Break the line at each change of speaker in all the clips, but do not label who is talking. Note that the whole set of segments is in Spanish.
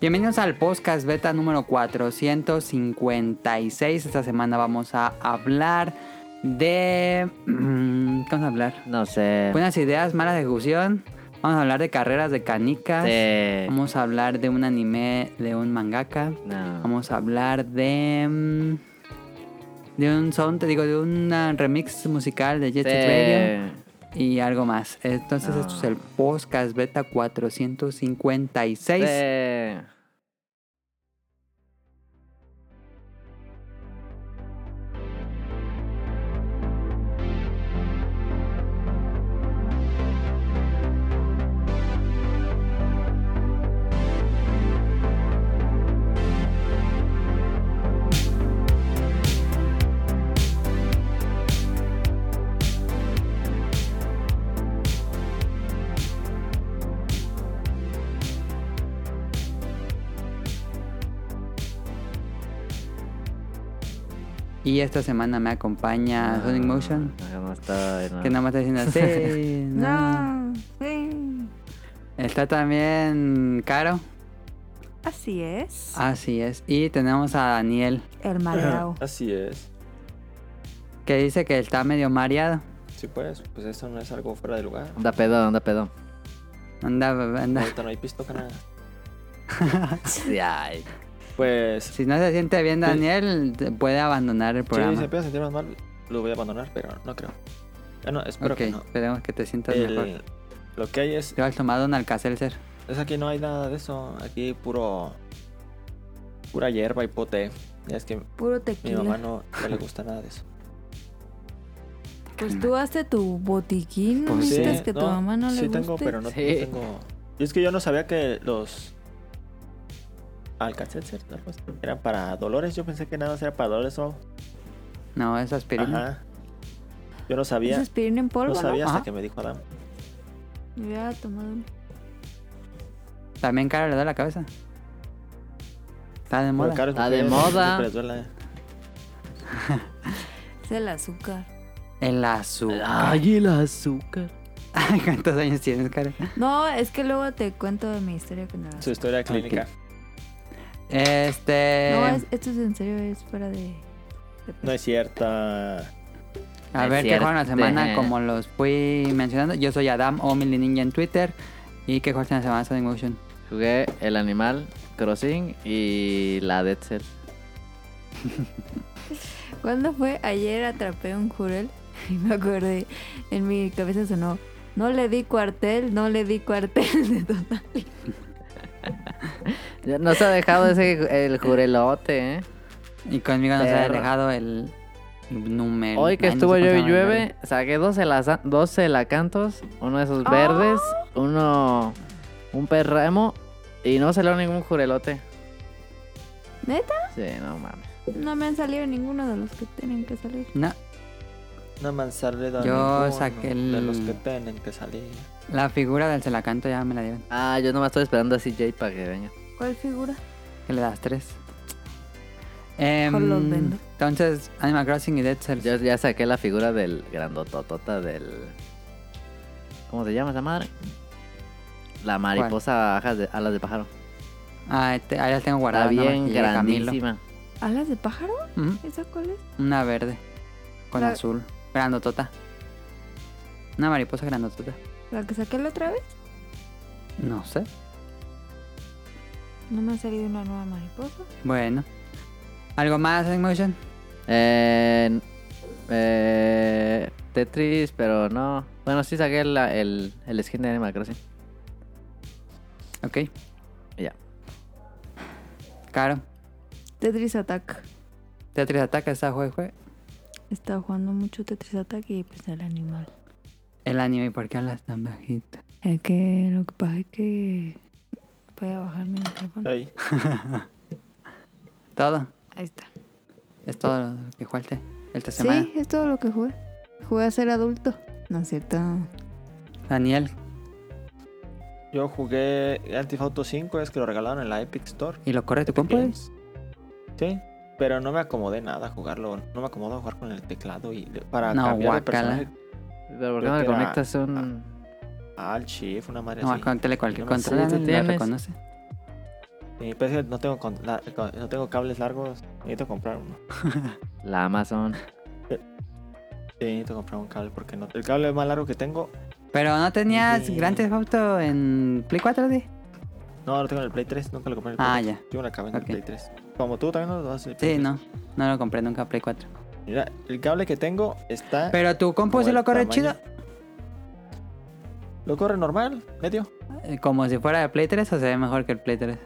Bienvenidos al podcast beta número 456. Esta semana vamos a hablar de... mm, ¿Qué vamos a hablar?
No sé.
Buenas ideas, mala ejecución. Vamos a hablar de carreras de canicas.
Sí.
Vamos a hablar de un anime de un mangaka.
No.
Vamos a hablar de. mm, De un sound, te digo, de un ah, remix musical de Jet Set Radio
Sí.
y algo más. Entonces,
No.
esto es el podcast beta 456.
Sí.
Y esta semana me acompaña Ah, Sonic Motion,
Ah, No, no estoy,
Ah.
no.
que nada más está diciendo sí, no.
No, sí.
Está también Caro,
Así es.
Ah.
así es. Y tenemos a Daniel,
El malvado.
Así es.
que dice que está medio mareado.
Si puedes, pues eso no es algo fuera de lugar.
Anda pedo, anda pedo.
Anda, anda.
Ahorita no hay pisto, nada.
Sí, ay.
Pues,
Si no se siente bien Daniel, te- puede abandonar el
si se
programa.
empieza a sentir más mal, lo voy a abandonar, pero no creo. Ah, no, espero
ok,
que no.
esperemos que te sientas
El-
mejor.
lo que hay es,
Te has tomado un alcacelser.
es aquí no hay nada de eso. Aquí hay puro. pura hierba y pote. Ya es que
Puro
mi mamá
tequila.
no, no le gusta nada de eso.
Pues tú hazte tu botiquín. No
Pues sí,
necesitas que tu mamá no le
sí
guste.
tengo, pero no, no
Sí.
tengo. Y es que yo no sabía que los Alka-Seltzer ¿no? Pues, eran para dolores. Yo pensé que nada más era para dolores o.
No, es aspirina.
Ajá. Yo no
Es
sabía.
aspirina Pues en polvo,
No
¿no? Ah.
sabía
Ajá.
hasta que me dijo Adam.
Me hubiera tomado un-
También cara le da la cabeza. Está de moda.
Pero Caro es
Está de
mujer,
moda.
siempre les duele.
Es el azúcar.
El azúcar.
Ay, el azúcar.
¿Cuántos años tienes, cara?
No, es que luego te cuento de mi historia con el
Su
azúcar.
historia clínica.
Este.
No, es- esto es en serio, es para de. de-
No es cierta.
A
Es
ver qué juegan la
cierto.
semana, como los fui mencionando. Yo soy Adam o Mili Ninja en Twitter. Y qué juegas en la semana Sonic Motion.
Jugué el animal, Crossing y la Dead Cell.
¿Cuándo fue? Ayer atrapé un jurel y me acordé. En mi cabeza sonó. No le di cuartel, no le di cuartel de total.
Ya No se ha dejado ese el jurelote, ¿eh?
Y conmigo nos ha
Perro.
dejado el número.
Hoy que
Ay, no sé cómo
estuvo
se
llueve y
llama el
llueve, saqué 12, laza- 12 lacantos, uno de esos verdes, uno. un perremo y no salió ningún jurelote.
¿Neta?
Sí, no mames.
No me han salido ninguno de los que tienen que salir.
No,
No me han salido
Yo
ninguno
saqué el-
De los que tienen que salir.
la figura del Celacanto ya me la dieron.
Ah, yo nomás estoy esperando a CJ para que venga.
¿Cuál figura?
Que le das tres. Em,
Mejor los vendo.
entonces, Animal Crossing y Dead Cells.
Yo ya saqué la figura del grandototota del. ¿Cómo se llama esa madre? La mariposa ajas de- alas de pájaro.
Ah, este- ahí las tengo
Está
guardadas. nada más
bien
que llegue Camilo.
grandísima.
¿Alas de pájaro?
Ujú,
¿Esa cuál es?
Una verde. Con
La-
azul. Grandotota. Una mariposa grandotota.
¿La que saqué la otra vez?
No sé.
No me ha salido una nueva mariposa.
Bueno. ¿Algo más en motion?
Eh, eh, Tetris, pero no. Bueno, sí saqué la- el, el skin de Animal Crossing.
Ok.
Y Ya.
Caro.
Tetris Attack.
Tetris Ataca está jue, jue.
Estaba jugando mucho Tetris Attack y pues el animal.
El anime, ¿por qué hablas tan bajito?
Es que lo que pasa es que. Voy a bajar mi micrófono.
Ahí.
Todo.
Ahí está.
Es todo lo que jugaste esta semana.
Sí, es todo lo que jugué. Jugué a ser adulto. No es cierto.
Daniel.
Yo jugué Antifauto 5, es que lo regalaron en la Epic Store.
¿Y lo corre tu compu?
Games. Sí. Pero no me acomodé nada a jugarlo. No me acomodo a jugar con el teclado y para
No,
cambiar
guácala.
de personaje
Pero ¿por qué
Creo
no le
que era- ah.
conectas un.
al shift, una madre
No,
así.
contele cualquier
No me
control.
sé,
¿no?
¿tienes?
¿La reconoce?
Sí, pero es que no tengo, con- la- con- no tengo cables largos. Necesito comprar uno.
La Amazon.
Sí, necesito comprar un cable porque no. El cable más largo que tengo.
Pero no tenías
Sí.
Grand Theft Auto en Play 4, ¿sí?
No, lo tengo en el Play 3. Nunca lo compré en el Play
Ah,
3.
ya.
Yo me lo acabé en
Ok.
el Play 3. Como tú también no lo vas a
Sí, no. No lo compré nunca Play 4.
Mira, el cable que tengo está.
Pero tu compu
como
sí
el
lo corre
tamaño-
chido.
Lo corre normal, medio.
eh, Como si fuera de Play 3 o se ve mejor que el Play 3.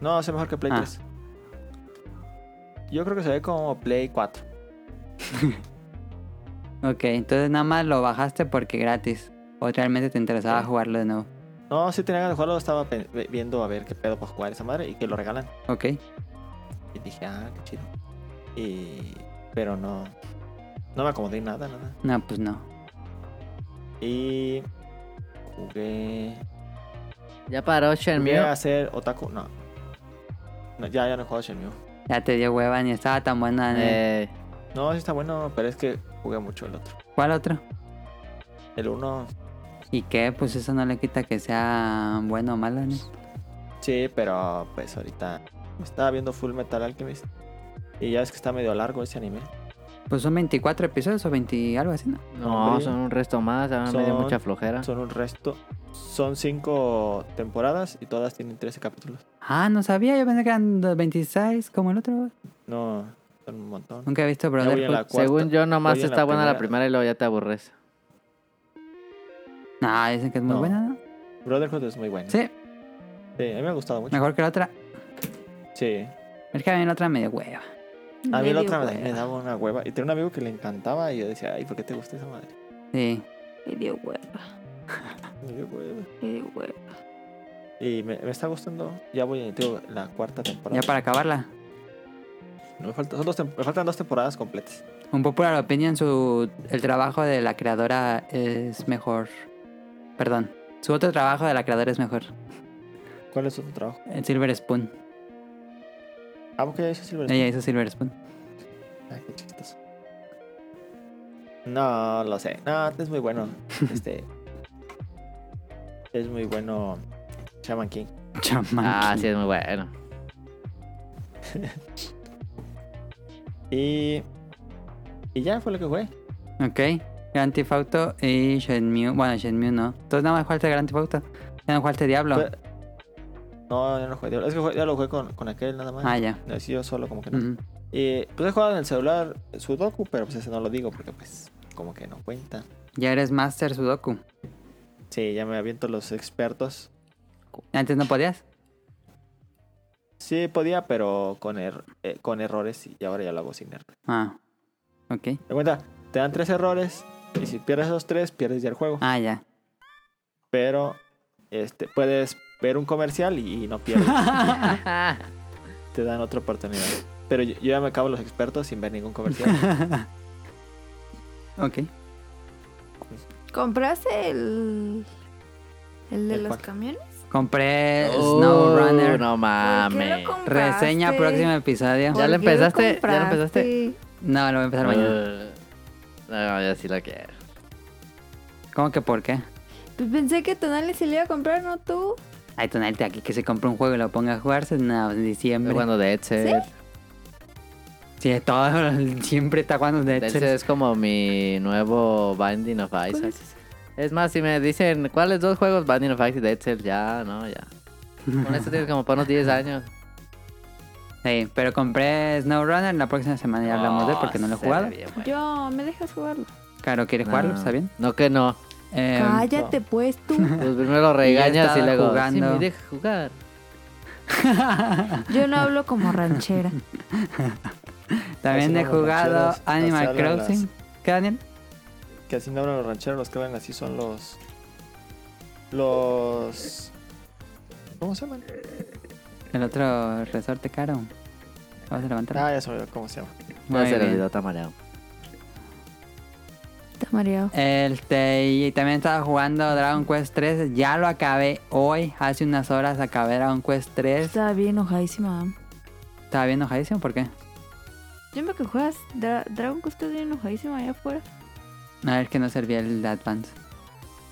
No, hace mejor que Play
Ah.
3. Yo creo que se ve como Play 4.
Ok, entonces nada más lo bajaste porque gratis. O realmente te interesaba
Sí.
jugarlo de nuevo.
No, si tenía ganas de jugarlo, estaba pe- ve- viendo a ver qué pedo para jugar esa madre y que lo regalan.
Ok.
Y dije, ah, qué chido. Y... Pero no. No me acomodé en nada, nada.
No, pues no.
Y. Jugué.
Ya paró
¿Jugué
Shenmue.
a hacer Otaku? No. No, Ya, ya no he jugado Shenmue.
Ya te dio hueva, ni estaba tan buena. ni-
Eh,
No, sí está bueno, pero es que jugué mucho el otro.
¿Cuál otro?
El uno,
¿Y qué? Pues eso no le quita que sea bueno o malo. ¿no?
sí, pero pues ahorita. Estaba viendo Full Metal Alchemist. Y ya es que está medio largo ese anime.
Pues son 24 episodios o 20 algo así, ¿no?
no,
Hombre.
son un resto más. A mí me dio
Son-
mucha
Ah.
flojera.
Son un resto. Son cinco temporadas y todas tienen 13 capítulos.
Ah, no sabía, yo pensé que eran los 26 como el otro.
No, son un montón.
Nunca he visto
Ya voy en
Brotherhood.
la cuarta.
Según yo, nomás
Voy en la
está buena la
primera.
primera y luego ya te aburres.
No, dicen que es muy
No.
buena, ¿no?
Brotherhood es muy bueno.
Sí,
Sí, a mí me ha gustado mucho.
mejor que la otra.
Sí.
Es que a mí la otra me dio hueva.
A mí
Medio
la otra me-
hueva.
me daba una hueva. Y tenía un amigo que le encantaba y yo decía, ay, ¿por qué te gusta esa madre?
Sí.
Me dio hueva,
Me dio hueva.
me dio hueva.
Y me, me está gustando. Ya voy en tengo la cuarta temporada.
Ya para acabarla.
No, me, falta- son dos tem- me faltan dos temporadas completas.
Un popular opinion, su, el trabajo de la creadora es mejor. Perdón. Su otro trabajo de la creadora es mejor.
¿Cuál es tu trabajo?
El Silver Spoon.
Ah, porque ya hizo Silver
Ella hizo Silver Spoon.
Spoon. Ay, qué chistoso. No, lo sé. No, es muy bueno. Este. es muy bueno. Shaman King.
Chaman.
Ah,
King.
sí, es muy bueno.
Y. Y ya fue lo que jugué.
Ok. Grand Theft Auto y Shenmue. Bueno, Shenmue no. Entonces nada más jugaste Grand Theft Auto. Ya no jugaste Diablo.
Fue- No, ya no lo jugué. Es que jugué- ya lo jugué con, con aquel nada más.
Ah, ya.
Así yo solo como que no.
Ujú.
Y pues he jugado en el celular Sudoku, pero pues ese no lo digo porque pues como que no cuenta.
Ya eres Master Sudoku.
Sí, ya me aviento los expertos.
Antes no podías.
Sí podía, pero con, er- eh, con errores y ahora ya lo hago sin errores.
Ah. Ok.
Te cuenta, te dan tres errores y si pierdes esos tres, pierdes ya el juego.
Ah, ya.
Pero este puedes ver un comercial y, y no pierdes.
Ah,
te dan otra oportunidad. Pero yo, yo ya me acabo los expertos sin ver ningún comercial.
Ok.
¿Compraste el. el de
¿El
los
cuál?
camiones?
Compré
Uh,
SnowRunner.
No
¿Por qué
mames.
lo compraste?
Reseña próximo episodio.
¿Ya
¿Por
lo
qué
empezaste? ¿Ya lo
compraste?
No, lo voy a empezar mañana.
Uh, no, yo sí lo quiero. Ah.
¿Cómo que por qué?
Pues pensé que Tonali se le iba a comprar, no tú.
Ay, tonalite aquí que se compre un juego y lo ponga a jugarse. No, en diciembre.
Cuando de Edsel.
Sí, todo siempre está jugando de
Edsel
Excel.
es como mi nuevo Binding of
¿Cuál
Isaac.
es ese?
Es más, si me dicen, ¿cuáles dos juegos? Binding of Isaac y Dead Cells, ya, no, ya. Con esto tienes como para unos 10 años.
Sí, pero compré SnowRunner. La próxima semana ya hablamos de él porque no lo he
Ah, se ve
jugado.
bien bueno.
Yo, ¿me dejas jugarlo?
Claro, ¿quieres
Ah.
No.
jugarlo? ¿Está bien?
No que no.
Eh,
Cállate, pues tú.
Pues primero lo regañas y,
estaba
luego, sí,
jugando.
me deja jugar.
Yo no hablo como ranchera.
también
Así
he
no los
jugado
rancheros,
Animal
así hablan las-
Crossing. ¿Qué, Daniel?
que así no hablan los rancheros, los que hablan así son los. Los. ¿Cómo se llaman?
El otro resorte caro. ¿Vas a levantar?
Ah, ya se me olvidó cómo se llama.
No
Muy
se le
bien.
olvidó, está mareado.
Está mareado.
Este, y también estaba jugando Dragon Quest 3. Ya lo acabé hoy. Hace unas horas acabé Dragon Quest 3.
Estaba bien enojadísima.
Estaba bien enojadísimo, ¿por qué?
Yo me que juegas Dra- Dragon Quest estás bien enojadísima allá afuera.
A ver que no servía el Advance.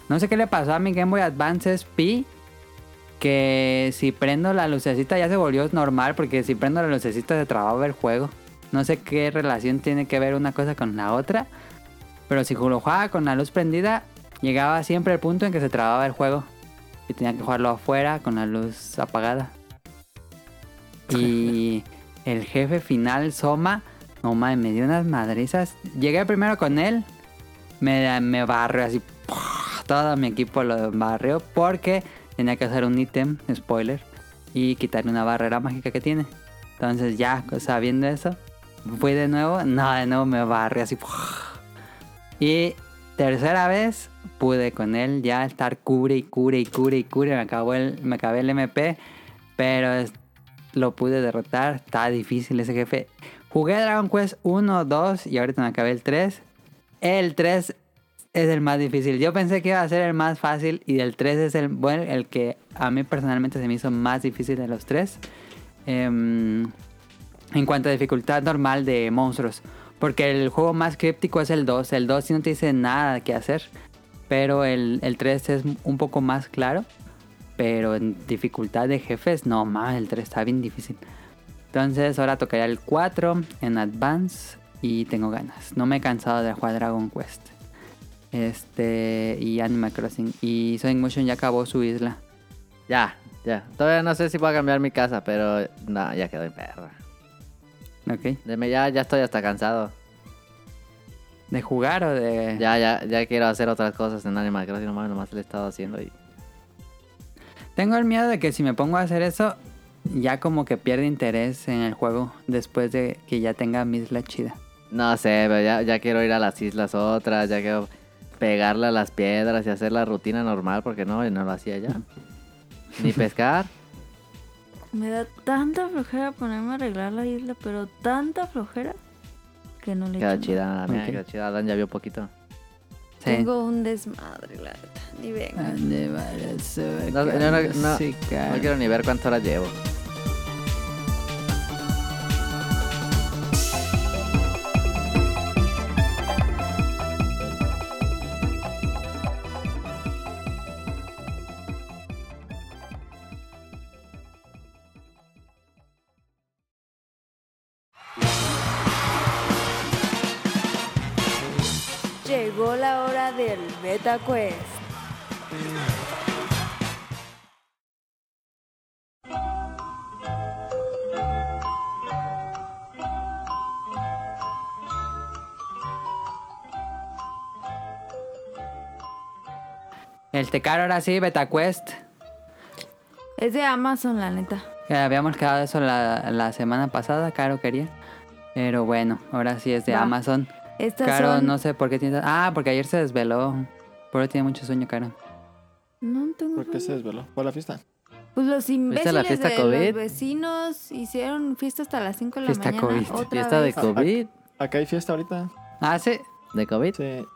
No sé qué le pasó a mi Game Boy Advance SP. que si prendo la lucecita ya se volvió normal porque si prendo la lucecita se trababa el juego. No sé qué relación tiene que ver una cosa con la otra, pero si lo jugaba con la luz prendida, llegaba siempre el punto en que se trababa el juego y tenía que jugarlo afuera con la luz apagada. Y el jefe final, Soma, no mames, me dio unas madrizas. Llegué primero con él, me, me barrió así, ¡puf! todo mi equipo lo barrió porque tenía que hacer un ítem, spoiler, y quitarle una barrera mágica que tiene. Entonces ya, sabiendo eso, fui de nuevo, no, de nuevo me barrió así. ¡puf! Y tercera vez pude con él ya estar cubre y cubre y cubre y cubre. Me, acabó el, me acabé el MP, pero es- lo pude derrotar. Está difícil ese jefe. Jugué Dragon Quest 1, 2 y ahorita me acabé el 3. El 3 es el más difícil. Yo pensé que iba a ser el más fácil y el 3 es el, bueno, el que a mí personalmente se me hizo más difícil de los tres. Em, en cuanto a dificultad normal de monstruos. Porque el juego más críptico es el 2. El 2 sí no te dice nada que hacer. Pero el, el 3 es un poco más claro. Pero en dificultad de jefes, no más, el 3 está bien difícil. Entonces ahora tocaría el 4 en Advance. Y tengo ganas. No me he cansado de jugar Dragon Quest. Este. Y Animal Crossing. Y Sonic Motion ya acabó su isla.
Ya, ya. Todavía no sé si voy a cambiar mi casa, pero no, ya quedó en perra.
¿Ok?
Deme, ya, ya estoy hasta cansado.
¿De jugar o de.?
Ya, ya, ya quiero hacer otras cosas en Animal Crossing, nomás, nomás le he estado haciendo y...
Tengo el miedo de que si me pongo a hacer eso, ya como que pierde interés en el juego después de que ya tenga mi isla chida.
No sé, pero ya, ya quiero ir a las islas otras, ya quiero pegarle a las piedras y hacer la rutina normal, porque no, no lo hacía ya. Ni pescar.
Me da tanta flojera ponerme a arreglar la isla, pero tanta flojera que no le
Queda
echo
chida, la
nada.
mía
Ok.
queda chida. Adán ya vio poquito.
Sí.
Tengo un desmadre, la neta. Ni venga.
No, no, no, no, no quiero ni ver cuántas horas llevo.
Llegó la hora del Beta Quest.
El Tecar ahora sí, Beta Quest.
Es de Amazon, la neta.
que habíamos quedado eso la, la semana pasada, Caro quería. Pero bueno, ahora sí es de
Va.
Amazon.
Estas
Caro,
son-
no sé por qué tiene... Ah, porque ayer se desveló. Por eso tiene mucho sueño, Caro.
No tengo
¿Por qué
sueño.
se desveló? ¿Por la fiesta?
Pues los
¿Viste
imbéciles
la fiesta
de
COVID?
los vecinos hicieron fiesta hasta las 5 de la
Fiesta
mañana.
COVID.
Otra
Fiesta de
vez.
COVID.
Acá hay fiesta ahorita.
Ah, sí.
¿De COVID?
Sí.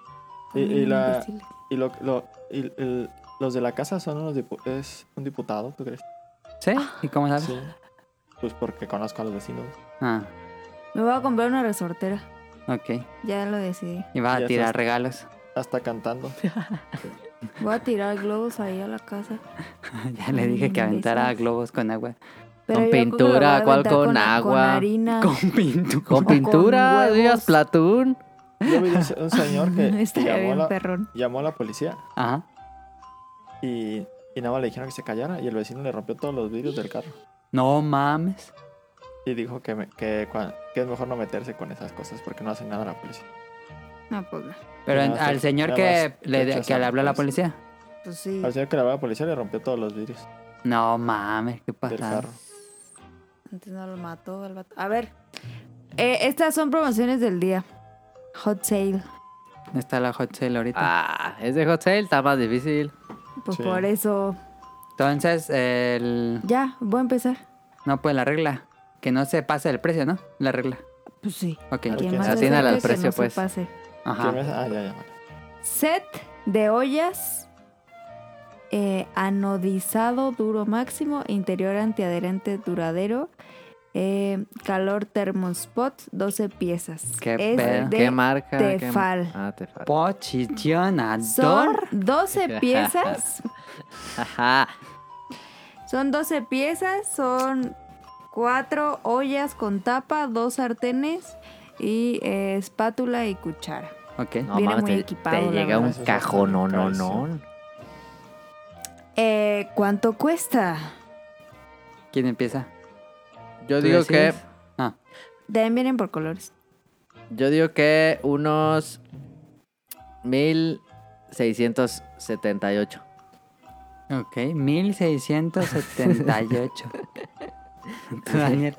Y,
Ay,
y la,
imbéciles.
y lo, lo- y el- los de la casa son unos dipu- es un diputado, ¿tú crees?
¿Sí?
Ah,
¿Y cómo sabes?
Sí. Pues porque conozco a los vecinos.
Ah,
Me voy a comprar una resortera.
ok.
Ya lo decidí.
Y va
Ya
a tirar
estás-
regalos.
Hasta cantando.
Voy a tirar globos ahí a la casa.
ya le dije
Mm,
que aventara
Imbéciles.
globos con agua.
Pero
Con
yo creo que lo voy a
pintura, ¿cuál
aventar
con
a- Con
agua?
harina.
Con pintura.
Con
O con
pintura,
huevos.
Dios, Platón.
Yo vi un, se- un señor que
Estaría
llamó, a
bien,
la-
perrón.
llamó a la policía
Ajá.
y, y nada más le dijeron que se callara y el vecino le rompió todos los vidrios del carro.
No mames.
Y dijo que, me- que, cua- que es mejor no meterse con esas cosas porque no hacen nada la policía.
No, pues, no.
Pero
Ya
en-
vas a-
al señor
ya
que,
vas
le,
rechazando,
que le habló a la
pues.
policía.
pues sí.
Al señor que le hablaba a la policía le rompió todos los vidrios
No mames, qué
del
pasada.
carro.
Antes no lo mató al vato. A ver. eh, estas son promociones del día. Hot sale.
¿Dónde Está la hot sale ahorita.
Ah, es de Hot Sale, está más difícil.
Pues
Sí.
por eso.
Entonces, el...
Ya, voy a empezar.
no, pues la regla. Que no se pase el precio, ¿no? La regla.
Pues sí.
Ok.
¿Quién
Claro. ¿quién
más
se
le
atiende al
acerca que
precio,
no se
pues?
pase?
Ajá.
¿Quién es? Ah, ya, ya, vale.
Set de ollas. eh, anodizado duro máximo. Interior antiadherente duradero. eh, calor termospot. 12 piezas.
Qué
es
pedo.
de
¿Qué marca? ¿Qué-
Tefal.
Ah, Tefal.
Pochicionador.
Son 12 piezas.
Ajá.
Son 12 piezas, son cuatro ollas con tapa, dos sartenes y eh, espátula y cuchara.
Ok.
No
Viene
mames,
muy
te,
equipado,
te
la
llega
verdad.
un
Eso está
cajón, no, no,
carísimo.
no.
Eh, ¿Cuánto cuesta?
¿Quién empieza?
Yo
¿Tú
digo que,
decides? Ah,
También vienen por colores.
yo digo que unos 1678.
ok. 1678. Tú, Daniel.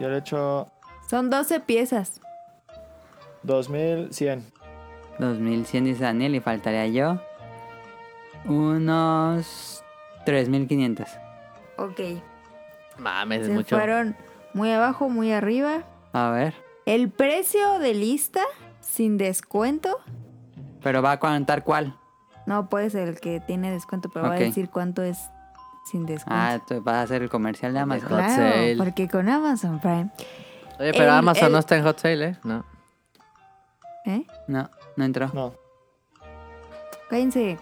Yo le echo
Son 12 piezas.
2100.
2100 dice Daniel y faltaría yo. Unos 3500.
Ok.
Mames, es
Se
mucho.
fueron muy abajo, muy arriba.
A ver.
El precio de lista, sin descuento.
Pero va a contar cuál.
No, pues el que tiene descuento, pero
Ok.
va a decir cuánto es sin descuento.
Ah, tú vas a hacer el comercial de Amazon.
Hot
claro,
sale.
porque con Amazon Prime,
Oye, pero
El-
Amazon
el-
no está en hot sale, ¿eh? No.
¿eh?
No, no entró.
No.
Cállense.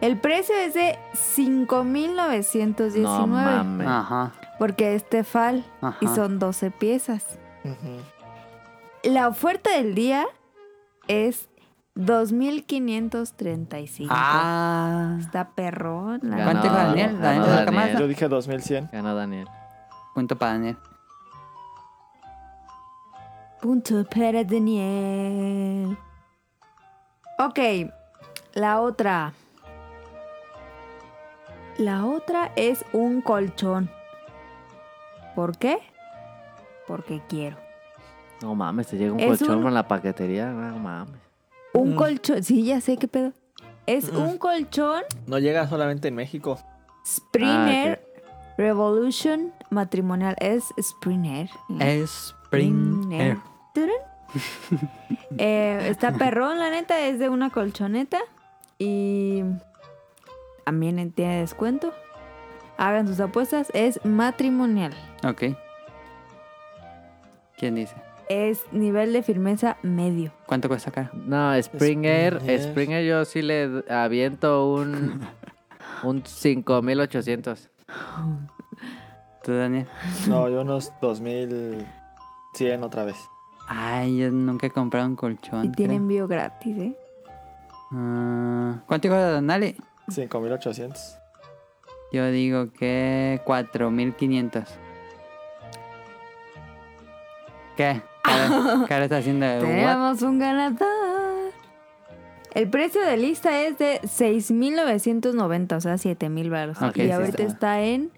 El precio es de 5.919
No mames.
Ajá.
porque es Tefal y
Ajá.
son 12 piezas.
Ujú.
La oferta del día es 2.535.
Ah.
Está perrón. La
¿Cuánto dijo
Ganó-
Daniel? ¿Daniel
ganó
se saca más?
Daniel.
Yo dije 2100.
Ganó Daniel.
Punto para Daniel.
Punto para Daniel. Ok, la otra. La otra es un colchón. ¿Por qué? Porque quiero.
No mames, te llega un
Es
colchón
un-
con la paquetería. No mames.
Un colchón. Sí, ya sé qué pedo. Es un colchón
No llega solamente en México.
Springer Revolution Matrimonial. Es Springer.
Spring Air.
Mm, Turun. Eh, está perrón, la neta, es de una colchoneta. Y también tiene descuento. Hagan sus apuestas, es matrimonial.
Ok. ¿Quién dice?
Es nivel de firmeza medio.
¿Cuánto cuesta acá?
No, Springer,
Springer.
Springer, yo sí le d- aviento un, un 5800.
¿Tú, Daniel?
No, yo unos 2100 otra vez.
Ay, yo nunca he comprado un colchón.
Y tiene
creo.
envío gratis, ¿eh?
Ah, ¿Cuánto cuesta Daniel?
5800.
Yo digo que 4500. ¿Qué? Cara, Cara está haciendo de what?
Tenemos un ganador. El precio de lista es de 6.990, o sea, 7.000 baros.
Ok,
y
sí
ahorita
está.
está en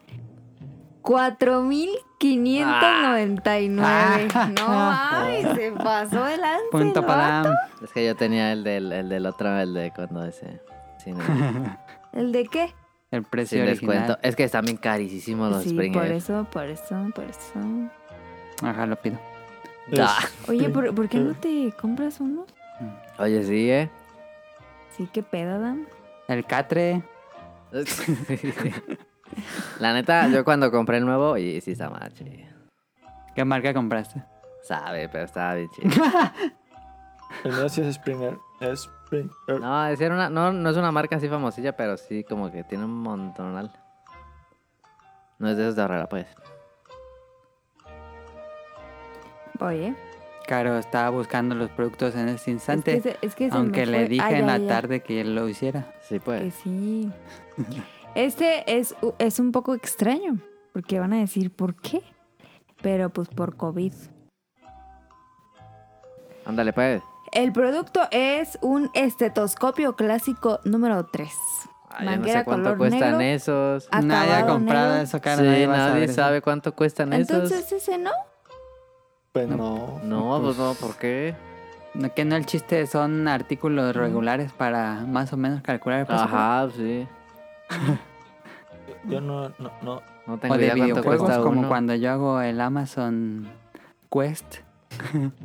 4.599. No mames, se pasó el lance.
Ah. Punto
el
para Am.
Es que yo tenía el del, el del otro, el de cuando ese. Sin, sin
vato. ¿El de qué?
el precio
descuento.
original.
Es que están bien carísimos los
sí, por
Springer.
eso, por eso, por eso.
Ajá, lo pido.
Da.
Oye, ¿por, por qué no te compras uno?
Oye, sí, ¿eh?
Sí, qué pedo, Dan.
El catre.
La neta, yo cuando compré el nuevo, y sí está más chido.
¿Qué marca compraste?
Sabe, pero estaba bien chido.
El mío sí es Springer. Es Springer.
No, es decir, una, no, no es una marca así famosilla, pero sí como que tiene un montonal. No es de esos de Herrera, pues.
Oye.
Caro estaba buscando los productos en este
Es
instante.
que, se- es que se me
aunque le
fue.
dije
Ah,
en
ya,
la
ya.
tarde que lo hiciera.
Sí,
Que
pues.
Eh, sí. Este es, u- es un poco extraño, porque van a decir por qué. Pero pues por COVID.
Ándale, pues.
El producto es un estetoscopio clásico número 3.
Ay, yo no
Manguera
sé cuánto
color
cuestan
negro. Ah,
esos.
Acabado
nadie ha comprado
negro.
eso, cara.
Sí,
nadie
nadie,
va a saber eso.
sabe cuánto cuestan esos.
Entonces ese no.
Pues no.
No, pues no, ¿por qué?
No, que no el chiste son artículos regulares para más o menos
Ah,
calcular el precio.
Ajá, sí.
Yo no, no, no.
No tengo
O de
idea cuánto
videojuegos,
cuesta
como
uno.
cuando yo hago el Amazon Quest.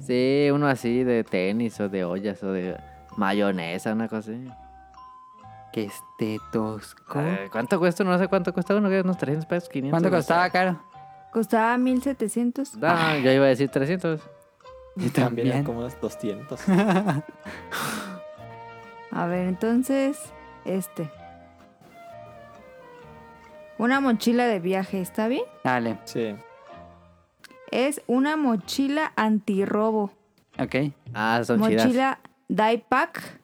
Sí, uno así de tenis o de ollas o de mayonesa, una cosa así.
Que este, estetosco.
Eh, ¿Cuánto cuesta? No sé cuánto cuesta uno, que unos 300 pesos, 500.
¿Cuánto
no sé.
costaba, Caro?
Costaba 1700.
Ah, yo iba a decir 300.
Yo
También
también.
eran como unos 200.
A ver, entonces este. Una mochila de viaje, ¿está bien?
Dale,
Sí.
Es una mochila antirrobo.
ok.
Ah, son chidas.
mochila Diepack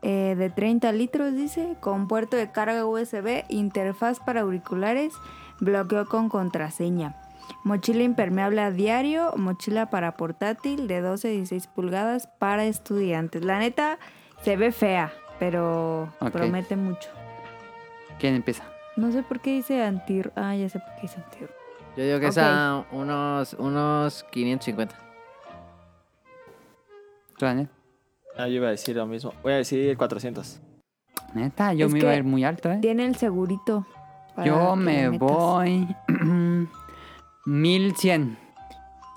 eh, de 30 litros, dice, con puerto de carga USB, interfaz para auriculares, bloqueo con contraseña. Mochila impermeable a diario, mochila para portátil de 12 a 16 pulgadas para estudiantes. La neta se ve fea, pero
Ok.
promete mucho.
¿Quién empieza?
No sé por qué dice anti... Ah, ya sé por qué dice anti...
Yo digo que
Ok.
son unos, unos 550.
¿Tú, Daniel?
Ah, yo iba a decir lo mismo. Voy a decir 400.
Neta, yo
Es
me iba a
que
ir muy alto, ¿eh?
Tiene el segurito. para
Yo
que
me
le metas.
voy. 1100.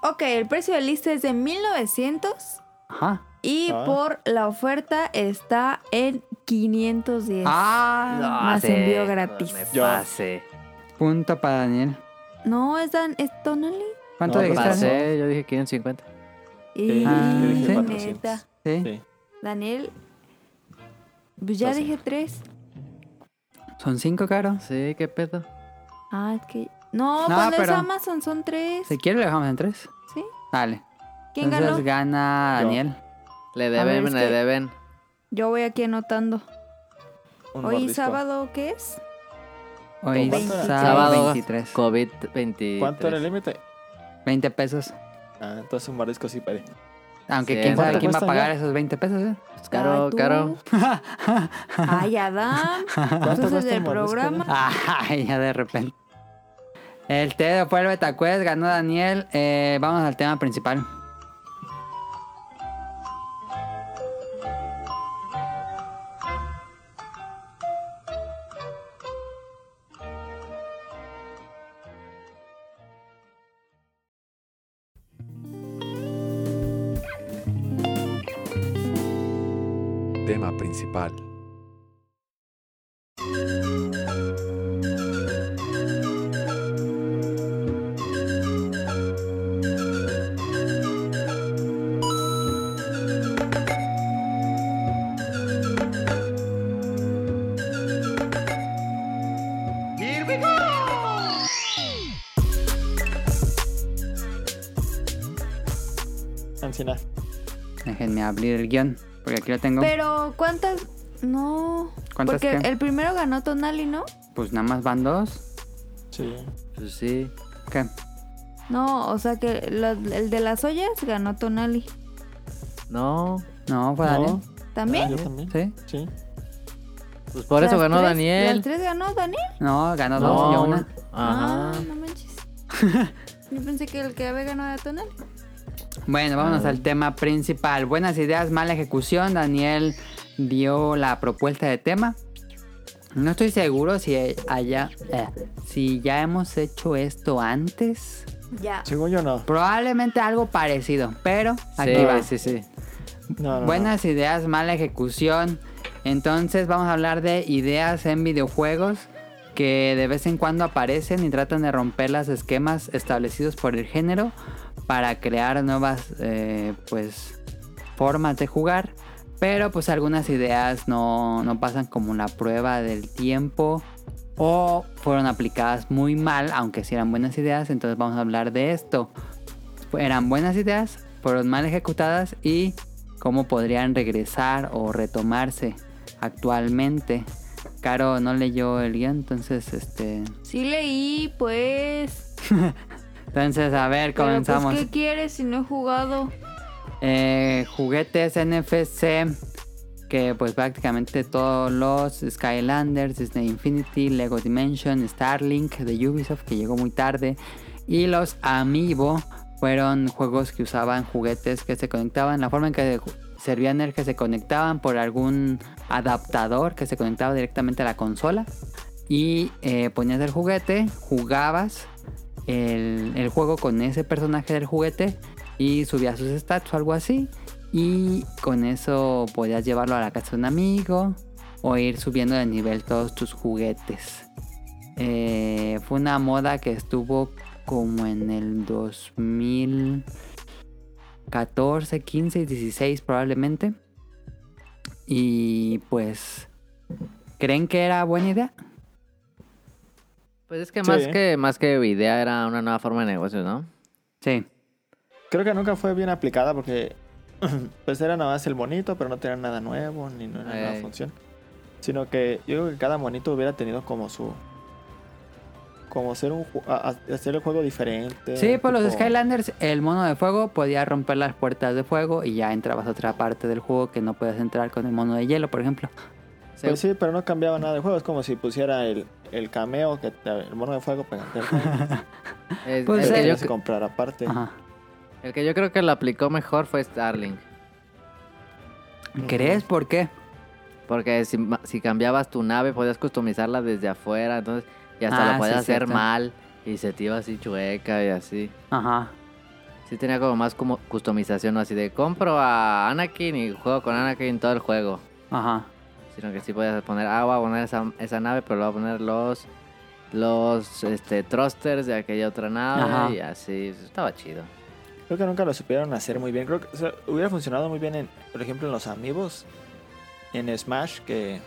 Ok, el precio de lista es de 1900
Ajá.
Y
Ah.
por la oferta está en 510.
Ah,
Más
sí,
envío gratis.
pues me
Yo.
pasé.
punto para Daniel.
No, es, Dan, es Donnelly.
¿Cuánto
No,
de
¿Qué
dijiste? Daniel?
Pasé, yo dije 550.
Y
Ah, yo dije
neta,
400.
Sí.
Sí.
Daniel. Pues ya
Pasé.
dije 3.
Son cinco caros.
Sí, qué pedo.
Ah, es que. No,
No,
cuando es
pero-
Amazon son 3.
Si quiere, lo dejamos en tres.
¿Sí?
Dale.
¿Quién
Entonces
ganó?
gana
Yo.
Daniel.
Le
ver,
deben,
es
le
que-
deben.
Yo voy aquí anotando.
Un
Hoy
mordisco.
sábado, ¿qué es?
Hoy
¿Cuánto era?
sábado
Sábado,
23.
COVID 23.
¿Cuánto era el límite?
20 pesos.
Ah, entonces un mordisco sí pedí.
Aunque
Sí,
quién sabe
¿cuánto
quién va a
cuesta
pagar
ya?
esos 20 pesos, ¿eh?
Pues caro,
Ay, tú.
caro.
Ay, Adam.
¿Cuánto
Entonces,
cuesta
del
un mordisco
Ah,
programa.
Ay, ya de repente. El té de Pueblo Betacuez ganó Daniel. Eh, vamos al tema principal.
Tema principal.
Ancina.
Déjenme abrir el guión, porque aquí lo tengo.
Pero, ¿cuántas? No.
¿Cuántas
Porque
qué?
el primero ganó Tonali, ¿no?
Pues nada más van dos.
Sí.
Pues sí.
¿Qué?
No, o sea que lo- el de las ollas ganó Tonali.
No.
No, fue
No.
Daniel.
Ah,
¿También?
yo también.
¿Sí?
Sí.
Pues por eso
Las
ganó
tres-
Daniel.
¿Las tres ganó Daniel?
No, ganó Ah, dos y yo
No.
una.
Ajá.
Ah, no manches. Yo pensé que el que había ganado era Tonali.
Bueno, vámonos al tema principal. Buenas ideas, mala ejecución. Daniel dio la propuesta de tema. No estoy seguro si haya, eh, si ya hemos hecho esto antes.
Ya.
Según yo no.
Probablemente algo parecido, pero aquí
Sí,
va.
sí, sí.
No, no,
Buenas ideas, mala ejecución. Entonces vamos a hablar de ideas en videojuegos que de vez en cuando aparecen y tratan de romper los esquemas establecidos por el género para crear nuevas eh, pues formas de jugar. Pero pues algunas ideas no, no pasan como la prueba del tiempo o fueron aplicadas muy mal, aunque sí eran buenas ideas. Entonces vamos a hablar de esto eran buenas ideas, fueron mal ejecutadas y cómo podrían regresar o retomarse actualmente. Caro no leyó el guión, entonces este,
Sí leí, pues.
entonces a ver,
Pero,
comenzamos.
pues, ¿Qué quieres si no he jugado?
Eh, juguetes NFC que pues prácticamente todos los Skylanders, Disney Infinity, Lego Dimension, Starlink de Ubisoft que llegó muy tarde y los Amiibo fueron juegos que usaban juguetes que se conectaban, la forma en que servían era que se conectaban por algún adaptador que se conectaba directamente a la consola y eh, ponías el juguete, jugabas el, el juego con ese personaje del juguete y subía sus stats o algo así. Y con eso podías llevarlo a la casa de un amigo o ir subiendo de nivel todos tus juguetes. Eh, fue una moda que estuvo como en el 2014, 15 y 16 probablemente. Y pues, ¿creen que era buena idea?
Pues es que
Sí.
más que más que idea era una nueva forma de negocios, ¿no?
Sí.
Creo que nunca fue bien aplicada porque pues era nada más el monito, pero no tenía nada nuevo ni una nueva
Ey.
función. Sino que yo creo que cada monito hubiera tenido como su... Como hacer, un, ju- a- a- hacer el juego diferente.
Sí, por los
tipo-
Skylanders, el mono de fuego podía romper las puertas de fuego y ya entrabas a otra parte del juego que no puedes entrar con el mono de hielo, por ejemplo.
Se-
Pues sí, pero no cambiaba nada de juego. Es como si pusiera el, el cameo, que te- el mono de fuego pegante. al juego,
es-
Pues
el, eh, que
que tenías que
yo,
comprar aparte.
Ajá.
el que yo creo que lo aplicó mejor fue Starlink.
¿Crees por qué?
Porque si, ma- si cambiabas tu nave podías customizarla desde afuera, entonces y hasta
Ah,
lo podías
sí,
hacer
cierto.
mal y se te iba así chueca y así.
Ajá.
Sí tenía como más como customización, ¿no? así de compro a Anakin y juego con Anakin todo el juego.
Ajá.
Sino que sí podías poner, ah, voy a poner esa, esa nave, pero le voy a poner los los este thrusters de aquella otra nave
Ajá.
y así. Estaba chido.
Creo que nunca lo supieron hacer muy bien. Creo que o sea, hubiera funcionado muy bien, en, por ejemplo, en los amigos. En Smash, que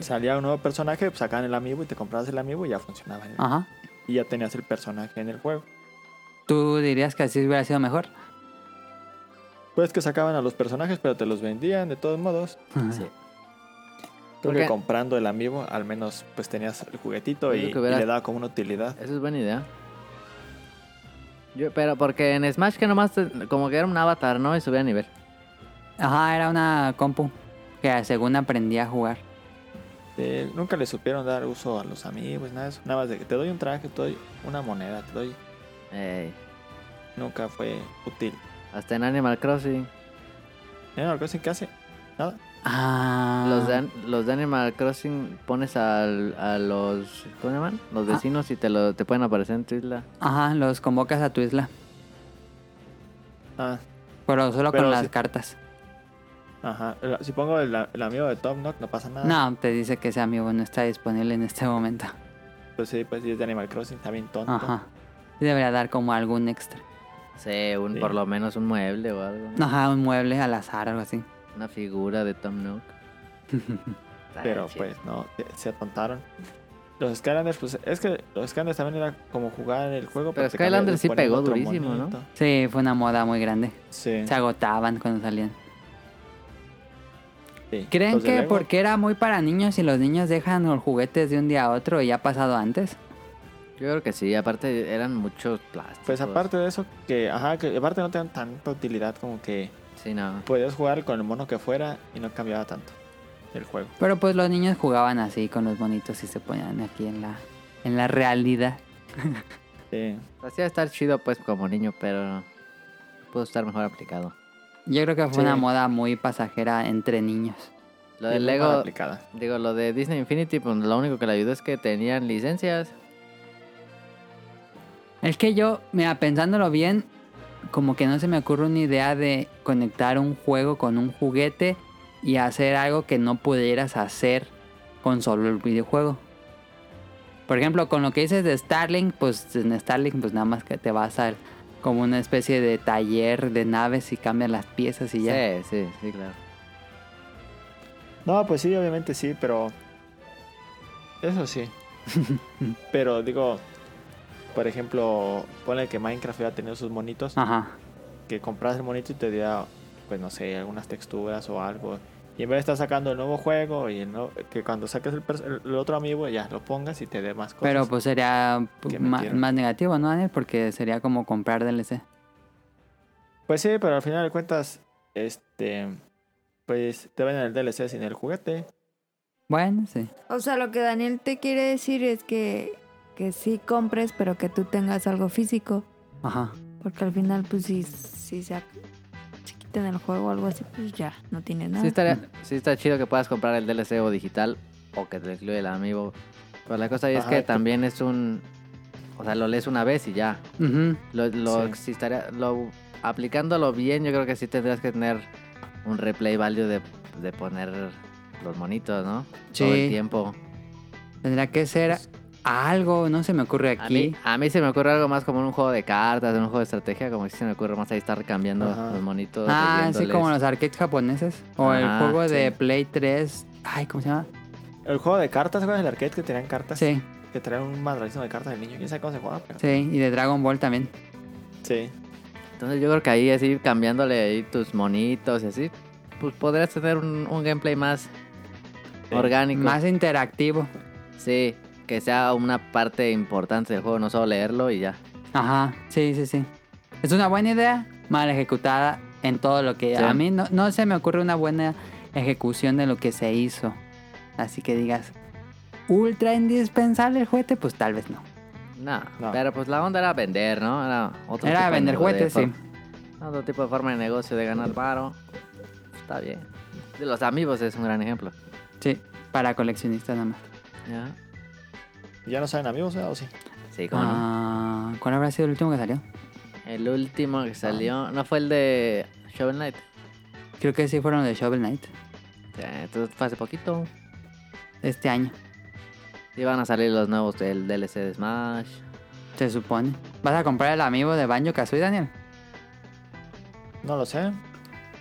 salía un nuevo personaje, pues sacaban el amigo y te comprabas el amigo y ya funcionaba.
Ah.
Ajá.
Y ya tenías el personaje en el juego.
¿Tú dirías que así hubiera sido mejor?
Pues que sacaban a los personajes, pero te los vendían de todos modos.
Ah.
Sí.
Creo
Porque-
que comprando el amigo, al menos pues tenías el
Yo
juguetito y,
creo que
y
hubiera-
le daba como una utilidad.
Eso es buena idea. Yo, pero porque en Smash que nomás te- como que era un avatar, ¿no? Y subía a nivel.
Ajá, era una compu que según aprendí a jugar.
Eh, nunca le supieron dar uso a los amigos, nada de eso. Nada más de que te doy un traje, te doy una moneda, te doy.
Ey,
Nunca fue útil.
Eh, hasta en Animal Crossing.
Mira, lo que hacen, ¿Qué hace? Nada.
Ah.
Los, de, an- los de Animal Crossing pones al- a los... ¿Cómo se llaman?
Ah.
Los vecinos y te, lo, te pueden aparecer en tu isla.
Ajá, los convocas a tu isla.
Ah,
Pero solo
Pero
con
sí.
las cartas.
ajá. El- Si pongo el, el amigo de Tom Nook, no pasa nada.
No, te dice que ese amigo no está disponible en este momento.
Pues sí, pues sí, es de Animal Crossing, está bien tonto.
Ajá. Debería dar como algún extra.
Sí, un,
Sí.
por lo menos un mueble o algo. ¿no?
Ajá, un mueble al azar, algo así.
Una figura de Tom Nook. Estaría chido.
Pero pues no, se, se atontaron. Los Skylanders, pues es que los Skylanders también era como jugar el juego.
Pero
te cambiaban,
Skylanders sí
ponían
pegó
otro
durísimo, ¿no?
monito.
Sí, fue una moda muy grande.
Sí.
Se agotaban cuando salían.
sí.
¿Creen
Los Pues de
que
Lego,
porque era muy para niños y los niños dejan los juguetes de un día a otro y ha pasado antes?
Yo creo que sí, aparte eran muchos plásticos.
Pues aparte de eso, que ajá, que aparte no tenían tanta utilidad como que
Sí, no.
podías jugar con el mono que fuera y no cambiaba tanto el juego.
Pero pues los niños jugaban así con los bonitos y se ponían aquí en la, en la realidad.
Sí.
Hacía estar chido pues como niño, pero pudo estar mejor aplicado.
Yo creo que fue
Sí.
una moda muy pasajera entre niños.
Lo
Y
de
muy mal
Lego,
aplicada.
digo, lo de Disney Infinity, pues lo único que le ayudó es que tenían licencias.
Es que yo, mira, pensándolo bien, como que no se me ocurre una idea de conectar un juego con un juguete y hacer algo que no pudieras hacer con solo el videojuego. Por ejemplo, con lo que dices de Starlink, pues en Starlink pues nada más que te vas a como una especie de taller de naves y cambias las piezas y ya.
Sí, sí, sí, claro.
No, pues sí, obviamente sí, pero. Eso sí. pero digo, por ejemplo, ponle que Minecraft hubiera tenido sus monitos,
Ajá.
que compras el monito y te diera, pues no sé, algunas texturas o algo. Y en vez de estar sacando el nuevo juego y el nuevo- que cuando saques el, pers- el- el otro amigo ya lo pongas y te dé más cosas.
Pero pues sería
que
ma-
metieron.
más negativo, ¿no, Daniel? Porque sería como comprar DLC.
Pues sí, pero al final de cuentas, este. Pues te ven el DLC sin el juguete.
Bueno, sí.
O sea, lo que Daniel te quiere decir es que, que sí compres, pero que tú tengas algo físico.
Ajá.
Porque al final, pues si, si se, ac- se quitan el juego o algo así, pues ya, no tienes
Ah.
nada.
Sí, estaría, sí está chido que puedas comprar el DLC o digital o que te incluye el amigo. Pero la cosa ahí es
Ajá,
que
que-
también es un... O sea, lo lees una vez y ya.
Ujú.
Lo, lo,
Sí.
si estaría- lo- aplicándolo bien, yo creo que sí tendrías que tener un replay value de, de poner los monitos, ¿no? Todo
Sí.
el tiempo.
Tendría que ser algo, no se me ocurre
A
aquí.
mí, a mí se me ocurre algo más como en un juego de cartas, en un juego de estrategia, como que se me ocurre más ahí estar cambiando
Ajá.
los monitos.
Ah, sí,
leyéndoles.
como los arcades japoneses. O el
Ajá,
juego de
sí.
Play 3. Ay, ¿cómo se llama?
El juego de cartas, ¿cuál es el arcade que tenían cartas?
Sí.
que trae un madrazo de cartas del niño. ¿Quién sabe cómo se juega? pero-
Sí, y de Dragon Ball también.
Sí.
Entonces yo creo que ahí así cambiándole ahí tus monitos y así, pues podrías tener un, un gameplay más
Sí.
orgánico.
Más interactivo.
Sí, que sea una parte importante del juego, no solo leerlo y ya.
Ajá, sí, sí, sí. Es una buena idea, mal ejecutada en todo lo que...
Sí.
A mí no, no se me ocurre una buena ejecución de lo que se hizo. Así que digas, ultra indispensable el juguete, pues tal vez no.
No,
No.
pero pues la onda era vender, ¿no? Era otro tipo
Era
de
vender
nego-
juguetes,
de
sí.
for- Otro tipo de forma de negocio de ganar varo. Está bien. De los amigos es un gran ejemplo.
Sí, para coleccionistas nada más.
¿Ya?
¿Ya no saben amigos ¿verdad? o sí?
Sí, como no.
Ah, ¿Cuál habrá sido el último que salió?
El último que
Ah.
salió, ¿no fue el de Shovel Knight?
Creo que sí fueron los de Shovel Knight.
Sí, entonces fue hace poquito.
Este año,
Iban a salir los nuevos del DLC de Smash.
se supone. ¿Vas a comprar el amigo de Banjo Kazooie, Daniel?
No lo sé.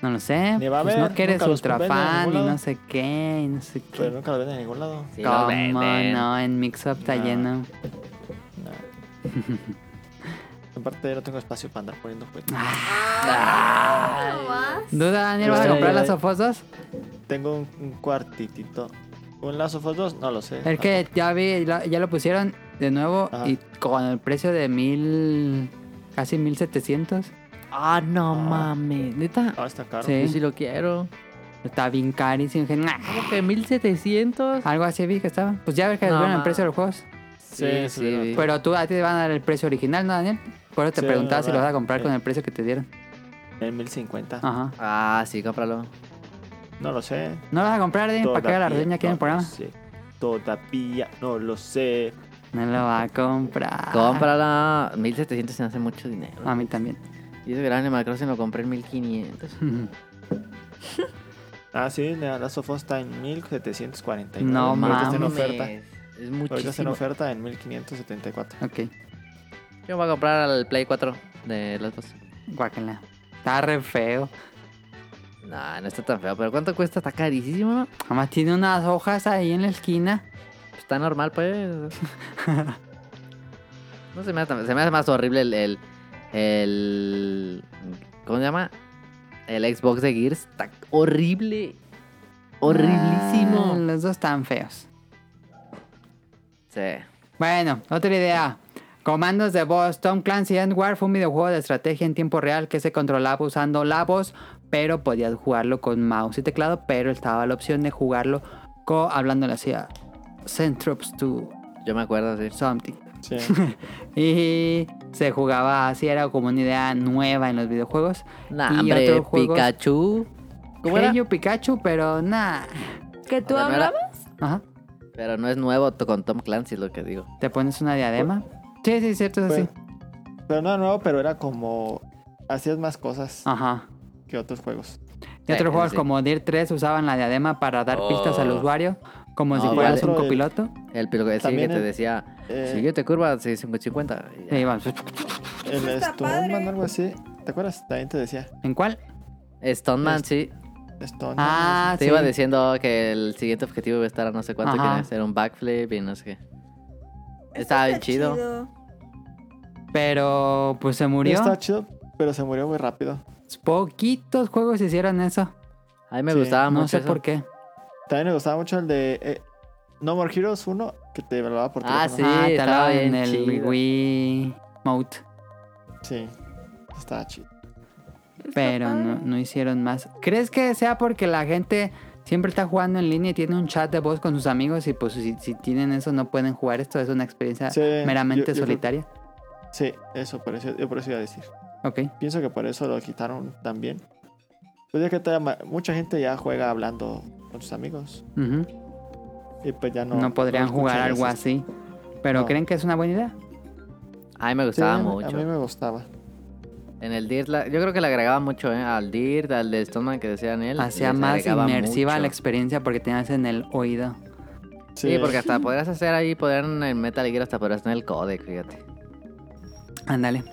No lo sé.
Ni va a
pues
haber,
no que eres
nunca los
ultra
venden en
fan y
ningún lado.
no sé qué, y no sé qué.
Pero nunca lo ven en ningún lado.
Sí, los
¿Cómo
venden.
no? En Mix Up está
No.
lleno.
No. Aparte, yo no tengo espacio para andar poniendo juguetes.
Ah. ¿Duda, Daniel, vas a
Ay,
comprar
ay.
las ofosas?
Tengo un, un cuartitito. ¿Un lazo of Us 2? No lo sé.
Es que ya vi, la- ya lo pusieron de nuevo
Ajá.
y con el precio de mil. casi 1700.
Ah, no
Ah.
mames. Neta,
Ah, está caro.
Sí.
yo sí lo quiero.
Está bien carísimo. dije, "Nah".
¿Cómo que 1700?
Algo así vi que estaba. Pues ya ves que
No,
subieron el
ma.
precio de los juegos.
Sí, sí,
vi.
Pero tú a ti te van a dar el precio original, ¿no, Daniel? Por eso te
Sí,
preguntaba si lo vas a
¿verdad?
comprar
Sí.
con el precio que te dieron.
En 1050.
Ajá.
Ah, sí, cómpralo.
No lo sé.
¿No lo vas a comprar, Daniel? ¿Para que haga la
Todavía
reseña aquí en el
no lo
programa?
sé. Todavía no lo sé.
No lo va a comprar.
Cómprala. 1700 se me hace mucho dinero.
A mí también.
Y ese gran Animal Crossing lo compré en 1500.
Ah, sí, la Last of Us está en 1749.
No
Ahorita está en
mames.
oferta.
Es
Ahorita está en
muchísimo.
oferta en 1574.
ok.
Yo voy a comprar al Play 4 de los dos.
Guácala. Está re feo.
Nah, no está tan feo. Pero ¿cuánto cuesta? Está carísimo. ¿no?
Además tiene unas hojas ahí en la esquina.
Está normal, pues. no se me hace tan- Se me hace más horrible el, el. el- ¿Cómo se llama? El Xbox de Gears. Está horrible.
Ah,
Horriblísimo.
los dos están feos.
Sí.
Bueno, otra idea. Comandos de voz. Tom Clancy Endwar fue un videojuego de estrategia en tiempo real que se controlaba usando la voz, pero podías jugarlo con mouse y teclado, pero estaba la opción de jugarlo co hablándole así a Send troops to
Yo me acuerdo, sí.
something.
Sí.
Y se jugaba así, era como una idea nueva en los videojuegos.
Nah,
Y
hombre,
otros juegos.
Pikachu. ¿Cómo era?
Creo Pikachu, pero nada.
¿Que tú
Ahora, no era-
hablabas?
Ajá.
Pero no es nuevo to- con Tom Clancy, es lo que digo.
¿Te pones una diadema?
Pues,
Sí, sí, cierto, es así.
Fue- Pero no, no, pero era como. Hacías más cosas
Ajá.
que otros juegos.
Y otros
Sí,
juegos
sí.
como Dirt 3 usaban la diadema para dar pistas al usuario, como si
No,
fueras
vale.
un copiloto.
El pilo- el sí que
También
te
el-
decía,
Eh,
siguiente curva, 650. y ya.
Y vamos,
El
Pues Está
Stuntman,
padre.
algo así. ¿Te acuerdas? También te decía.
¿En cuál?
Stoneman, sí.
Stuntman.
Ah,
Te
sí.
iba diciendo que el siguiente objetivo iba a estar a no sé cuánto,
Ajá.
que iba a hacer un backflip y no sé qué. Estaba bien chido.
Pero pues se murió.
Está chido, pero se murió muy rápido.
Poquitos juegos hicieron eso.
A mí me
Sí,
gustaba
no
Ah, mucho
sé
eso.
por qué.
También me gustaba mucho el de eh, No More Heroes 1, que te hablaba por
Ah,
teléfono.
Sí,
ah, te
estaba
hablaba en
bien
el
chido.
Wii Mode.
Sí. Estaba chido.
Pero no, no hicieron más. ¿Crees que sea porque la gente siempre está jugando en línea y tiene un chat de voz con sus amigos y pues si, si tienen eso no pueden jugar esto? Es una experiencia
Sí,
meramente
yo- yo creo-
solitaria.
Sí, eso, por eso, yo por eso iba a decir.
Ok.
Pienso que por eso lo quitaron también. Pues ya que te- mucha gente ya juega hablando con sus amigos.
Ujú.
Y pues ya no.
No, podrían
no
jugar
escuchas
algo
eso.
así. Pero
No.
¿creen que es una buena idea?
A mí me
Sí,
gustaba
a mí-
mucho.
a mí me gustaba.
En el Dirt, la- yo creo que le agregaba mucho, ¿eh? Al Dirt, al de Stoneman que decía él.
Hacía más inmersiva la experiencia porque tenías en el oído.
Sí, porque hasta podrías hacer ahí, podrían en Metal Gear hasta podrías tener el codec, fíjate.
Ándale.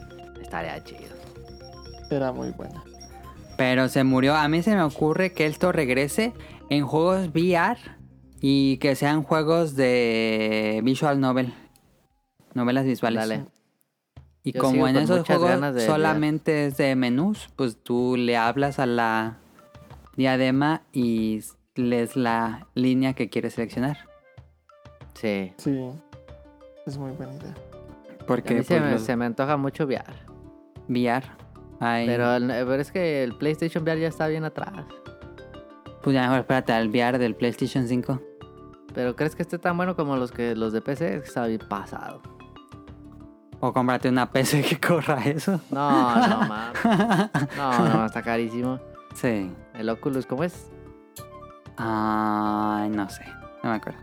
Estaría chido.
Era muy buena.
Pero se murió. A mí se me ocurre que esto regrese en juegos VR y que sean juegos de Visual Novel. novelas visuales.
Dale.
Y
Yo sigo
como en
con
esos
muchas ganas
juegos
de
solamente es de menús, pues tú le hablas a la diadema y lees la línea que quieres seleccionar.
Sí.
Sí. Es muy buena idea.
A
Porque
mí
pues,
se, me,
los
se me antoja mucho VR.
VR, ay,
Pero, el- pero es que el PlayStation VR ya está bien atrás.
pues ya mejor espérate al VR del PlayStation 5.
Pero ¿crees que esté tan bueno como los que los de PC? Es que Está bien pasado.
O cómprate una PC que corra eso.
No, no, mames. No, no, está carísimo.
Sí.
El Oculus, ¿cómo es?
Ay, no sé. No me acuerdo.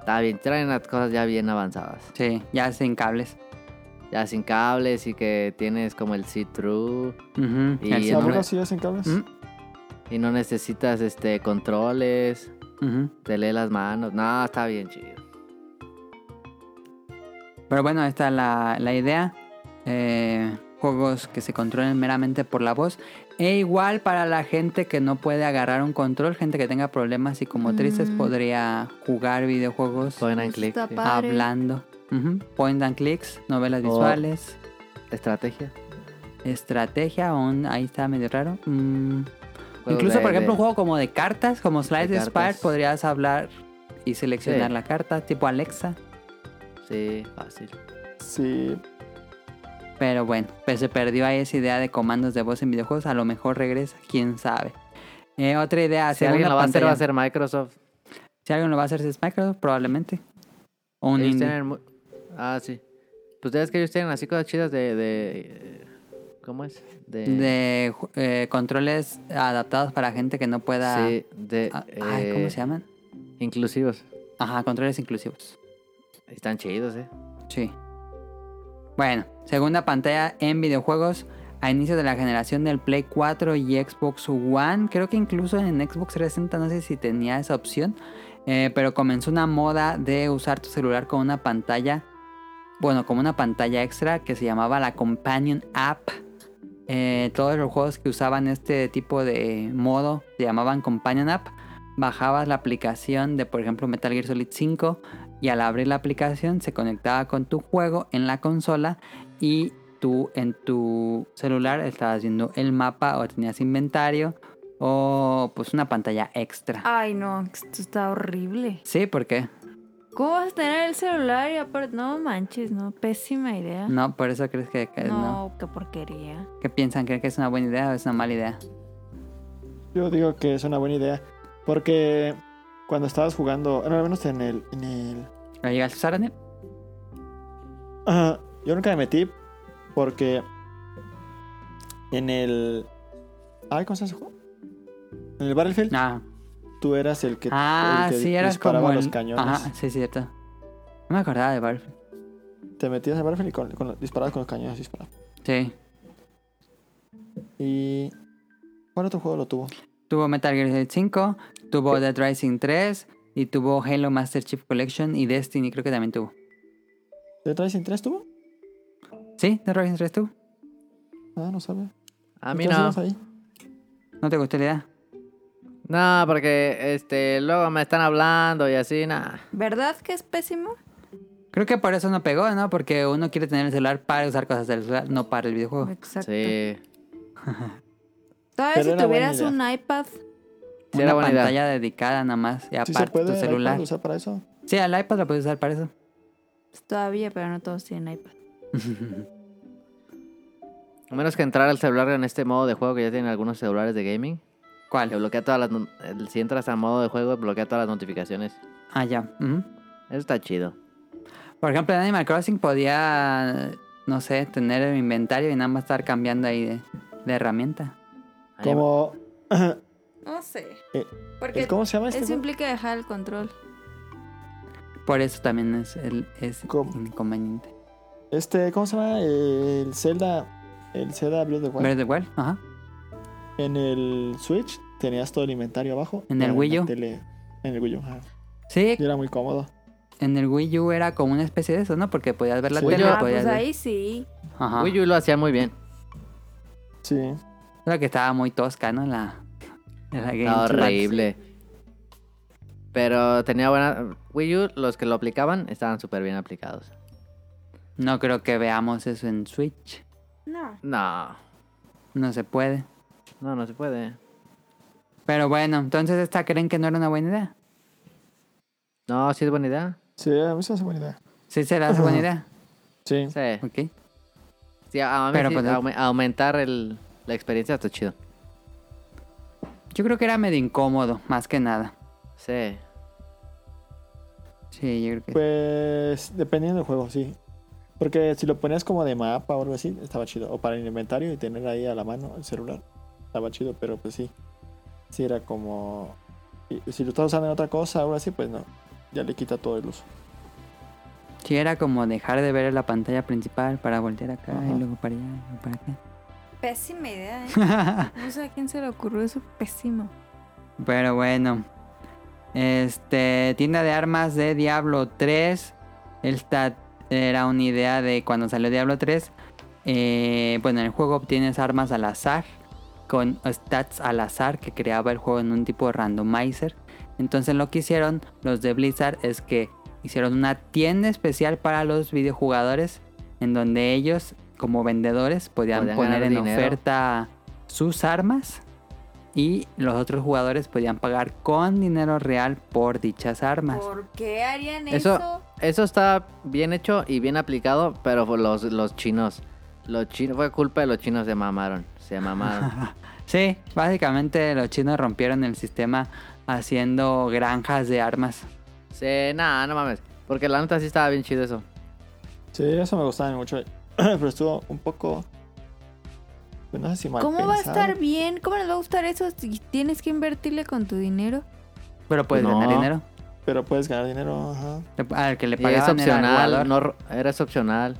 Está bien, traen las cosas ya bien avanzadas.
Sí, ya sin cables.
Ya sin cables y que tienes como el see-through
Ujú,
Y
el
Sí,
¿Y
el
símbolo.
hombre-
algunos sí hacen cables?
Mm.
y no necesitas este controles,
Ujú.
te lee las manos. No, está bien chido.
Pero bueno, ahí está la, la idea. Eh, juegos que se controlen meramente por la voz. E igual para la gente que no puede agarrar un control, gente que tenga problemas psicomotrices,
Mm.
podría jugar videojuegos
Point and click.
Está
sí.
pa- Padre.
hablando. Ujú. Point and clicks, novelas
O-
visuales,
Estrategia.
estrategia, aún ahí está medio raro. Mm,
Juegos
Incluso,
de-
por ejemplo,
de-
un juego como de cartas, como Slide
De
Spire,
cartas.
podrías hablar y seleccionar
Sí.
la carta, tipo Alexa.
Sí, fácil.
Sí.
Pero bueno, pues se perdió ahí esa idea de comandos de voz en videojuegos. A lo mejor regresa, quién sabe. Eh, otra idea,
Si alguien
segunda
lo va a hacer, va a
pantalla.
ser Microsoft.
Si alguien lo va a hacer, es Microsoft, probablemente. O un
Ellos
indie.
tienen mu- Ah, sí. Pues ya ves que ellos tienen así cosas chidas de... de- ¿Cómo es? De...
de ju- eh, controles adaptados para gente que no pueda.
Sí, de...
Ah, ay, ¿Cómo
eh,
se llaman?
Inclusivos.
Ajá, controles inclusivos.
Están chidos, ¿eh?
Sí. Bueno, segunda pantalla en videojuegos. A inicios de la generación del Play 4 y Xbox One, creo que incluso en Xbox 360 no sé si tenía esa opción, eh, pero comenzó una moda de usar tu celular con una pantalla, bueno, como una pantalla extra que se llamaba la Companion App. Eh, todos los juegos que usaban este tipo de modo se llamaban Companion App. Bajabas la aplicación de, por ejemplo, Metal Gear Solid 5 y al abrir la aplicación se conectaba con tu juego en la consola y tú en tu celular estabas viendo el mapa o tenías inventario o pues una pantalla extra.
Ay, no, esto está horrible.
Sí, ¿por qué?
¿Cómo vas a tener el celular y aparte? No manches, no, pésima idea.
No, por eso crees que,
pues
que no.
no, qué porquería.
¿Qué piensan? ¿Creen que es una buena idea o es una mala idea?
Yo digo que es una buena idea. Porque cuando estabas jugando, bueno, al menos en el. En el
¿Lo llegaste a usar, Daniel?
Ajá, yo nunca me metí porque en el. Ay, ¿cómo se llama ese juego? En el Battlefield,
Ah,
tú eras el que,
ah
el que
sí, eras
disparaba
como el...
los cañones.
Ajá, sí, cierto. No me acordaba de Battlefield.
Te metías en el Battlefield y con, con- disparabas con los cañones. disparabas.
Sí.
Y. ¿Cuál otro juego lo tuvo?
Tuvo Metal Gear Solid 5, tuvo Dead Rising 3 y tuvo Halo Master Chief Collection y Destiny creo que también tuvo.
¿Dead Rising 3 tuvo?
¿Sí? ¿Dead Rising 3 tuvo?
Ah, no sabe.
A
¿Y
mí
qué
no.
hacías ahí?
¿No te gustó la idea?
No, porque este luego me están hablando y así, nada.
¿Verdad que es pésimo?
Creo que por eso no pegó, ¿no? Porque uno quiere tener el celular para usar cosas del celular, no para el videojuego.
Exacto.
Sí.
Todavía
Pero
si
era buena
tuvieras
idea.
un iPad,
Sí,
una
era buena idea.
pantalla dedicada nada más y
Sí se
aparte
puede
tu
el
celular.
iPad usar para eso.
Sí, el iPad lo puedes usar para eso.
pues, todavía, pero no todos tienen iPad.
A menos que entrar al celular en este modo de juego que ya tienen algunos celulares de gaming. Que
¿Cuál?
bloquea todas las... no- el- Si entras a modo de juego, bloquea todas las notificaciones.
Ah, ya. ujú.
Eso está chido.
Por ejemplo, en Animal Crossing podía, no sé, tener el inventario y nada más estar cambiando ahí de, de herramienta.
Como.
No sé.
Eh,
Porque
¿Cómo se llama este
eso
juego?
implica dejar el control.
Por eso también es, el, es
¿Cómo?
inconveniente.
Este, ¿cómo se llama? El Zelda. El Zelda Breath of the Wild.
Breath of the Wild, ajá.
En el Switch tenías todo el inventario abajo.
En
y
el Wii
la
U.
tele- en el Wii U, ajá.
Sí,
Y era muy cómodo.
en el Wii U era como una especie de eso, ¿no? Porque podías ver la
Sí.
tele,
Wii U.
Ah,
podías
pues
ver-
ahí sí.
Ajá.
Wii U lo hacía muy bien.
Sí.
Era que estaba muy tosca, ¿no? La, la Game
Estaba
Boy.
horrible. Pero tenía buena... Wii U, los que lo aplicaban, estaban súper bien aplicados.
No creo que veamos eso en Switch.
No.
No,
No se puede.
no, no se puede.
Pero bueno, entonces esta creen que no era una buena idea.
No, sí es buena idea.
Sí, a mí se me hace buena idea.
Sí será una buena idea.
Sí.
Sí.
Ok.
Sí, a- a-
Pero,
sí,
pues,
aume- aumentar el, la experiencia está chido.
Yo creo que era medio incómodo, más que nada.
Sí.
Sí, yo creo que
Pues dependiendo del juego, sí. Porque si lo ponías como de mapa o algo así, estaba chido. O para el inventario y tener ahí a la mano el celular, estaba chido, pero pues sí. Si era como. y- Si lo estás usando en otra cosa, ahora sí, pues no. Ya le quita todo el uso.
sí. era como dejar de ver la pantalla principal para voltear acá
Ajá.
y luego para allá y luego para acá.
Pésima idea, ¿eh? No sé a quién se le ocurrió eso pésimo.
Pero bueno. Este, tienda de armas de Diablo 3. Esta era una idea de cuando salió Diablo 3. Eh, bueno, en el juego obtienes armas al azar. Con stats al azar que creaba el juego en un tipo de randomizer. Entonces lo que hicieron los de Blizzard es que hicieron una tienda especial para los videojugadores. En donde ellos, como vendedores, podían,
Podían
poner
ganar
en
dinero.
oferta sus armas. Y los otros jugadores podían pagar con dinero real por dichas armas.
¿Por qué harían
Eso-
eso?
Eso está bien hecho y bien aplicado, pero fue los, los chinos. Los chinos, fue culpa de los chinos, se mamaron. Se mamaron.
Sí, básicamente los chinos rompieron el sistema haciendo granjas de armas.
sí, nada, no mames. Porque la neta sí estaba bien chido eso.
Sí, eso me gustaba mucho. Pero estuvo un poco. pues, no sé si mal
¿Cómo va a
pensado.
estar bien? ¿Cómo les va a gustar eso si tienes que invertirle con tu dinero?
Pero puedes
No.
ganar dinero.
Pero puedes ganar dinero, ajá.
Le- Al que le
Y es
pagaban era al
opcional,
jugador.
no, ro- era es opcional.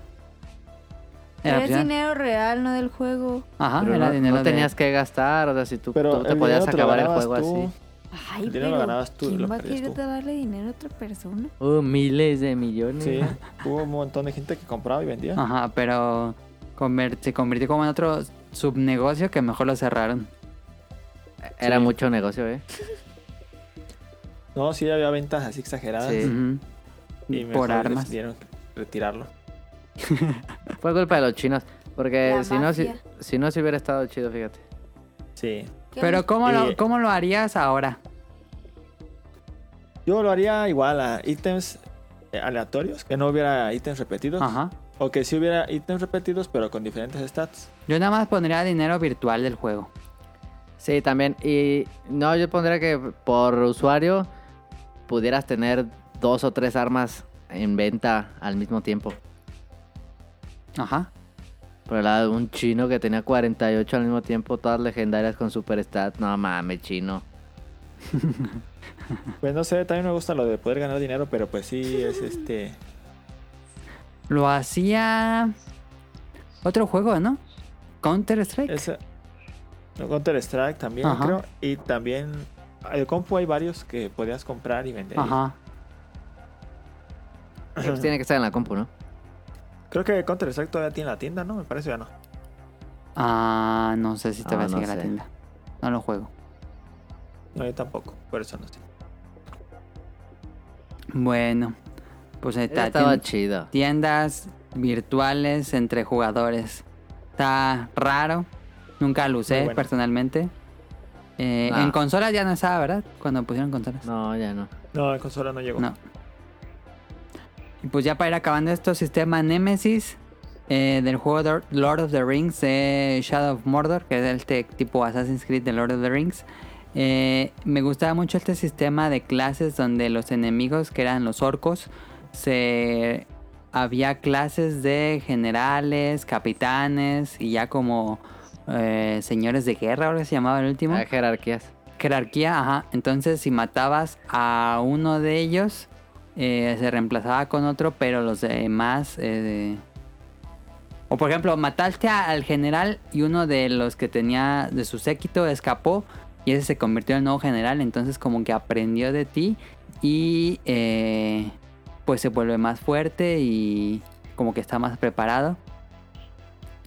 Era
Pero es
opcional.
dinero real, no del juego.
Ajá,
pero
era
no,
dinero
no
de-
tenías que gastar, o sea, si tú,
Pero
tú te
el
podías
dinero te lo
acabar el
ganabas
juego
tú.
así.
Ay,
El dinero
pero
lo ganabas tú,
¿quién
lo
va a
perdías
querer
tú.
darle dinero a otra persona?
Uh, miles de millones.
Sí,
Mm.
hubo un montón de gente que compraba y vendía.
Ah.
Ajá, pero conver- se convirtió como en otro subnegocio que mejor lo cerraron.
Era
Sí.
mucho negocio, ¿eh?
No, sí había ventas así exageradas.
Sí.
Ujú.
Y
Por
mejor
armas.
decidieron retirarlo.
Fue culpa de los chinos. Porque
La
si no, si,
mafia.
si no, si hubiera estado chido, fíjate.
Sí.
¿Qué
Pero ¿cómo lo,
Eh.
¿cómo lo harías ahora?
Yo lo haría igual a ítems eh, aleatorios, que no hubiera ítems repetidos.
Ajá.
O que sí hubiera ítems repetidos, pero con diferentes stats.
Yo nada más pondría dinero virtual del juego.
Sí, también. Y no, yo pondría que por usuario pudieras tener dos o tres armas en venta al mismo tiempo.
Ajá.
Por el lado de un chino que tenía 48 al mismo tiempo, todas legendarias con super stat. No mames, chino. Ah.
Pues no sé, también me gusta lo de poder ganar dinero, pero pues sí es este.
Lo hacía otro juego, ¿no? Counter Strike.
Es, eh, Counter Strike también,
Ajá.
creo. Y también. El compu hay varios que podías comprar y vender.
Ajá.
Eh, pues Tiene que estar en la compu, ¿no?
Creo que Counter Strike todavía tiene la tienda, ¿no? Me parece ya no.
Ah, no sé si te va
Ah,
a
no
seguir la
sé.
tienda. No lo juego.
No, yo tampoco. Por eso no sé.
Bueno, pues ahí está.
Estaba
tien-
chido.
Tiendas virtuales entre jugadores. Está raro. Nunca lo usé
Muy bueno.
personalmente. Eh,
Ah.
En consolas ya no estaba, ¿verdad? Cuando pusieron consolas.
No, ya no.
No, en consola no llegó.
No. Y pues ya para ir acabando esto, sistema Nemesis eh, del juego de Lord of the Rings, eh, Shadow of Mordor, que es este tipo Assassin's Creed de Lord of the Rings. Eh, me gustaba mucho este sistema de clases donde los enemigos, que eran los orcos, se había clases de generales, capitanes y ya como eh, señores de guerra, ahora se llamaba el último
Hay jerarquías.
jerarquía, ajá. Entonces, si matabas a uno de ellos, eh, se reemplazaba con otro, pero los demás. eh, O por ejemplo, mataste a- al general y uno de los que tenía de su séquito escapó y ese se convirtió en el nuevo general. Entonces, como que aprendió de ti y eh, pues se vuelve más fuerte y como que está más preparado.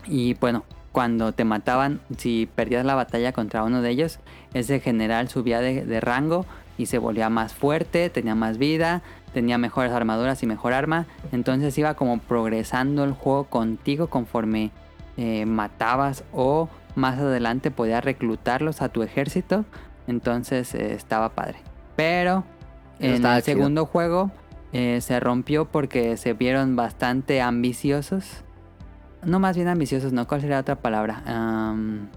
Y bueno, cuando te mataban, si perdías la batalla contra uno de ellos, ese general subía de, de rango y se volvía más fuerte, tenía más vida, tenía mejores armaduras y mejor arma. Entonces iba como progresando el juego contigo conforme eh, matabas o más adelante podías reclutarlos a tu ejército. Entonces eh, estaba padre. Pero
Eso
en
estaba
el
chido.
segundo juego eh, se rompió porque se vieron bastante ambiciosos. No, más bien ambiciosos, ¿no? ¿Cuál sería la otra palabra? Am,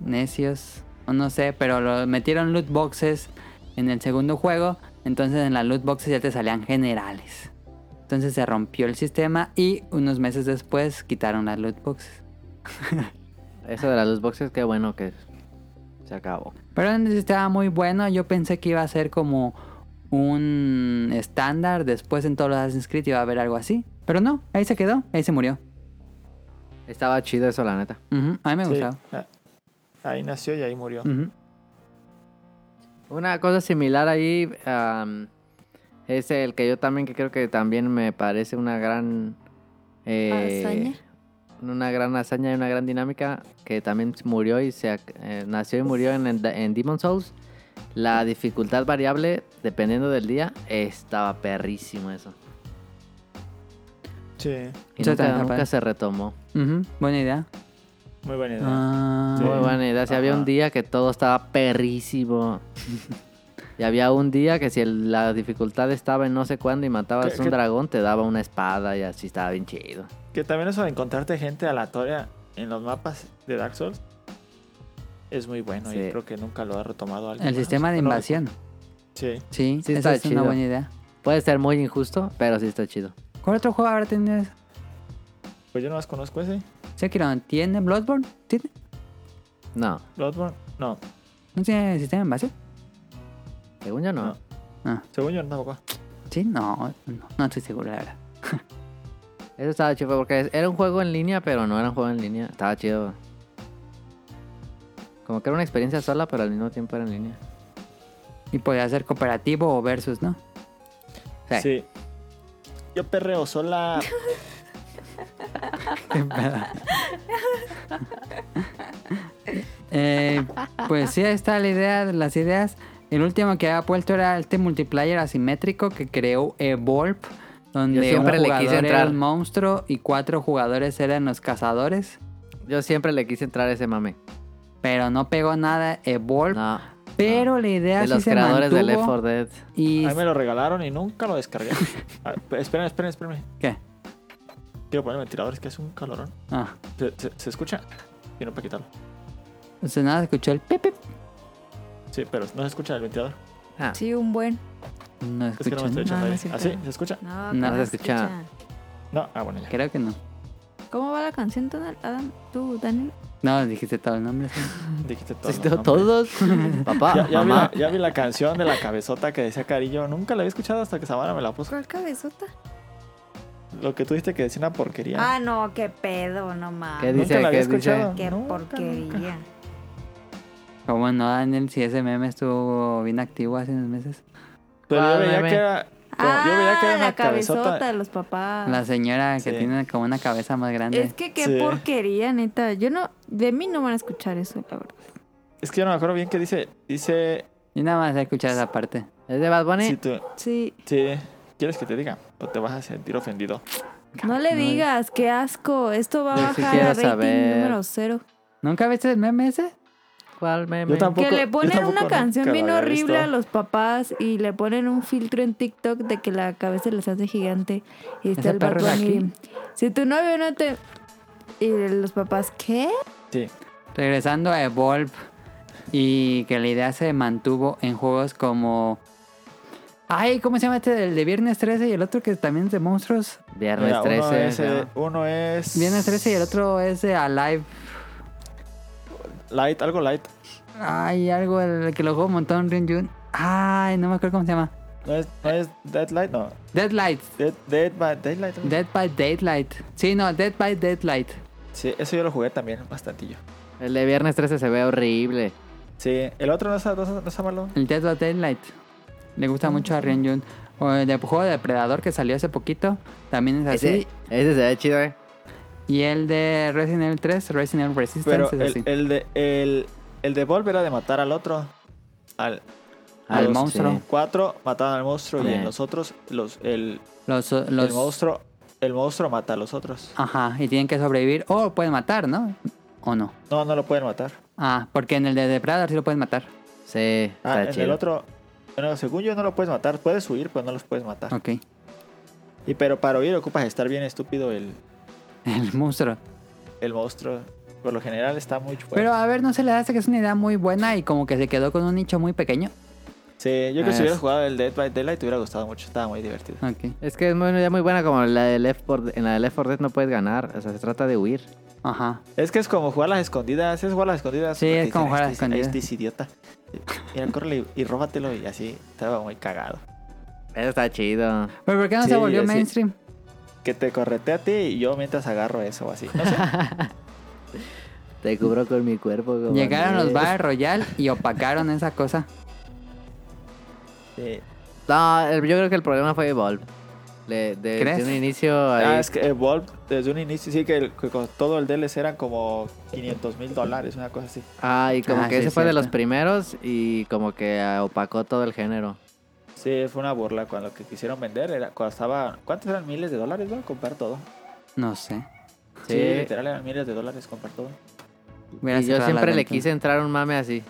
necios. o No sé, pero lo- metieron loot boxes en el segundo juego. Entonces en las loot boxes ya te salían generales. Entonces se rompió el sistema y unos meses después quitaron las loot boxes.
Eso de las luz boxes, qué bueno que se acabó.
Pero era un sistema muy bueno. Yo pensé que iba a ser como un estándar. Después en todos los Assassin's Creed iba a haber algo así. Pero no, ahí se quedó, ahí se murió.
Estaba chido eso, la neta.
Ujú, A mí me
Sí,
gustaba. Mm.
ah, ahí nació y ahí murió.
Ujú.
Una cosa similar ahí am, es el que yo también, que creo que también me parece una gran... eh,
Hazaña.
Una gran hazaña y una gran dinámica que también murió y se ac- eh, nació y murió en, en, en Demon Souls. La dificultad variable, dependiendo del día, estaba perrísimo eso.
Sí,
Y
Eso también
nunca,
está
nunca
padre.
se retomó.
Ujú, Buena idea.
muy buena idea.
Ah,
Sí.
Muy buena idea. Si había
Ajá.
un día que todo estaba perrísimo. y había un día que si el- la dificultad estaba en no sé cuándo y matabas
¿Qué-
un
qué-
dragón, te daba una espada y así estaba bien chido.
Que también eso de encontrarte gente aleatoria en los mapas de Dark Souls es muy bueno
Sí.
y creo que nunca lo ha retomado alguien.
El
más.
sistema de
No,
invasión.
sí.
Sí,
Sí,
esa
está
es
chido.
una buena idea.
Puede ser muy injusto, pero sí está chido.
¿Cuál otro juego habrá tenido eso?
Pues yo nomás conozco ese.
Sekiro, ¿tiene Bloodborne? ¿Tiene?
No,
Bloodborne. No,
¿No tiene sistema de invasión?
según yo no.
No.
Ah,
según yo no tampoco.
sí, no, no, no estoy seguro, la verdad.
Eso estaba chido porque es- era un juego en línea, pero no era un juego en línea. Estaba chido. Como que era una experiencia sola, pero al mismo tiempo era en línea.
Y podría ser cooperativo o versus, ¿no?
Sí.
Sí. Yo perreo sola.
Eh, pues sí, ahí está la idea de las ideas. El último que había puesto era este multiplayer asimétrico que creó Evolve, donde
Yo siempre
un
le quise
jugador era
entrar.
el monstruo y cuatro jugadores eran los cazadores.
Yo siempre le quise entrar a ese mame.
Pero no pegó nada Evolve.
No.
pero
no.
la idea
De
sí
los
se
creadores de Left
mantuvo
4 Dead.
Y...
A mí me lo regalaron y nunca lo descargué. Ah, espérame, espérame, espérame.
¿Qué?
Quiero poner ventiladores que es un calorón.
Ah,
¿Se, se, se escucha? Y no para quitarlo.
o sea, nada, escuchó el pip, pip.
Sí, pero no se escucha el ventilador.
Ah,
Sí, un buen.
No
Es que no
escuchó.
me estoy
¿no?
No,
echando
no
aire.
es cierto.
¿Así? ¿Se escucha?
No,
No
¿cómo
se escucha.
No. Ah, bueno, ya.
Creo que no.
¿Cómo va la canción, Tonal? Adam? ¿Tú, Daniel?
No, dijiste todo el nombre. sí.
Dijiste todo.
Entonces, pues todos. Papá,
Ya, ya vi
mamá.
la, ya vi la canción de la cabezota que decía Carillo. Nunca la había escuchado hasta que Samara me la puso.
¿Cuál cabezota?
Lo que tú dijiste que decía una porquería.
Ah, no, qué pedo, no mames.
¿Qué
nunca
dice?
la había
¿Qué dice?
escuchado.
Qué
Nunca, nunca.
porquería.
¿Cómo no, Daniel? Si ese meme estuvo bien activo hace unos meses.
Pero yo
¿Cuál
veía
meme?
que era. como-
ah,
yo veía que era
la
una
cabezota,
cabezota.
de los papás.
La señora que
Sí.
tiene como una cabeza más grande.
Ah, Es que qué
Sí.
porquería, neta. Yo no, de mí no van a escuchar eso, la verdad.
Es que yo no me acuerdo bien qué dice. Dice.
Y nada más he escuchado esa parte.
¿Es de Bad Bunny?
Si tú-
Sí,
sí, ¿Quieres que te diga? O te vas a sentir ofendido.
no le
No,
digas, qué asco. Esto va a
Yo sí
bajar
quiero
a rating
saber.
número cero.
¿Nunca viste el meme ese?
¿Cuál meme?
Yo tampoco-
Que le
yo
ponen
tampoco
una
nunca
canción
lo
bien
había
horrible
visto.
a los papás y le ponen un filtro en TikTok de que la cabeza les hace gigante. Y
¿Ese
está el
perro
perro
de aquí?
Si tu novio no te. Y los papás, ¿qué?
Sí.
Regresando a Evolve y que la idea se mantuvo en juegos como... Ay, ¿cómo se llama este? El de Viernes 13 y el otro que también es de monstruos.
Viernes
Mira,
13.
uno, es,
¿no?
eh, uno es.
Viernes 13 y el otro es de Alive.
Light, algo light.
Ay, algo el que lo jugó un montón Ryun Jun. Ay, no me acuerdo cómo se llama.
No es, no es Dead Light, no.
Deadlight.
Dead, Dead by Daylight. algo.
Dead by Daylight. Sí, no, Dead by Deadlight.
Sí, eso yo lo jugué también, bastantillo.
El de Viernes 13 se ve horrible.
Sí, el otro no es, no es- no es malo.
El Dead by Daylight. Le gusta mucho a Ryun Jun. O el de juego de Depredador que salió hace poquito. También es así.
Ese, ese se ve chido, ¿eh?
Y el de Resident Evil 3, Resident Evil Resistance,
Pero
es así.
Ah, el, el de el, el de Volver era de matar al otro. Al,
Al
Los-
monstruo.
sí.
Cuatro mataban al monstruo y
Sí.
en los otros los, el,
Los, los,
el monstruo el monstruo mata a los otros.
Ajá, y tienen que sobrevivir. O pueden matar, ¿no? O no.
No, no lo pueden matar.
Ah, porque en el de Depredador sí lo pueden matar.
Sí,
Ah,
está
en
chido.
el otro, bueno, según yo no lo puedes matar. Puedes huir, pero no los puedes matar.
Ok.
Y pero para huir ocupas estar bien estúpido el,
El monstruo.
el monstruo. Por lo general está muy fuerte.
Pero a ver, ¿no se le hace que es una idea muy buena y como que se quedó con un nicho muy pequeño?
Sí, yo
Ah.
que
Es-
si hubiera jugado el Dead by Daylight te hubiera gustado mucho. Estaba muy divertido.
Ok.
Es que es muy, ya muy buena como la de Left 4 En la de Left 4 Dead no puedes ganar. O sea, se trata de huir.
Ajá.
Es que es como jugar a las escondidas. Es jugar a las escondidas.
Sí,
porque
es como
dicen, este
jugar a
"Ahí
las
está- ahí
escondidas".
está ese idiota. Mira, córrele y, y róbatelo. Y así estaba muy cagado.
Eso está chido.
Pero ¿por qué no
Sí,
se volvió
sí.
mainstream?
Que te corretea a ti y yo mientras agarro eso o así. No sé.
Te cubro con mi cuerpo. como
Llegaron los
Andrés.
Battle Royale y opacaron esa cosa.
Sí.
No, el- yo creo que el problema fue Evolve. Le, de,
¿Crees?
de un inicio ahí.
Ah, es que Evolve desde un inicio, sí que, el- que con todo el DLC eran como 500 mil dólares, una cosa así.
Ah, y como
Ah,
que
sí,
ese
es
fue de
cierto.
los primeros y como que ah, opacó todo el género.
Sí, fue una burla cuando lo que quisieron vender era costaba ¿cuántos eran miles de dólares? Voy a comprar todo.
No sé.
Sí,
Sí.
literal eran miles de dólares comprar todo.
Hubiera
y yo
cerrado la
siempre le
venta.
quise entrar un mame así,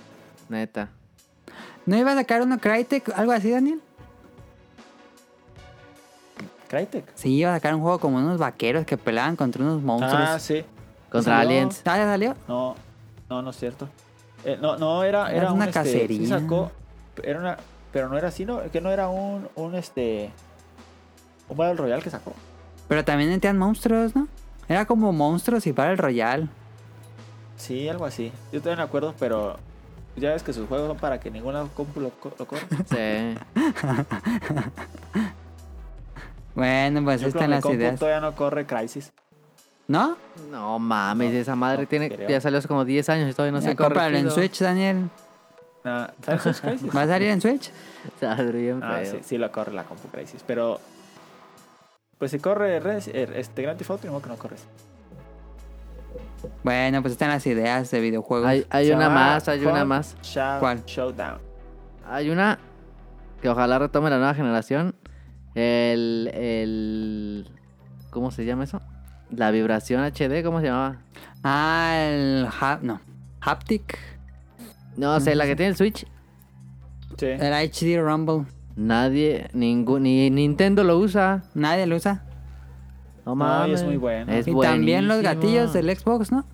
neta.
¿No iba a sacar uno Crytek? ¿Algo así, Daniel?
Crytek.
Sí, iba a sacar un juego como unos vaqueros que peleaban contra unos monstruos. Ah,
Ah, sí.
Contra
Sí, no.
Aliens.
¿Ya salió?
No, no, no es cierto. Eh, no, no era
Era
era
Ah, una
un, este,
cacería.
sí sacó, era una, pero no era así, no, que no era un un este un Battle Royale que sacó.
Pero también entran monstruos, ¿no? Era como monstruos y para el Royal.
Sí, algo así. Yo también me acuerdo, pero ya ves que sus juegos son para que ninguna compu lo, co- lo corra.
Sí.
Bueno, pues ahí
Yo creo que
están
mi
las
compu
ideas.
Todavía no corre Crisis.
¿No?
No mames, esa madre
no
tiene
creo.
ya salió hace como 10 años y todavía no
No
se
sé,
corre.
cómpralo en
chido.
Switch, Daniel.
Nah, Ah, ¿Sabes qué es Crisis?
¿Va a salir en Switch?
Está bien
Ah,
feo.
sí, sí lo corre la compu Crisis, pero... Pues si corre Res- eh, este Grand Theft Auto, ni modo que no corres.
Bueno, pues están las ideas de videojuegos.
Hay, hay
Se
una
llama
más, hay una
Hot
más.
Shout-
¿Cuál?
Showdown.
Hay una que ojalá retome la nueva generación. El, el... ¿Cómo se llama eso? La vibración HD, ¿cómo se llamaba?
Ah, el... hap- no. Haptic.
No sé, la que tiene el Switch.
Sí.
Eh,
El HD Rumble.
Nadie, ningún, ni Nintendo lo usa.
Nadie lo usa.
No
No,
mames.
y es muy bueno.
Es
y también los
buenísimo.
gatillos del Xbox, ¿no?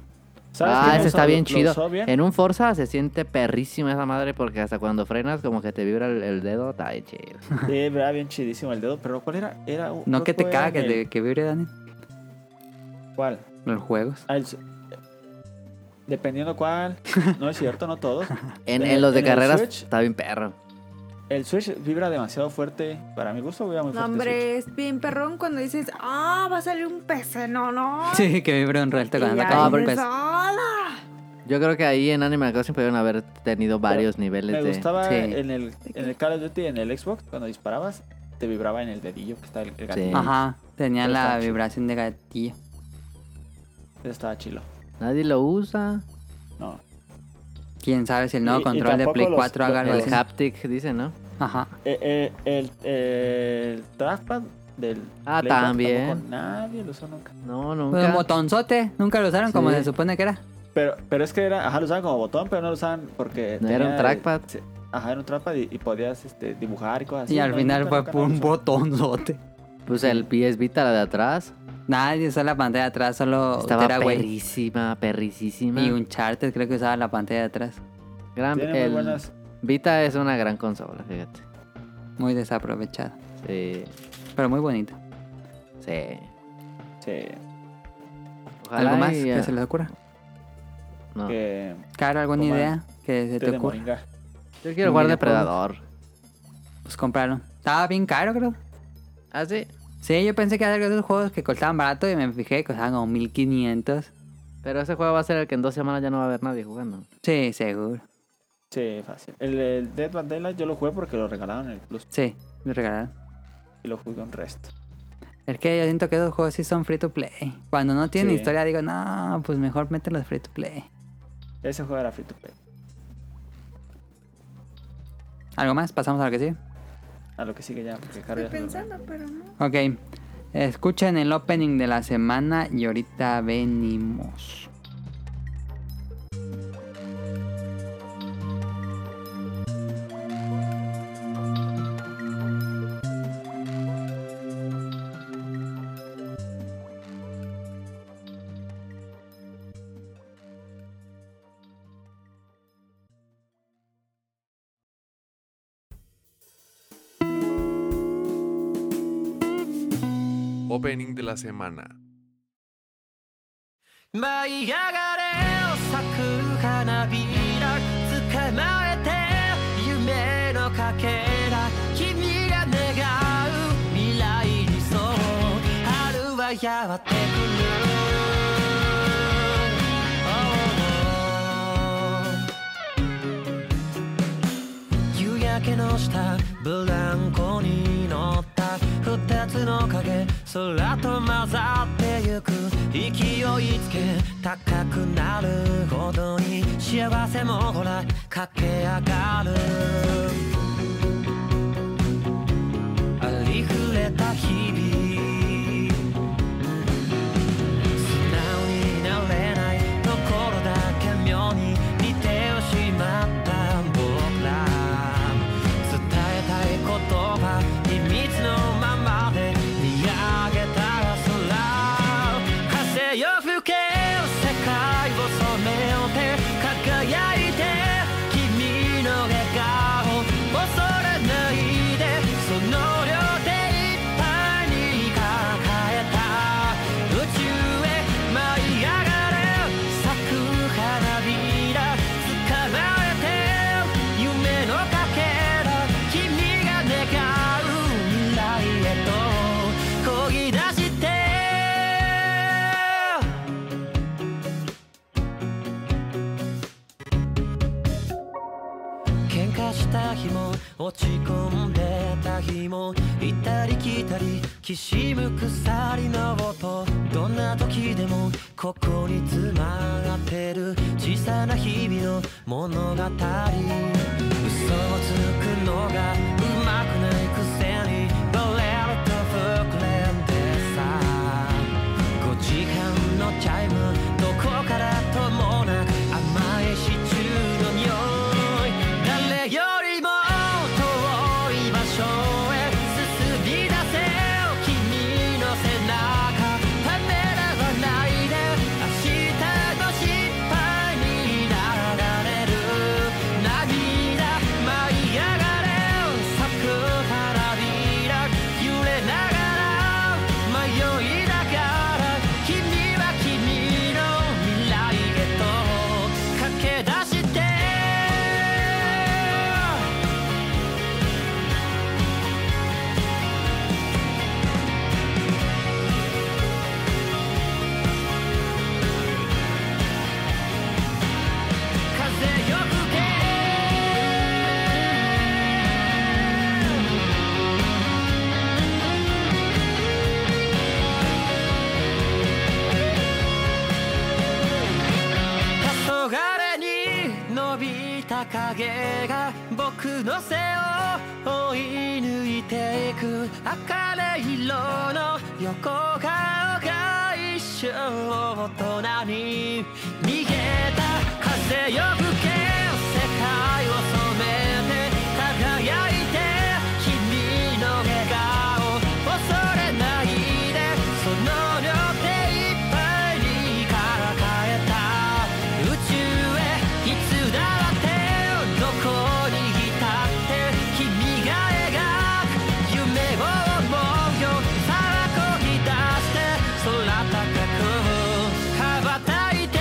¿Sabes
Ah,
quién
ese
lo
está
usó-
bien
lo
chido.
usó bien?
En un Forza se siente perrísima esa madre porque hasta cuando frenas como que te vibra el, el dedo, está bien chido.
Sí, era bien chidísimo el dedo, pero ¿cuál era? era un-
No
creo
que te
era
caga que,
en
te- que vibre, Daniel.
el- ¿Cuál?
Los juegos.
Ah, el su- Dependiendo cuál. No es cierto, no todos.
En,
En
en
el-
los de
en el
carreras
Switch.
está bien perro.
El Switch vibra demasiado fuerte. Para mi gusto vibra muy
No,
fuerte. el
hombre, es bien perrón cuando dices, ah, va a salir un PC, no, no.
Sí, que vibre un resto
Y
cuando
ya
la cae.
no, pero-
dices, "Ala".
Yo creo que ahí en Animal Crossing pudieron haber tenido varios niveles
Me
de...
gustaba
sí.
en, el, en el Call of Duty, en el Xbox, cuando disparabas, te vibraba en el dedillo que está el, el gatillo.
Ajá, tenía
Pero
la
está chido.
vibración de gatillo.
Eso estaba chilo.
Nadie lo usa.
No.
Quién sabe si el nuevo
Y- y
control de
tampoco
Play
los-
4 haga algo
los
así.
El haptic, dice, ¿no?
Ajá.
Eh, eh, el, el trackpad del.
Ah,
Play cuatro
también.
tampoco Nadie lo usó nunca.
No,
Pues un
nunca.
botonzote, nunca lo usaron como
Sí.
se supone que era.
Pero, pero es que era. Ajá, lo usaban como botón, pero no lo usaban porque.
No,
tenía
era un
el-
trackpad.
sí, ajá, era un trackpad y, y podías este, dibujar y cosas así.
y al
No,
final
nunca,
fue
nunca,
por un
nunca lo usó.
botonzote.
Pues el PS Vita, la de atrás,
Nadie usó la pantalla de atrás, solo
estaba
Teraway.
perrísima, perrisísima.
Oh, Y un charter creo que usaba la pantalla de atrás.
Gran-
Tiene muy
el
buenas-
Vita es una gran consola, fíjate.
Muy desaprovechada.
Sí,
Pero muy bonita.
sí.
Sí.
Ojalá
¿Algo más
y,
que
eh,
se les ocurra?
no.
Que.
Cara, ¿alguna
Omar,
idea que se
té
te
de
ocurra?
moringa.
Yo quiero jugar
videojuego.
Depredador.
Pues compraron. Estaba bien caro, creo.
¿Ah, sí?
Sí, yo pensé que era de esos juegos que costaban barato y me fijé que costaban como 1500.
Pero ese juego va a ser el que en dos semanas ya no va a haber nadie jugando.
Sí, seguro.
Sí, fácil. El, el Dead by Daylight yo lo jugué porque lo regalaron en el Plus
Sí, me regalaron.
y lo jugué un resto.
Es que yo siento que esos juegos sí son free to play. Cuando no tienen
Sí.
historia digo, no, pues mejor mételos free to play.
Ese juego era free to play.
¿Algo más? ¿Pasamos a lo que sigue?
A lo que sigue ya, porque Caro
Estoy
ya se durmió.
pensando, pero no.
Ok. Escuchen el opening de la semana y ahorita venimos.
Opening de la semana.
舞い上がれ咲く花びら捕まえて夢のかけら君が願う未来にそう春はやってくる Oh, oh. 夕焼けの下ブランコに乗った二つの影空と混ざってゆく勢いつけ高くなるほどに幸せもほら駆け上がるありふれた日々素直になれないところだけ妙に似てしまった僕ら伝えたい言葉秘密のままで見上げた空風よ吹け世界を染めようて輝いて君の笑顔恐れないでその両手いっぱいに抱えた宇宙へ舞い上がれ咲く花びら捕まえて夢のかけら君が願う未来へと漕ぎ出して喧嘩した日も落ち込んでた日も行ったり来たりきしむ鎖の音どんな時でもここに詰まってる小さな日々の物語嘘をつくのがうまくないくせにバレると膨れてさ5時半のチャイムどこからともなく甘いシチューの匂い誰よりも遠い場所へ進み出せ君の背中ためらわないで明日の失敗になられる涙舞い上がれ咲く花びら揺れながら迷いながら君は君の未来へと駆け出して風よ吹け黄昏に伸びた影が僕の背を追い抜いていく茜色の横顔が一生を大人に逃げた風よ吹け世界を染めて輝いて君の笑顔恐れないでその両手いっぱいに抱えた宇宙へいつだってどこにいたって君が描く夢を思うよさあ漕ぎ出して空高く羽ばたいて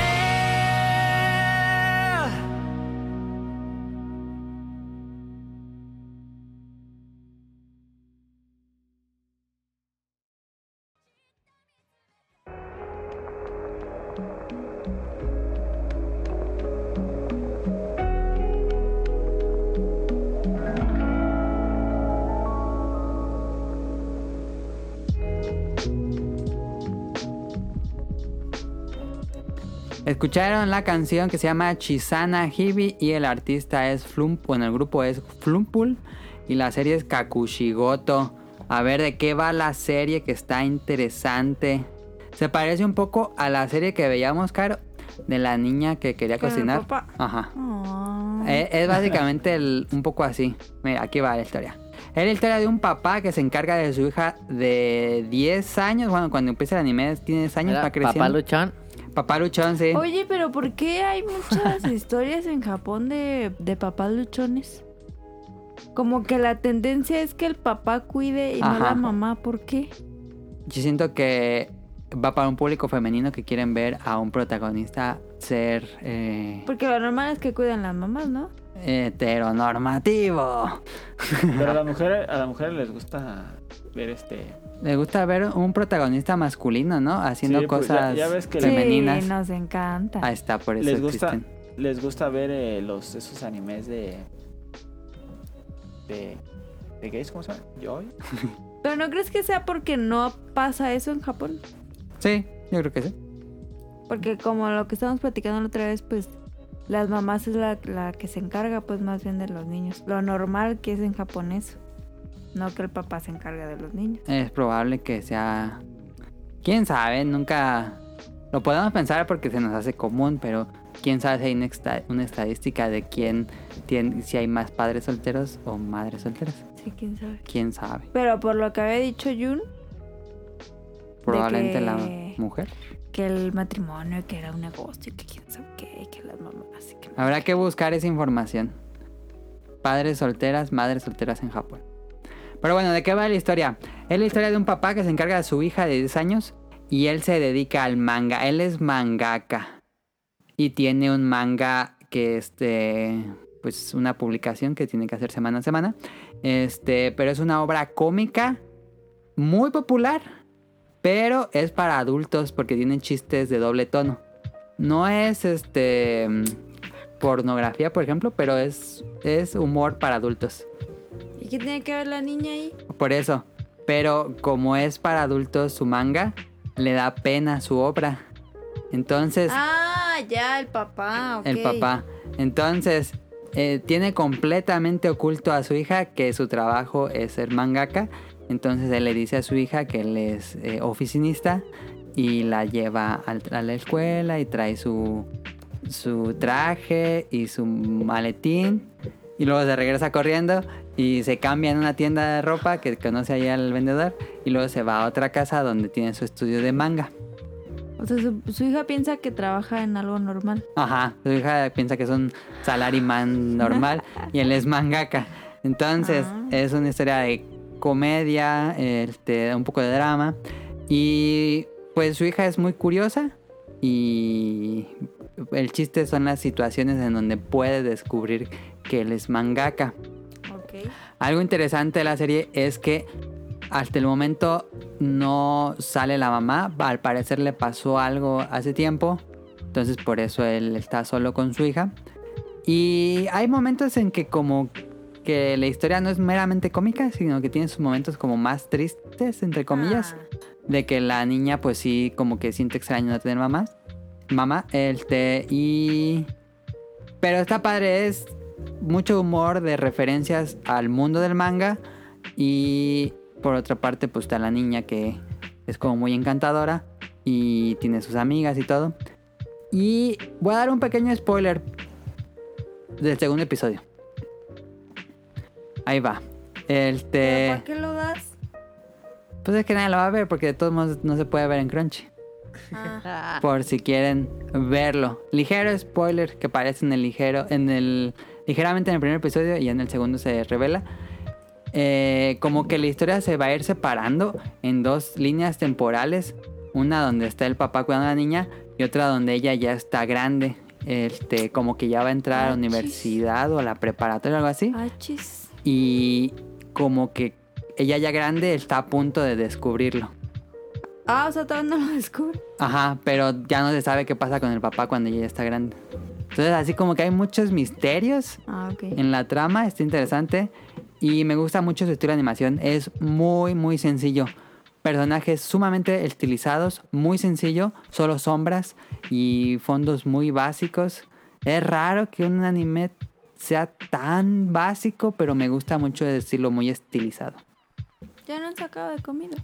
Escucharon la canción que se llama Chisana Hibi y el artista es Flump, bueno, el grupo es Flumpul y la serie es Kakushigoto. A ver de qué va la serie que está interesante. Se parece un poco a la serie que veíamos, Caro, de la niña que quería
Con el
cocinar.
papá.
Ajá.
Aw.
Eh, Es, básicamente el- un poco así. Mira, aquí va la historia. Es la historia de un papá que se encarga de su hija de 10 años. Bueno, cuando empieza el anime tiene 10 años,
Era
va creciendo.
Papá Luchón.
Papá luchón, sí.
Oye, pero ¿por qué hay muchas historias en Japón de, de papás luchones? Como que la tendencia es que el papá cuide y no
Ajá.
la mamá. ¿Por qué?
Yo siento que va para un público femenino que quieren ver a un protagonista ser eh,
Porque lo normal es que cuidan las mamás, ¿no?
heteronormativo.
Pero a las mujeres, a las mujeres les gusta ver este.
Le gusta ver un protagonista masculino, ¿no? Haciendo
Sí, pues,
cosas
ya- ya ves que le-
femeninas.
Sí, nos encanta.
Ahí está, por eso
Les gusta,
existen.
les gusta ver eh, los esos animes de. de. de gays, ¿cómo se llama? Joy.
Pero ¿no crees que sea porque no pasa eso en Japón?
Sí, yo creo que sí.
Porque como lo que estábamos platicando la otra vez, pues las mamás es la, la que se encarga pues más bien de los niños. Lo normal que es en Japón eso. No que el papá se encarga de los niños.
Es probable que sea. Quién sabe, nunca. Lo podemos pensar porque se nos hace común, pero quién sabe si hay una, esta- una estadística de quién tiene, si hay más padres solteros o madres solteras.
Sí, quién sabe.
Quién sabe.
Pero por lo que había dicho Jun,
Probablemente la
que-
mujer.
que el matrimonio que era un negocio, que quién sabe qué, que las mamás, y que no.
Habrá que buscar esa información. Padres solteras, madres solteras en Japón. Pero bueno, ¿de qué va la historia? Es la historia de un papá que se encarga de su hija de 10 años y él se dedica al manga. Él es mangaka y tiene un manga que este pues una publicación que tiene que hacer semana a semana. Este, pero es una obra cómica muy popular, pero es para adultos porque tiene chistes de doble tono. No es este mm, pornografía, por ejemplo, pero es, es humor para adultos.
¿Y qué tiene que ver la niña ahí?
Por eso. Pero como es para adultos su manga, le da pena su obra. Entonces,
Ah, ya, el papá. Ah, ok.
el papá. Entonces, eh, tiene completamente oculto a su hija que su trabajo es ser mangaka. Entonces él le dice a su hija que él es eh, oficinista y la lleva al- a la escuela y trae su, su traje y su maletín. Y luego se regresa corriendo y se cambia en una tienda de ropa que conoce allá al vendedor. Y luego se va a otra casa donde tiene su estudio de manga.
O sea, su, su hija piensa que trabaja en algo normal.
Ajá, su hija piensa que es un salaryman normal y él es mangaka. Entonces,
Ah.
es una historia de comedia, este, un poco de drama. Y pues su hija es muy curiosa y el chiste son las situaciones en donde puede descubrir que él es mangaka.
Ok.
Algo interesante de la serie es que hasta el momento no sale la mamá. Al parecer le pasó algo hace tiempo. Entonces por eso él está solo con su hija. Y hay momentos en que como que la historia no es meramente cómica, sino que tiene sus momentos como más tristes, entre comillas
Ah,
de que la niña pues sí como que siente extraño no tener mamá mamá este y pero esta padre es mucho humor de referencias al mundo del manga y por otra parte pues está la niña que es como muy encantadora y tiene sus amigas y todo y voy a dar un pequeño spoiler del segundo episodio ahí va este
¿Pero ¿Para qué lo das?
pues es que nadie lo va a ver porque de todos modos no se puede ver en Crunchy. Ah.
Ah.
Por si quieren verlo. Ligero spoiler que aparece en el ligero, en el ligeramente en el primer episodio y en el segundo se revela. Eh, como que la historia se va a ir separando en dos líneas temporales. Una donde está el papá cuidando a la niña y otra donde ella ya está grande. Este, como que ya va a entrar a la
Ah, chis.
universidad o a la preparatoria o algo así.
Ah, chis.
Y como que ella ya grande está a punto de descubrirlo.
Ah, o sea, todavía no lo descubre.
Ajá, pero ya no se sabe qué pasa con el papá cuando ella ya está grande. Entonces así como que hay muchos misterios
Ah, ok.
en la trama, está interesante. Y me gusta mucho su estilo de animación, es muy muy sencillo. Personajes sumamente estilizados, muy sencillo, solo sombras y fondos muy básicos. Es raro que un anime sea tan básico, pero me gusta mucho decirlo muy estilizado.
Ya no han sacado de comida.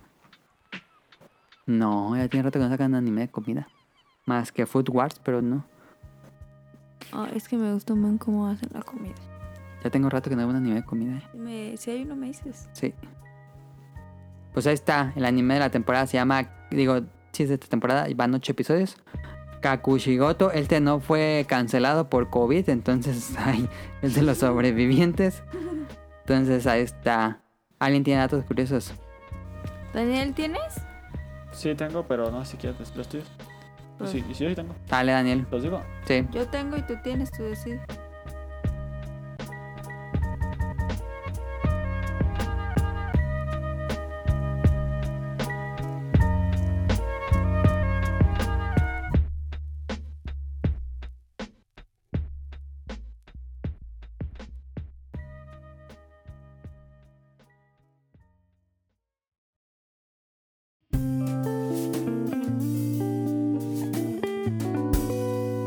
No, ya tiene rato que no sacan anime de comida. Más que Food Wars, pero no.
Ah, es que me gustó más cómo hacen la comida.
Ya tengo rato que no veo un anime de comida. eh.
Me- si hay uno me dices.
Sí. Pues ahí está, el anime de la temporada se llama, digo, sí es de esta temporada, y van ocho episodios. Kakushigoto, este no fue cancelado por COVID, entonces ahí es de los sobrevivientes. Entonces ahí está. ¿Alguien tiene datos curiosos?
Daniel, ¿tienes?
Sí tengo, pero no sé si quieres los tuyos.
Pues-
Sí, sí, yo sí tengo.
Dale, Daniel.
¿Los digo?
Sí.
Yo tengo y tú tienes, tú decides.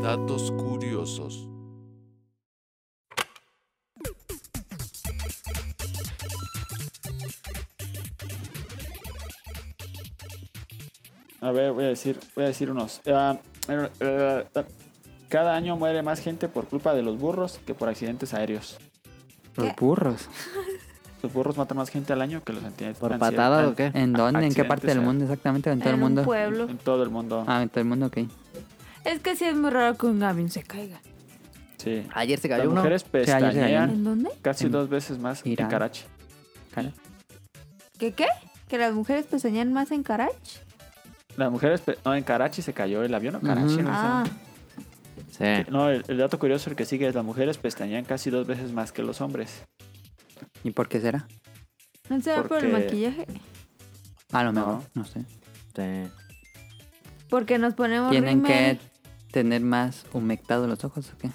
Datos curiosos.
A ver, voy a decir, voy a decir unos. Ah, eh, eh, eh, cada año muere más gente por culpa de los burros que por accidentes aéreos.
Los
¿Qué?
burros.
Los burros matan más gente al año que los accidentes.
¿Por
ansi-
patada
an-
o qué?
¿En dónde? ¿En qué
Accidentes,
parte del
eh.
mundo exactamente? ¿En todo el
En
mundo?
un pueblo.
En todo el mundo.
Ah, en todo el mundo, ok.
Es que sí es muy raro que un avión se caiga. Ah.
Sí.
Ayer se
Las
cayó uno.
mujeres
ayer se cayó
pestañean
¿En dónde?
casi
En-
dos veces más en
Irán.
Karachi.
Cara.
¿Qué qué? ¿Que las mujeres pesañan más en Karach?
Las mujeres, pe- no, en Karachi se cayó el avión, ¿no? Karachi,
Ujú.
no sé.
Ah,
Sí.
No, el, el dato curioso el que sigue es las mujeres pestañean casi dos veces más que los hombres.
¿Y por qué será?
¿no será por el
Porque-
maquillaje?
A lo
No.
mejor, no sé.
sí.
Porque nos ponemos
¿Tienen
rímel
que tener más humectados los ojos o qué?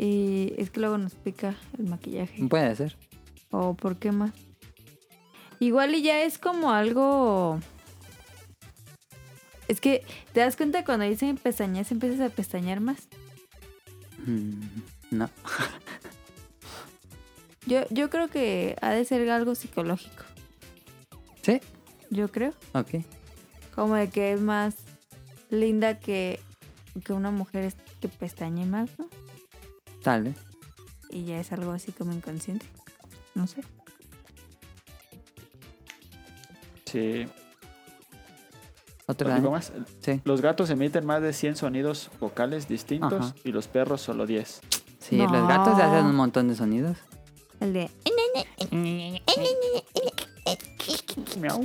y es que luego nos pica el maquillaje.
Puede ser.
¿O por qué más? Igual y ya es como algo... Es que te das cuenta cuando dicen pestañas, empiezas a pestañear más.
Mm, No.
Yo, yo creo que ha de ser algo psicológico.
¿Sí?
Yo creo.
Ok.
Como de que es más linda que, que una mujer es- que pestañe más, ¿no?
Tal vez.
Y ya es algo así como inconsciente. No sé.
Sí.
Otro
¿Os digo
daño.
más?
Sí.
Los gatos emiten más de 100 sonidos vocales distintos
Ajá.
y los perros solo 10.
Sí,
No.
los gatos hacen un montón de sonidos.
El de... "Eh,
Miau.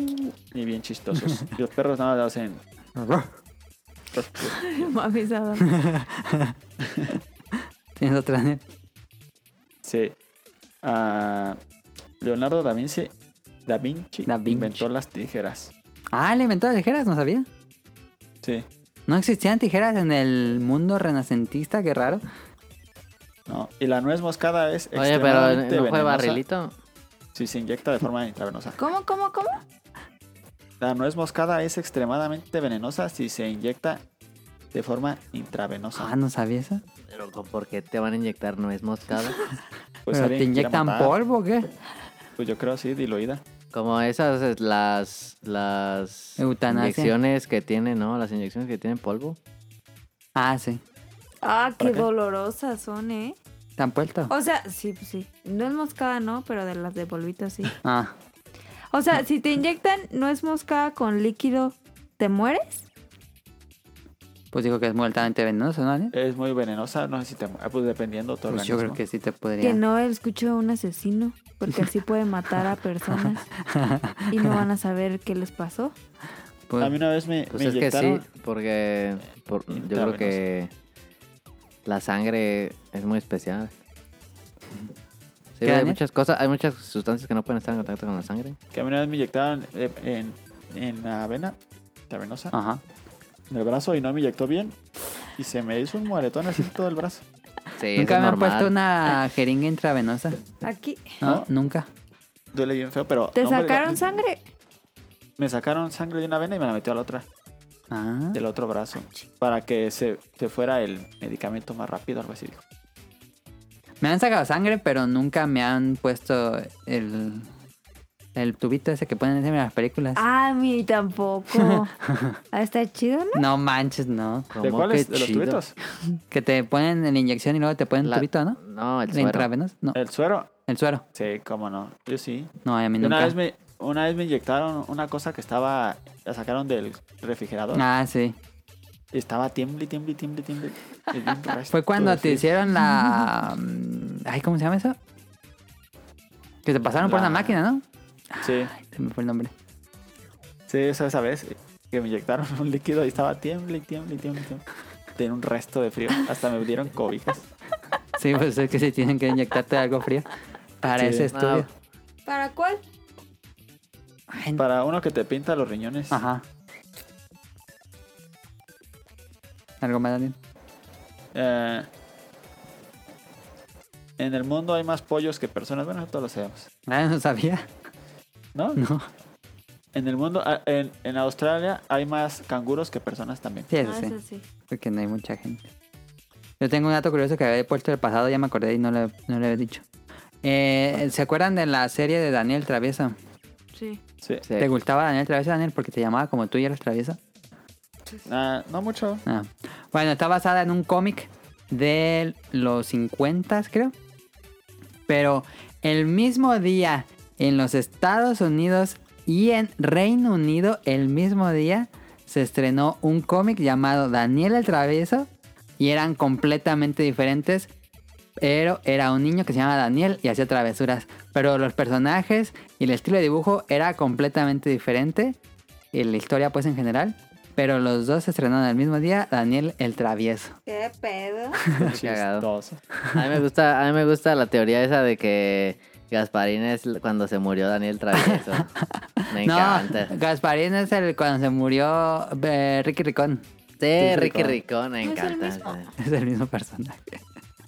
Y bien chistosos. y los perros nada más hacen...
Mami, ¿sabes?
¿Tienes otro daño?
Sí. Ah, Leonardo da Vinci, da Vinci
Da Vinci.
inventó las tijeras.
Ah, le inventó las tijeras, no sabía.
Sí.
No existían tijeras en el mundo renacentista, qué raro.
No. Y la nuez moscada es
Oye, pero
extremadamente
no fue
venenosa
barrilito.
Si se inyecta de forma intravenosa.
¿Cómo, cómo, cómo?
La nuez moscada es extremadamente venenosa si se inyecta de forma intravenosa.
Ah, no sabía eso.
Pero ¿por qué te van a inyectar nuez moscada?
Pues
¿Pero
alguien
te
quiere
inyectan
matar.
polvo o qué?
Pues yo creo sí, diluida.
Como esas es, las las
Eutanasia.
inyecciones que tienen, ¿no? Las inyecciones que tienen polvo.
Ah, sí.
Ah,
¿Para
qué
qué?
dolorosas son, ¿eh?
¿Te han puesto?
O sea, sí, pues sí. No es moscada, no, pero de las de polvito sí.
Ah,
O sea, si te inyectan no es moscada con líquido, ¿te mueres?
pues dijo que es muy altamente venenoso, ¿no? Daniel?
Es muy venenosa, no sé si te... ah, Pues dependiendo todo
Pues yo creo que sí te podría.
Que no escucho a un asesino, porque así puede matar a personas y no van a saber qué les pasó.
Pues,
A mí una vez me,
Pues
me
es que
inyectaron...
sí, porque por- yo creo
Intravenosa.
que la sangre es muy especial. Sí,
¿Qué,
hay
Daniel?
muchas cosas, hay muchas sustancias que no pueden estar en contacto con la sangre.
Que a mí una vez me inyectaron eh, en, en la vena, la venosa,
Ajá.
en el brazo y no me inyectó bien. Y se me hizo un moretón así en todo el brazo.
Sí,
Nunca me
eso es
han puesto
normal.
una jeringa intravenosa.
Aquí.
No,
¿No?
nunca.
Duele bien feo, pero...
¿Te
no, hombre,
sacaron sangre?
Me, Me sacaron sangre de una vena y me la metió a la otra,
Ah,
del otro brazo, para que se, se fuera el medicamento más rápido, algo así. dijo.
Me han sacado sangre, pero nunca me han puesto el, el tubito ese que ponen en las películas.
A mí Ah, tampoco. Ah, está chido, ¿no?
No manches, no.
¿De
¿Cómo?
cuáles?
Qué
¿De los
chido.
tubitos?
Que te ponen en la inyección y luego te ponen
La-
el tubito, ¿no?
No, el
¿La
suero.
intravenosa? No,
¿El suero?
el suero.
Sí, cómo no. Yo sí.
No, a mí nunca.
Una vez, me, una vez me inyectaron una cosa que estaba. La sacaron del refrigerador.
Ah, sí.
Y estaba tiemble, tiemble, tiemble, tiemble. Y bien borracho.
Fue cuando te
Pues Sí.
hicieron la... mm, Ay, ¿cómo se llama eso? Que te pasaron por
La-
una máquina, ¿no?
Sí,
Se me fue el nombre.
sí, esa, esa vez que me inyectaron un líquido y estaba tiemble, tiemble, tiemble, tiemble. Tenía un resto de frío. Hasta me dieron cobijas.
Sí, pues es que se tienen que inyectarte algo frío para
Sí.
ese estudio.
¿Para cuál?
Ay,
Para uno que te pinta los riñones.
Ajá. ¿Algo más, Daniel?
Eh, en el mundo hay más pollos que personas. Bueno, todos lo sabemos.
Ah, no sabía.
¿No?
No.
En el mundo, ah, en, en Australia hay más canguros que personas también.
Sí, eso
Ah,
sí.
eso sí.
Porque no hay mucha gente. Yo tengo un dato curioso que había puesto el pasado, ya me acordé y no le, no le había dicho. Eh, ¿Se acuerdan de la serie de Daniel Travieso?
Sí.
Sí.
Sí.
¿Te gustaba Daniel Travieso, Daniel? Porque te llamaba como tú y eras travieso.
Ah, no mucho.
Ah. Bueno, está basada en un cómic de los 50, creo. Pero el mismo día en los Estados Unidos y en Reino Unido, el mismo día se estrenó un cómic llamado Daniel el Travieso y eran completamente diferentes. Pero era un niño que se llamaba Daniel y hacía travesuras. Pero los personajes y el estilo de dibujo era completamente diferente. Y la historia pues en general. Pero los dos se estrenaron el mismo día, Daniel el Travieso.
¿Qué pedo?
cagado.
Chistoso.
A mí me gusta, a mí me gusta la teoría esa de que Gasparín es l- cuando se murió Daniel Travieso. Me
no,
encanta.
Gasparín es el cuando se murió eh, Ricky Ricón.
Sí, Ricky
Ricón.
Ricón, me
No es el
encanta.
mismo.
sí.
Es el mismo personaje.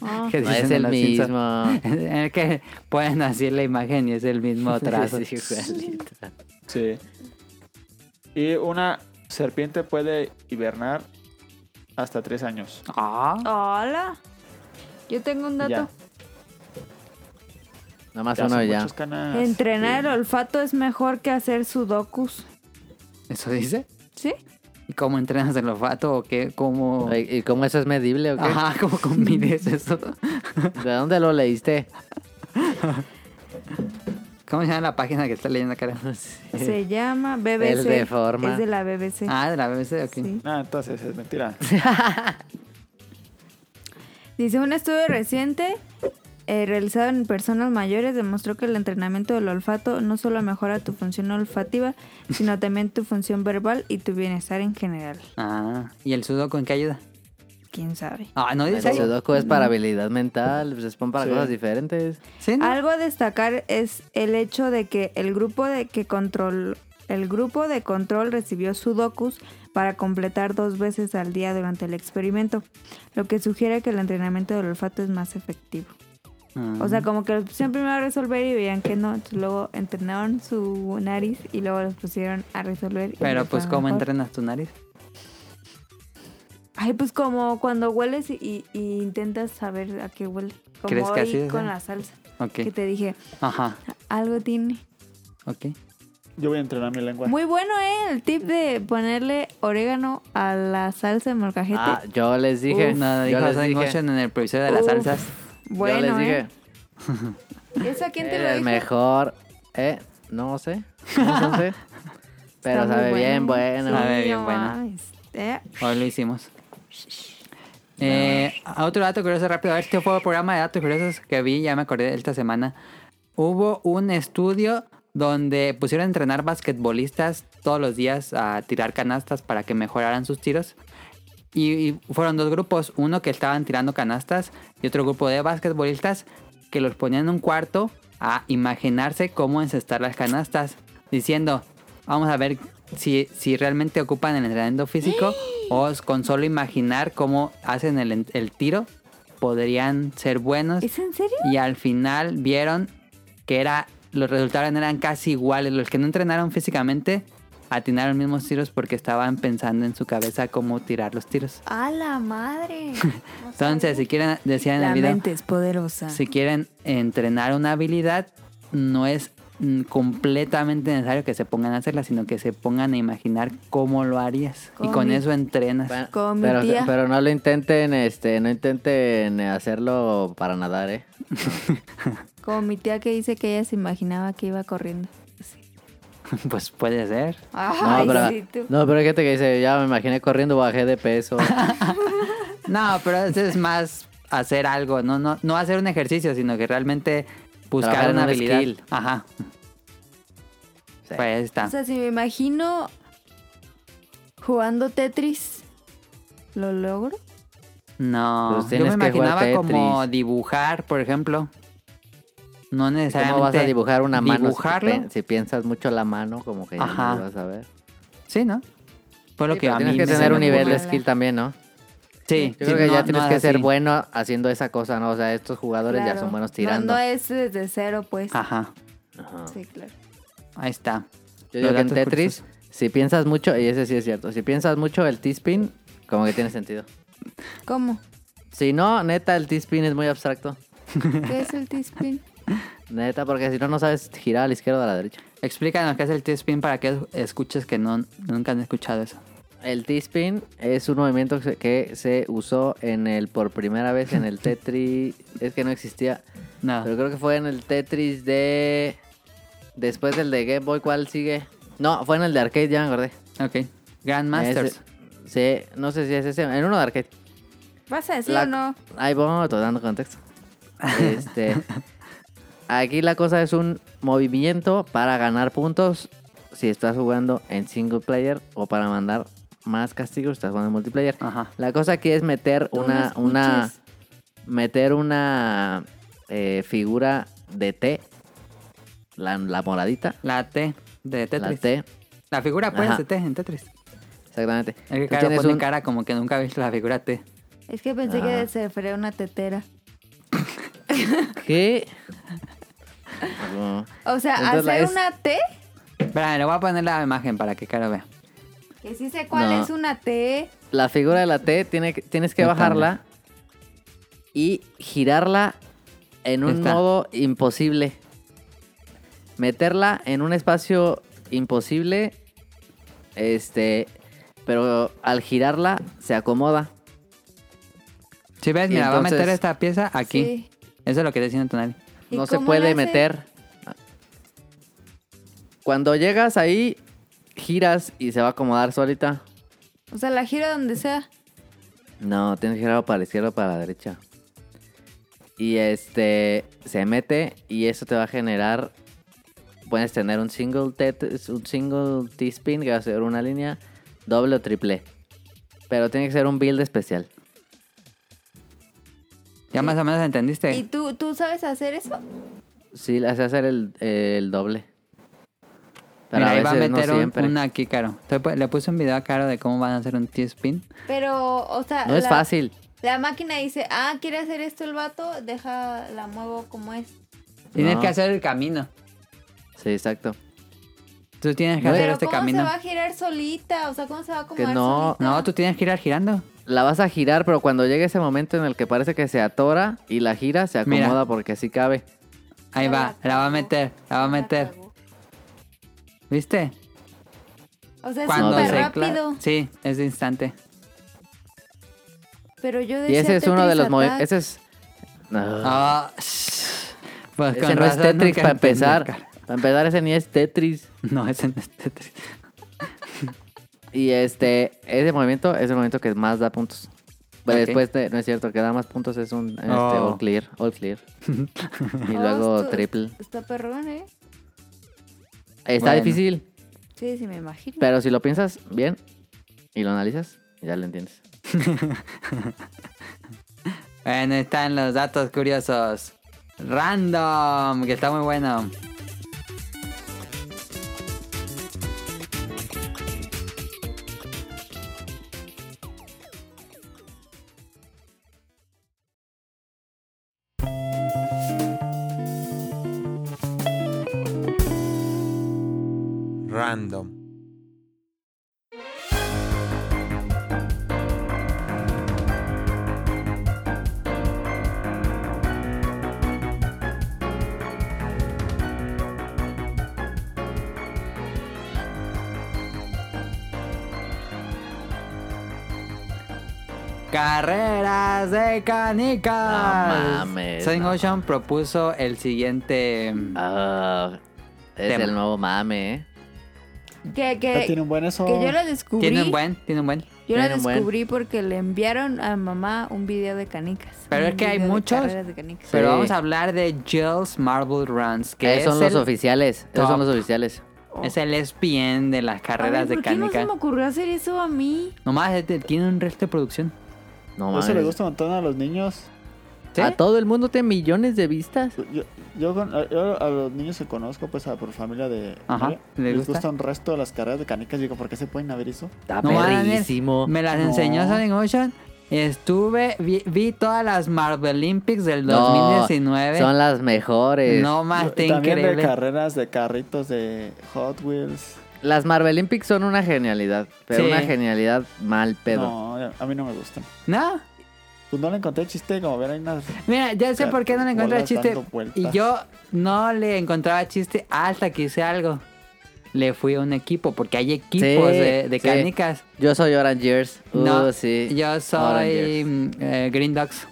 Ah,
que
No
dicen
es
en
el
Los Simpson.
mismo.
En el que pueden así la imagen y es el mismo trazo.
Sí, igualito.
Sí. Y una serpiente puede hibernar hasta tres años.
Ah,
Hola. Yo tengo un dato.
Ya.
Nada más
Ya
uno
son
ya.
muchos canas.
Entrenar
Sí.
el olfato es mejor que hacer sudokus.
¿eso dice?
¿Sí?
¿Y cómo entrenas el olfato o qué? ¿Cómo...?
¿Y y cómo eso es medible o qué?
Ajá, ¿cómo combinas eso?
¿De dónde lo leíste?
¿Cómo se llama la página que está leyendo acá?
Se llama BBC.
El de forma.
Es de la BBC.
Ah, de la BBC, ok.
Sí.
Ah, entonces es mentira.
Dice, un estudio reciente eh, realizado en personas mayores demostró que el entrenamiento del olfato no solo mejora tu función olfativa, sino también tu función verbal y tu bienestar en general.
Ah, ¿y el sudoku en qué ayuda?
¿Quién sabe?
Ah, ¿no
El
dice ahí?
sudoku es para habilidad mental, pues es para
Sí.
cosas diferentes.
Sí, ¿no?
Algo a destacar es el hecho de que el grupo de que control el grupo de control recibió sudokus para completar dos veces al día durante el experimento, lo que sugiere que el entrenamiento del olfato es más efectivo.
Ah.
O sea, como que los pusieron primero a resolver y veían que no, entonces luego entrenaron su nariz y luego los pusieron a resolver. y
Pero
les
pues
fue
¿cómo
mejor.
entrenas tu nariz?
Ay, pues como cuando hueles y, y- y intentas saber a qué huele. Como
¿Crees que
hoy
así es,
con
eh?
la salsa que
Ok.
te dije,
Ajá,
algo tiene.
ok.
Yo voy a entrenar mi lengua.
Muy bueno, ¿eh? El tip de ponerle orégano a la salsa de molcajete.
Ah, yo les dije.
Uf, no,
yo
dijo
les
Sonic
dije.
Motion en el episodio de las
Uf,
salsas.
bueno,
yo les dije.
¿eh? ¿Eso a quién te lo
el
dijo?
mejor. Eh, no sé. No sé. Pero
Está muy
sabe bien
bueno.
bueno.
Sabe
Sí,
bien
no
bueno.
mames. Eh,
Hoy lo hicimos. Eh, otro dato curioso rápido. Este fue el programa de datos curiosos que vi, ya me acordé esta semana. Hubo un estudio donde pusieron a entrenar basquetbolistas todos los días a tirar canastas para que mejoraran sus tiros. Y, y fueron dos grupos, uno que estaban tirando canastas y otro grupo de basquetbolistas que los ponían en un cuarto a imaginarse cómo encestar las canastas, diciendo, vamos a ver si, si realmente ocupan el entrenamiento físico o con solo imaginar cómo hacen el, en- el tiro, podrían ser buenos.
¿Es en serio?
Y al final vieron que era los resultados eran casi iguales. Los que no entrenaron físicamente, atinaron los mismos tiros porque estaban pensando en su cabeza cómo tirar los tiros.
A la madre. No
Entonces, si quieren, decía en el
La
video,
mente es poderosa.
si quieren entrenar una habilidad, no es mm, completamente necesario que se pongan a hacerla, sino que se pongan a imaginar cómo lo harías. Y
Con
con
mi-
eso entrenas.
Bueno,
Con mi
pero,
tía.
pero no lo intenten, este, no intenten hacerlo para nadar, eh.
Como mi tía que dice que ella se imaginaba que iba corriendo.
pues puede ser.
No,
Ay,
pero,
sí, tú.
no, pero hay gente que dice, ya me imaginé corriendo, bajé de peso.
No, pero eso es más hacer algo, no, no, no hacer un ejercicio, sino que realmente buscar
Trabajar en
una
un
habilidad.
skill.
Ajá.
Sí.
Pues ahí está.
O sea, si me imagino jugando Tetris, ¿lo logro?
No,
Pues
yo me
tienes que jugar
imaginaba como
Tetris.
dibujar, por ejemplo. No necesariamente.
¿Cómo vas a dibujar una mano? si
dibujarlo?
pi- Si, piensas mucho la mano, como que ya
Ajá.
no lo vas a ver.
Sí, ¿no? Fue lo
Sí,
que
pero
a mí
tienes que
me- se
tener
me
un nivel de
ocurre.
ocurre.
skill también, ¿no?
Sí,
Yo creo que
sí,
ya
no-
tienes
no
que
es
ser
así.
bueno haciendo esa cosa, ¿no? O sea, estos jugadores ya
Claro.
son buenos
No,
tirando.
No, es desde cero, pues.
Ajá,
Ajá.
Sí, claro.
ahí está. Los
Yo digo que en
datos
Tetris, si piensas mucho, y ese sí es cierto, si piensas mucho el T-Spin, como que tiene sentido.
¿Cómo?
Si no, neta, el T-Spin es muy abstracto.
¿Qué es el T-Spin?
Neta, porque si no, no sabes girar a la izquierda o a la derecha.
Explícanos qué es el T-Spin para que escuches que no, nunca han escuchado eso.
El T-Spin es un movimiento que se- que se usó en el por primera vez en el Tetris. Es que no existía.
No.
Pero creo que fue en el Tetris de. Después del de Game Boy, ¿cuál sigue? No, fue en el de arcade, ya me acordé.
Ok. Grandmasters.
Ese- sí, no sé si es ese. En uno de arcade.
¿Vas a decir
La-
o no?
Ahí vamos, todo dando contexto. Este, aquí la cosa es un movimiento para ganar puntos si estás jugando en single player o para mandar más castigos si estás jugando en multiplayer.
Ajá.
La cosa aquí es meter
No
una,
lo
una,
escuches.
meter una eh, figura de T, la, la moradita,
La T de Tetris.
la
La,
T,
figura pues
Ajá.
de T en Tetris.
exactamente.
Es que
Tú
claro,
tienes
pone
un-
cara como que nunca viste la figura T.
Es que pensé
Ajá.
que se refería a una tetera.
¿Qué? No.
O sea,
Entonces, la
hacer
es-
una T,
Espera, le voy a poner la imagen para que Caro vea.
que sí sé cuál
No.
es una T.
La figura de la T tiene que- tienes que
Yo
bajarla y girarla en un
Está.
modo imposible. Meterla en un espacio imposible. Este. Pero al girarla se acomoda.
Si ves,
Y
mira, va a meter
entonces-
esta pieza aquí.
Sí.
Eso es lo que está diciendo Tonali.
¿Y
No se
cómo
puede
la hace?
meter. Cuando llegas ahí, giras y se va a acomodar solita.
O sea, la giro donde sea.
No, tienes que girarlo para la izquierda o para la derecha. Y este se mete y eso te va a generar. Puedes tener un single tet- un single T-spin que va a ser una línea doble o triple. Pero tiene que ser un build especial.
Ya más o menos entendiste.
¿Y tú, tú sabes hacer eso?
Sí, le hace hacer el, el doble. Pero
Mira,
a
ahí va a
veces no
meter un-
siempre.
una aquí, Caro. Estoy pu- le puse un video a Caro de cómo van a hacer un T-spin.
Pero, o sea...
No es
la-
fácil.
La máquina dice, ah, quiere hacer esto el vato, deja, la muevo como es.
Tienes
No.
que hacer el camino.
Sí, exacto.
Tú tienes que
No,
hacer
Pero
este
¿cómo
camino.
se va a girar solita? O sea, ¿cómo se va a acomodar
no,
No,
solita?
tú tienes que ir girando.
La vas a girar, pero cuando llegue ese momento en el que parece que se atora y la gira, se
Mira.
acomoda porque así cabe.
Ahí
Ya
va,
la
la va a
cagó.
meter, la va a
La
meter.
cagó.
¿Viste?
O sea, es
Cuando
súper
se
cla-
rápido.
Sí, es de instante.
Pero yo
Y
decía
ese es uno de
Tetris
los
Attack.
movimientos. Ese es. No.
Ah, shh. pues
ese
con
no es
razón
Tetris
nunca
para
entendí,
empezar.
Caro.
Para empezar, ese ni es Tetris.
No, ese no es Tetris.
Y este, ese movimiento es el movimiento que más da puntos. Pero
Ok.
después, de- no es cierto, que da más puntos es un este,
Oh.
all clear. All clear. y
Oh,
luego
esto-
triple.
Está perrón, ¿eh?
Está
Bueno.
difícil,
Sí, sí, me imagino.
pero si lo piensas bien y lo analizas, ya lo entiendes.
Bueno, están los datos curiosos. Random, que está muy bueno.
Random.
Carreras de canicas.
No mames,
Sonic
no
Ocean propuso el siguiente.
Ah, es
Tema.
el nuevo mame, ¿eh?
Que,
Pero
que,
tiene un buen eso.
que yo lo descubrí.
Tiene un buen, tiene un buen.
Yo lo
tiene un buen.
descubrí porque le enviaron a mamá un video de canicas.
Pero es
Un
que hay
video de
muchos.
carreras de canicas.
Pero
Sí.
vamos a hablar de Jill's Marble Runs, que es,
Esos son los
el,
oficiales. Esos son
top.
los oficiales.
es el ESPN de las
Oh. A ver,
carreras de
¿por qué no
canica.
se me ocurrió hacer eso a mí?
Nomás este, tiene un resto de producción.
No
Eso le
mames.
gusta un montón a los niños.
¿Sí?
A todo el mundo tiene millones de vistas.
Yo, yo, con- yo a los niños que conozco, pues a por familia de.
Ajá,
familia,
¿le
les
gusta?
gusta un resto de las carreras de canicas. Digo, ¿por qué se pueden haber eso?
Está
No, Daniel,
perrísimo.
Me las
No.
enseñó Sonic Ocean. Estuve, vi, vi todas las Marvel Olympics del
No,
2019.
Son las mejores.
No más,
Yo-
está
También
increíble.
de carreras de carritos de Hot Wheels.
Las Marvelympics son una genialidad. Pero
Sí.
una genialidad mal pedo.
No, eh, a mí no me gustan.
No,
Pues no le encontré el chiste, como ven, hay unas.
mira, ya sé
Claro,
por qué no le encontré
bolas
chiste.
dando vueltas.
Y yo no le encontraba chiste hasta que hice algo. Le fui a un equipo, porque hay equipos
Sí,
de, de
sí.
canicas.
Yo soy Orangers. Uh,
No,
sí.
Yo soy
Orangers.
mm, eh, Green Dogs.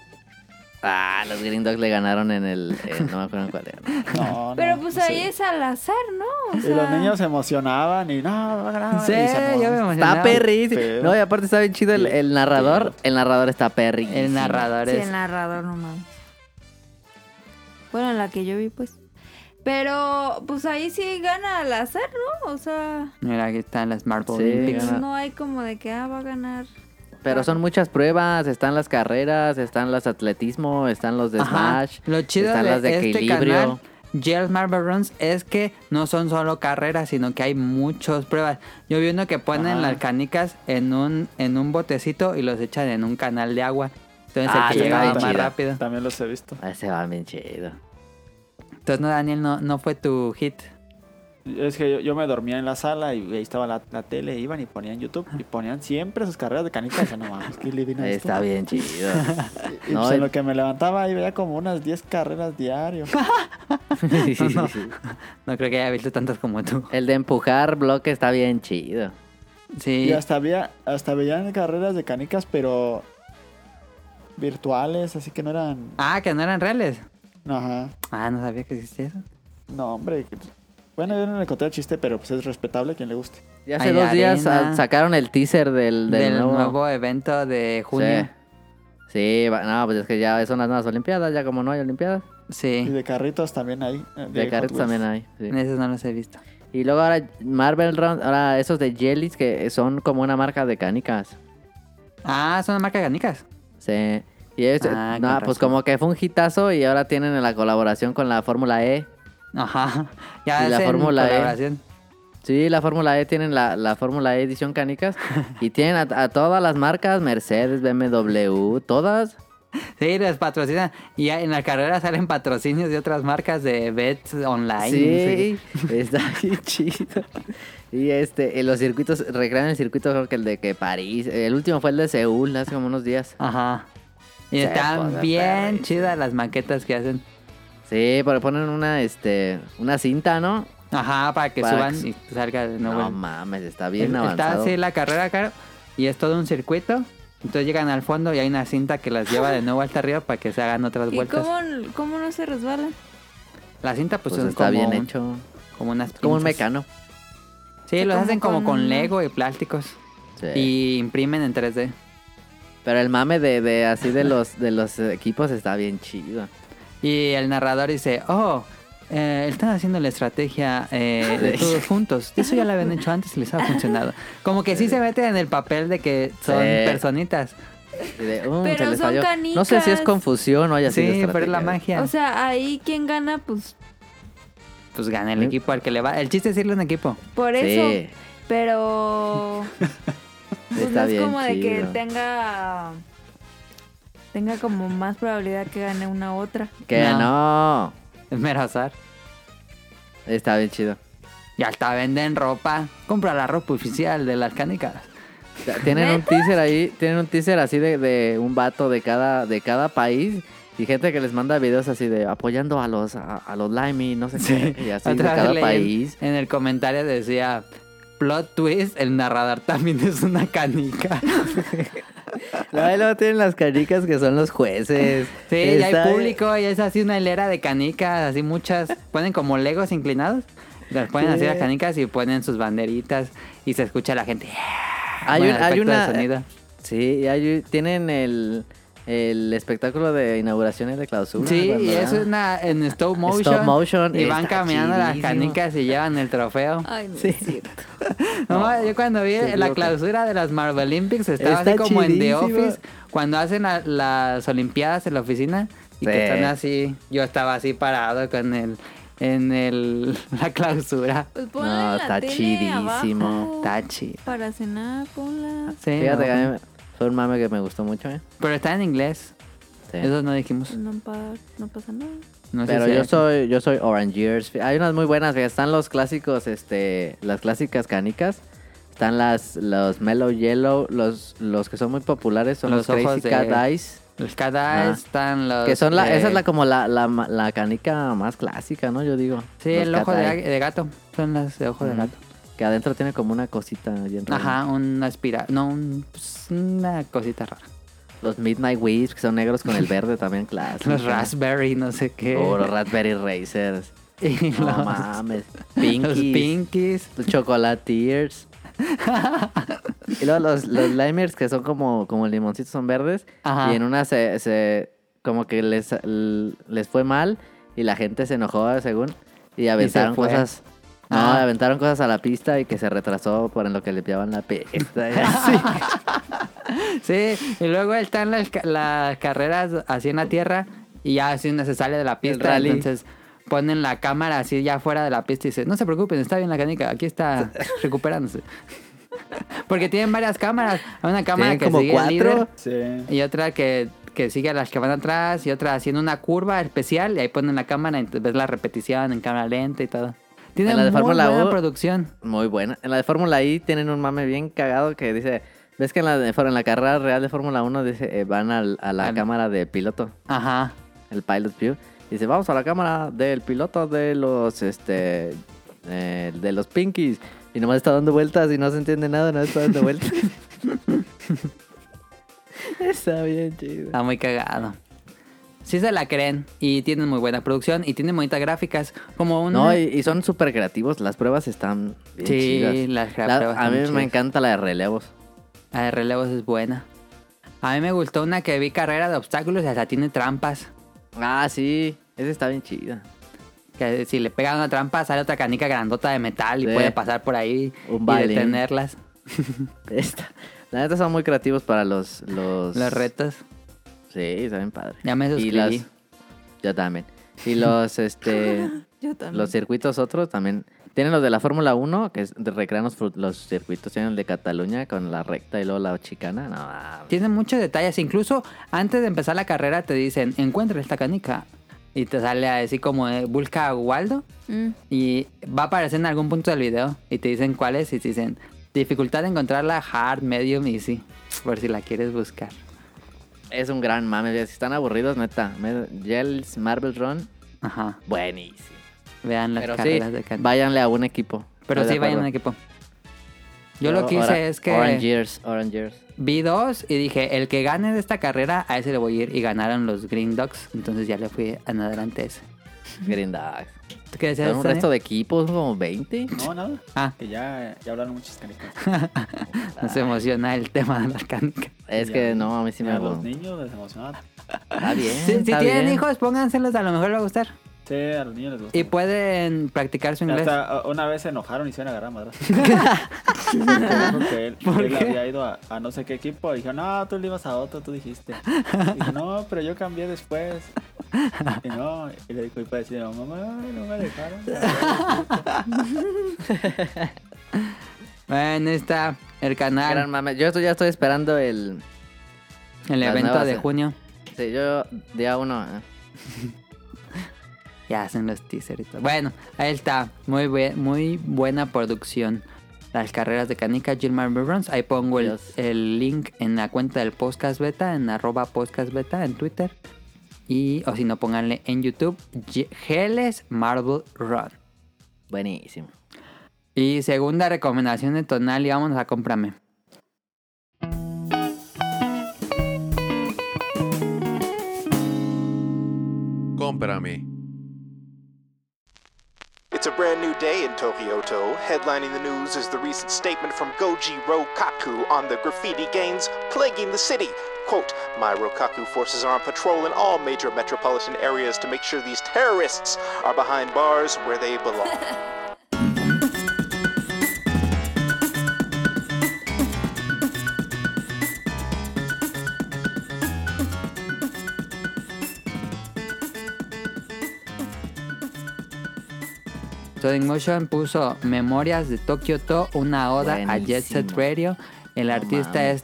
Ah, los Green Dogs le ganaron en el. en- no me acuerdo en cuál era.
No, no,
Pero pues
sí.
ahí es al azar, ¿no? O
Y los
sea,
niños se emocionaban y no, va a ganar", y
Sí,
se
yo me
emocionaban.
emocionaba.
Está perrísimo.
Pero-
No, y aparte está bien chido el, el narrador. El narrador está perrísimo.
El narrador
Sí,
es.
el narrador nomás. Bueno, la que yo vi, pues. Pero, pues ahí sí gana al azar, ¿no? O sea,
Mira, aquí están las Marvel
Sí,
Olympics.
gana-
no hay como de que, ah, va a ganar.
Pero son muchas pruebas. Están las carreras, están las atletismo, están los de
Ajá.
Smash.
Lo chido
están
de,
las de
este
equilibrio.
canal, Gels Marble Runs, es que no son solo carreras, sino que hay muchas pruebas. Yo vi uno que ponen
Ajá.
las canicas en un, en un botecito y los echan en un canal de agua. Entonces
Ah,
el
sí,
que llegaba
está
más
bien chido.
rápido.
También los he visto.
Ah, Ese va bien chido.
Entonces, no, Daniel, no, no fue tu hit.
Es que yo, yo me dormía en la sala y ahí estaba la, la tele, iban y ponían YouTube y ponían siempre sus carreras de canicas. Y decía, no mames, qué living
este
es esto".
Está bien chido.
Y
no,
pues, en
el-
lo que me levantaba ahí veía como unas 10 carreras diario.
No creo que haya visto tantas como tú.
El de empujar bloque está bien chido.
Sí.
Y hasta había, hasta veían carreras de canicas, pero virtuales, así que no eran.
Ah, que no eran reales.
Ajá.
Ah, no sabía que existía eso.
No, hombre. Bueno, yo no le encontré el chiste, pero pues es respetable a quien le guste.
Ya
Hay
hace dos días
arena.
ah, sacaron el teaser del, del
Del
nuevo.
nuevo... evento de junio.
Sí. Sí, va- no, pues es que ya son las nuevas Olimpiadas, ya como no hay Olimpiadas.
Sí.
Y de carritos también ahí. eh,
De
Hot
carretas
Wheels.
también hay. sí.
Esos no los he visto.
Y luego ahora Marvel Round, ahora esos de Jellies que son como una marca de canicas.
Ah, son marcas canicas.
Sí. Y es,
Ah,
no,
con
pues
razón.
como que fue un hitazo y ahora tienen la colaboración con la Fórmula E.
Ajá. Ya
Y la
hacen
Fórmula E.
colaboración.
Sí, la Fórmula E tienen la, la Fórmula E edición canicas y tienen a, a todas las marcas, Mercedes, BMW, todas.
Sí, les patrocinan. Y ya en la carrera salen patrocinios de otras marcas de bets online.
sí, está bien chido. Y este, eh, los circuitos, recrean el circuito mejor que el de que París. El último fue el de Seúl hace como unos días.
Ajá. Y
Se
están
pone
bien
perrísimo.
chidas las maquetas que hacen.
Sí, pero ponen una, este, una cinta, ¿no?
Ajá, para que
Para
suban
que-
y salga de
No,
nuevo. el-
mames, está bien
Está
avanzado.
así la carrera, claro. Y es todo un circuito. Entonces llegan al fondo y hay una cinta que las lleva de nuevo hasta arriba para que se hagan otras
¿Y
vueltas.
cómo, cómo no se resbalan?
La cinta pues,
pues
son
está
como,
bien
un-
hecho.
como unas
Como un
pinzas.
mecano.
Sí,
Sí,
los
como
hacen como
con-
con Lego y plásticos.
Sí.
Y imprimen en 3D.
Pero el mame de, de así de los de los equipos está bien chido.
Y el narrador dice, oh, eh, están haciendo la estrategia eh, de todos juntos. Eso ya lo habían hecho antes y les ha funcionado. Como que sí se mete en el papel de que son
Sí.
personitas.
Y de, "Mm,
Pero
se les
son
falló". No sé si es
canicas.
confusión o haya sido
Sí, pero es la
estrategia.
magia.
O sea, ahí quien gana, pues
pues gana el equipo al que le va. El chiste es irle a un equipo.
por
Sí,
eso. Pero. pues,
Está
no es
bien
como de que
chido.
tenga. Tenga como más probabilidad que gane una u otra.
que
No.
no.
Es mero azar.
Está bien chido.
Y hasta venden ropa. Compra la ropa oficial de las canicas.
Tienen un teaser ahí, tienen un teaser así de, de un vato de cada, de cada país y gente que les manda videos así de apoyando a los a, a los Limey, no sé qué, y así de
Otra vez
cada
leí
país.
En el comentario decía, plot twist, el narrador también es una canica.
No, y luego tienen las canicas que son los jueces.
Sí, ya
Está-
hay público y es así una hilera de canicas, así muchas. Ponen como legos inclinados, las ponen así las canicas y ponen sus banderitas y se escucha la gente.
Hay,
Buen
un- hay
efecto de
una. eh,
sonido.
Sí, y hay- tienen el, el espectáculo de inauguración y de clausura.
Sí,
cuando
y eso
dan-
es una, en stop motion.
Stop motion,
Y van
está
caminando las
chidísimo.
canicas y llevan el trofeo.
Ay, no
Sí.
es cierto.
No, yo cuando vi
qué
la
loco.
clausura de las Marvel Olympics estaba
Está
así como en The
chidísimo.
Office, cuando hacen la- las Olimpiadas en la oficina y
Sí.
que están así, yo estaba así parado con el en el la clausura.
Pues ponla
No,
en la
está
tele
chidísimo.
abajo
Está chido.
Para cenar, ponla.
Sí,
Fíjate que
no.
a mí fue un mame que me gustó mucho, ¿eh?
Pero está en inglés.
Sí.
Eso no dijimos.
No, pa- no pasa nada.
No sé
Pero
si
yo
hay-
soy, yo soy Orangeers. Hay unas muy buenas, fíjate, están los clásicos, este, las clásicas canicas. Están las, los Mellow Yellow, los, los que son muy populares son
Los
los,
ojos de-
Crazy Cat Eyes.
Los cada
Ah.
están los
Que son la,
de-
esa es la como la, la, ma- la canica más clásica, ¿no? Yo digo.
Sí,
Los Mm.
el
Cat
ojo de,
Eye,
de gato. Son las de ojo de
Ujú.
gato.
Que adentro tiene como una cosita bien rara.
Ajá, una espira, no, un- pues, una cosita rara.
Los Midnight Wisps, que son negros con el verde también clásico.
Los raspberry, no sé qué.
O los Raspberry Racers.
Y
No
los-
mames.
Los
Pinkies.
pinkies.
Los Chocolateers. y luego los, los Limers, que son como, como limoncitos, son verdes.
Ajá.
Y en una se, se- como que les, les fue mal y la gente se enojó, según. Y aventaron
fue.
cosas. No,
Ah.
aventaron cosas a la pista y que se retrasó por en lo que limpiaban la pista. y así.
Sí, y luego están las, ca- las carreras así en la tierra y ya así uno se sale de la pista.
rally.
Entonces ponen la cámara así ya fuera de la pista y dicen, no se preocupen, está bien la canica, aquí está recuperándose. Porque tienen varias cámaras. Hay una cámara
Tienen
que
como
sigue al líder
cuatro.
Sí.
y otra que, que sigue a las que van atrás y otra haciendo una curva especial y ahí ponen la cámara y ves la repetición en cámara lenta y todo. Tienen
la de
muy
Fórmula
buena
U.
producción.
Muy buena. En la de Fórmula I tienen un mame bien cagado que dice... ¿Ves que en la, de- en la carrera real de Fórmula 1 dice, eh, van al- a la
Al-
cámara de piloto?
Ajá.
el pilot view. Dice, vamos a la cámara del piloto de los, este, eh, de los pinkies. Y nomás está dando vueltas y no se entiende nada, no está dando vueltas. está bien chido.
Está muy cagado. Sí se la creen y tienen muy buena producción y tienen bonitas gráficas. Como una...
No, y, y son súper creativos. Las pruebas están bien
Sí,
chidas.
las
La-
pruebas
A
están
mí me
chidas.
encanta la de relevos.
La de relevos es buena. A mí me gustó una que vi carrera de obstáculos y hasta tiene trampas.
Ah, sí. Esa está bien chida.
Que si le pegan una trampa sale otra canica grandota de metal y
Sí.
puede pasar por ahí
Un
y
balín.
detenerlas.
Esta. La neta son muy creativos para los... Los,
Los retos.
Sí, está bien padre.
Ya me
Y
suscribí.
las... Yo también. Y los, este...
Yo también.
Los circuitos otros también. Tienen los de la Fórmula 1, que es- recrean los, fru- los circuitos. Tienen el de Cataluña con la recta y luego la chicana. No, ah,
Tienen muchos detalles. Incluso antes de empezar la carrera te dicen, encuentra esta canica. Y te sale así como, eh, busca a Waldo.
Mm.
Y va a aparecer en algún punto del video y te dicen cuál es y te dicen dificultad de encontrarla hard, medium, easy. Por si la quieres buscar.
es un gran mame. Si están aburridos, neta. Me- Yells Marble Run,
Ajá.
buenísimo.
Vean las
Pero sí,
carreras de Canadá.
váyanle a un equipo.
Pero sí,
Estoy de
vayan
acuerdo.
al equipo. Yo lo que
Ora-
hice es que
Orangers, Orangers.
vi dos y dije, el que gane de esta carrera, a ese le voy a ir. Y ganaron los Green Dogs, entonces ya le fui en adelante a ese.
Green Dogs.
¿Tú qué decías,
Son un
Dani?
resto de equipos, como 20.
No, nada.
Ah.
Que ya, ya hablaron muchas canicas.
Nos emociona el tema de las canicas.
Es
Ya.
que no, a mí sí me
a los
gusta.
niños les emocionaba.
Está bien.
Si, si
está
tienen
bien.
hijos, pónganselos, a lo mejor les va a gustar.
Sí, a los niños les gustó.
Y pueden practicar su inglés.
Hasta uh, una vez se enojaron y se van a agarrar a madrazos. Porque dijo que él, que él había ido a, a no sé qué equipo. Y dijo, no, tú le ibas a otro, tú dijiste. Y dijo, no, pero yo cambié después. Y no, y le dijo, y para decir, mamá, no me dejaron.
Bueno, ahí está el canal.
Gran mame. Yo esto ya estoy esperando el,
El
Las
evento
nuevas,
de
eh.
junio.
Sí, yo día uno. eh.
Ya hacen los teasers y todo. Bueno, ahí está. Muy, bue- muy buena producción. Las carreras de canica, Gilmar Burns. Ahí pongo el,
Dios.
el link en la cuenta del podcast beta, en arroba podcast beta, en Twitter. Y, o si no, pónganle en YouTube, G- Geles Marble Run.
Buenísimo.
Y segunda recomendación de Tonal, y vámonos a cómprame.
Cómprame.
It's a brand new day in Tokyoto. Headlining the news is the recent statement from Goji Rokaku on the graffiti gangs plaguing the city. Quote, My Rokaku forces are on patrol in all major metropolitan areas to make sure these terrorists are behind bars where they belong.
Sonic Motion puso Memorias de Tokyo To, una oda a Jet Set
Buenísimo.
Radio. El
No
artista es
mames.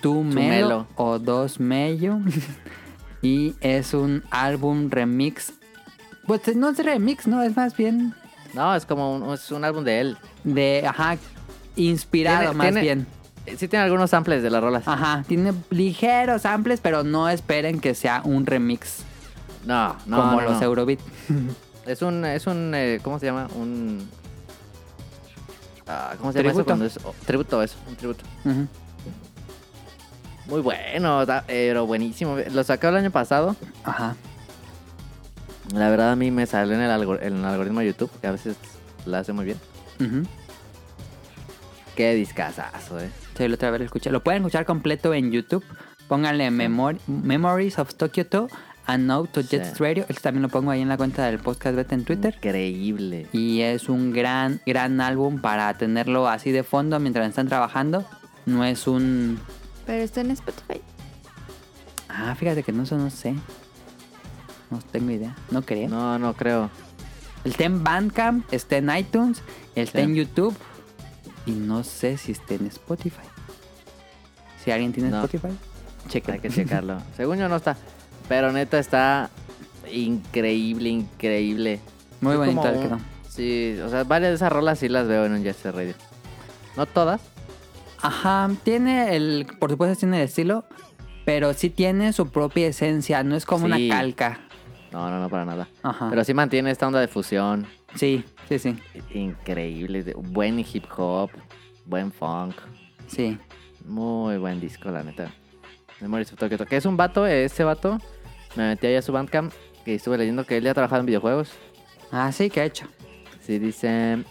Tu Melo
Melo.
o Dos Mello. y es un álbum remix. Pues no es remix, no, es más bien
No, es como un, es un álbum de él.
de. Ajá, inspirado
Tiene-
más
tiene-
bien.
Eh, Sí tiene algunos samples de las rolas.
Ajá, tiene ligeros samples, pero no esperen que sea un remix
No, no,
como
no,
los
no.
Eurobeat.
Es un, es un, eh, ¿cómo se llama? Un... ah, ¿Cómo se
Tributo.
llama eso? Cuando es- oh, tributo, eso, un tributo.
Ujú.
Muy bueno, da- pero buenísimo. Lo sacó el año pasado.
Ajá.
La verdad a mí me salió en el, algor- en el algoritmo de YouTube, que a veces la hace muy bien.
ujú.
Qué discazazo, eh.
Sí, la otra vez lo escuché. Lo pueden escuchar completo en YouTube. Pónganle Memor- Memories of Tokyo To and Now to Jet
Sí.
Radio. Este también lo pongo ahí en la cuenta del podcast Beta en Twitter.
Increíble.
Y es un gran, gran álbum para tenerlo así de fondo mientras están trabajando. No es un...
Pero está en Spotify.
Ah, fíjate que no, eso no sé. No tengo idea. No creo.
No, no creo.
Está en Bandcamp, está en iTunes, está
Sí.
en YouTube. Y no sé si está en Spotify. Si alguien tiene
No.
Spotify, chequen.
Hay que checarlo. Según yo no está. Pero neta está increíble, increíble.
Muy
Es
bonito
como
el que
un- Sí, o sea, varias de esas rolas sí las veo en un Jet Set Radio. No todas.
Ajá, tiene el, por supuesto tiene el estilo, pero sí tiene su propia esencia, no es como
Sí.
una calca.
No, no, no, para nada.
Ajá.
Pero sí mantiene esta onda de fusión.
Sí, sí, sí,
Increíble. de- Buen hip hop. Buen funk.
sí.
Muy buen disco, la neta. Memories of Tokyo. Que es un vato, eh, ese vato. Me metí ahí a su bandcamp. Que estuve leyendo que él ya ha trabajado en videojuegos.
Ah, sí, que ha hecho.
Sí, dice.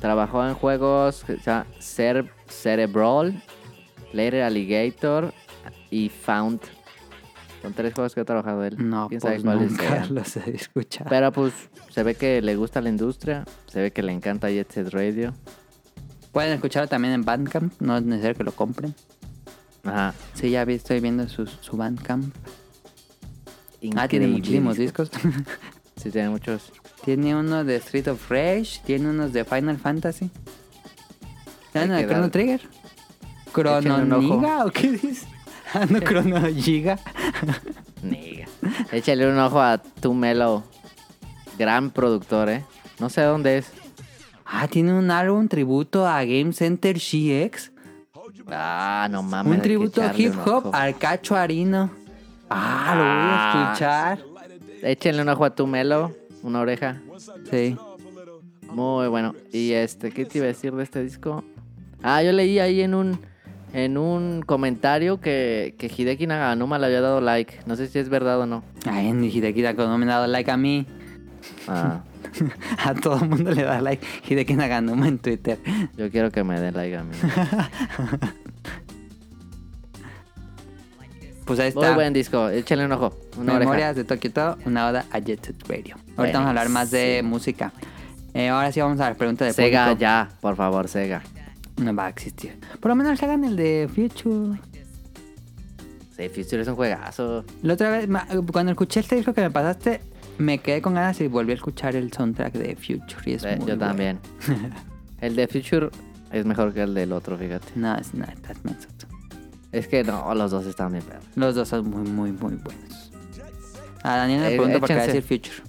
Trabajó en juegos que se llama Cere- Cerebral, Later Alligator y Found. Son tres juegos que ha trabajado él.
No,
¿Quién
pues
sabe cuáles
nunca
sean.
los he escuchado.
Pero pues se ve que le gusta la industria, se ve que le encanta Jet Set Radio.
Pueden escucharlo también en Bandcamp, no es necesario que lo compren.
Ajá.
Sí, ya vi, estoy viendo su, su Bandcamp.
Increíble.
ah, tiene muchísimos
disco.
discos.
Sí, tiene muchos.
tiene uno de Street of Rage, tiene unos de Final Fantasy. ¿Tiene
Hay
uno de
que
Chrono
dar-
Trigger?
un
¿Chrono
ojo.
Niga o qué dices? Ah, no, Chrono Giga.
Niga. Échale un ojo a Tu Melo. Gran productor, ¿eh? No sé dónde es.
Ah, tiene un álbum tributo a Game Center GX.
Ah, no mames.
Un
hay que
tributo
echarle
hip
un
hop
ojo.
al Cacho Arino. Ah, lo voy a
Ah.
escuchar.
Échenle un ojo a tu melo, una oreja.
Sí.
Muy bueno. Y este, ¿qué te iba a decir de este disco? Ah, yo leí ahí en un en un comentario que, que Hideki Naganuma le había dado like. No sé si es verdad o no.
Ay, en Hideki Naganuma me ha dado like a mí.
Ah,
A todo el mundo le da like Hideki Naganuma en Twitter.
yo quiero que me den like a mí.
Pues ahí
Muy
está.
buen disco, échenle un ojo, una oreja.
Memorias de Tokyo To, una oda a Jet Set Radio. Ahorita vamos a hablar más de
Buenísimo.
música. Eh, ahora sí vamos a las preguntas de
Sega
público.
ya, por favor, Sega.
No va a existir. Por lo menos que hagan el de Future.
Sí, Future es un juegazo.
La otra vez, ma- cuando escuché este disco que me pasaste, me quedé con ganas y volví a escuchar el soundtrack de Future. Y es
Eh,
muy
yo
bueno.
también. el de Future es mejor que el del otro, fíjate.
No, es nada, estás menso.
Es que no, los dos están bien perros.
Los dos son muy, muy, muy buenos. A Daniel le
Eh,
pregunto por qué va a
échense.
decir Future.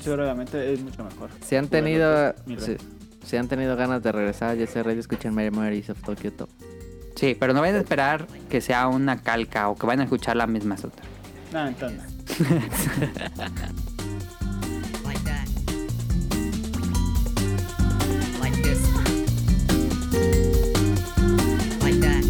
Future obviamente es mucho mejor.
Si han
Bueno,
tenido,
pues, mil
si,
veces.
si han tenido ganas de regresar a Jesse Radio, escuchen Memories of Tokyo Top.
Sí, pero no vayan a esperar que sea una calca o que vayan a escuchar la misma otra.
No, entonces. no.
like that. Like this. Like that.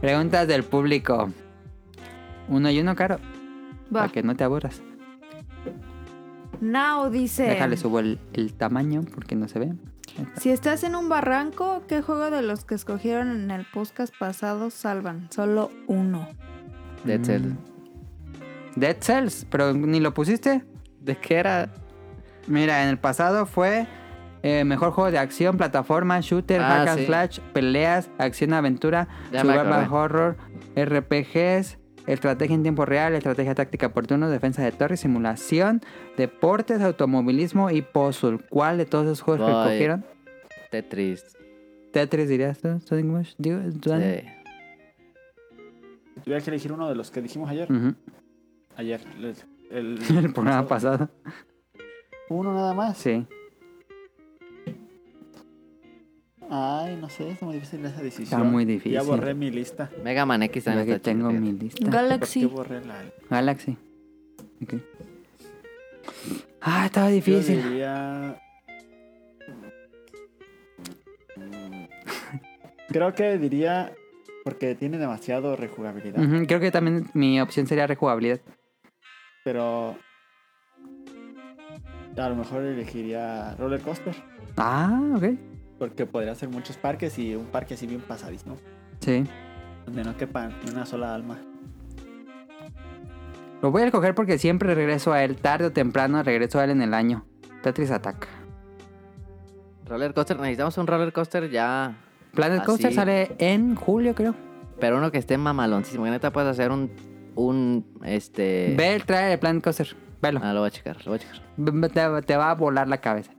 Preguntas del público. Uno y uno, Caro.
Va.
Para que no te aburras.
Now dice.
Déjale subo el, el tamaño porque no se ve.
Si estás en un barranco, ¿qué juego de los que escogieron en el podcast pasado salvan? Solo uno.
Mm.
Dead Cells.
Dead Cells, pero ni lo pusiste.
¿De qué era?
Mira, en el pasado fue eh, mejor juego de acción, plataforma, shooter,
Ah,
hack and
sí.
slash, peleas, acción, aventura,
Ya me
survival
acordé.
horror, RPGs, estrategia en tiempo real, estrategia táctica por turno, defensa de torre, simulación, deportes, automovilismo y puzzle. ¿Cuál de todos esos juegos que
Voy.
escogieron?
Tetris.
Tetris dirías tú, Sonic Mush, digo, tú, Dani?
Sí.
Tuviera que elegir uno de los que dijimos ayer.
Ujú.
Ayer. El, el-
El programa pasado.
Uno nada más.
Sí.
Ay, no sé, está muy difícil esa decisión.
Está muy difícil.
Ya borré mi lista.
Mega Man X
Yo
también
aquí
está chido,
tengo
fíjate.
mi lista.
¿Por
Galaxy.
qué borré la...
Galaxy. Ok. Ah, estaba
Yo
difícil.
diría... Mm. Creo que diría... Porque tiene demasiado rejugabilidad.
Ujú, Creo que también mi opción sería rejugabilidad.
Pero... A lo mejor elegiría roller coaster.
Ah, ok.
Porque podría ser muchos parques y un parque así bien pasadísimo.
Sí.
Donde no quepa ni una sola alma.
Lo voy a escoger porque siempre regreso a él, tarde o temprano regreso a él en el año. Tetris ataca.
Roller coaster, necesitamos un roller coaster ya.
Planet
Así.
Coaster sale en julio, creo.
Pero uno que esté mamaloncísimo. Que neta puedes hacer un. un este.
Ve el trailer de Planet Coaster. Velo.
Ah, lo voy a checar, lo voy a checar.
Ve- Te, te va a volar la cabeza.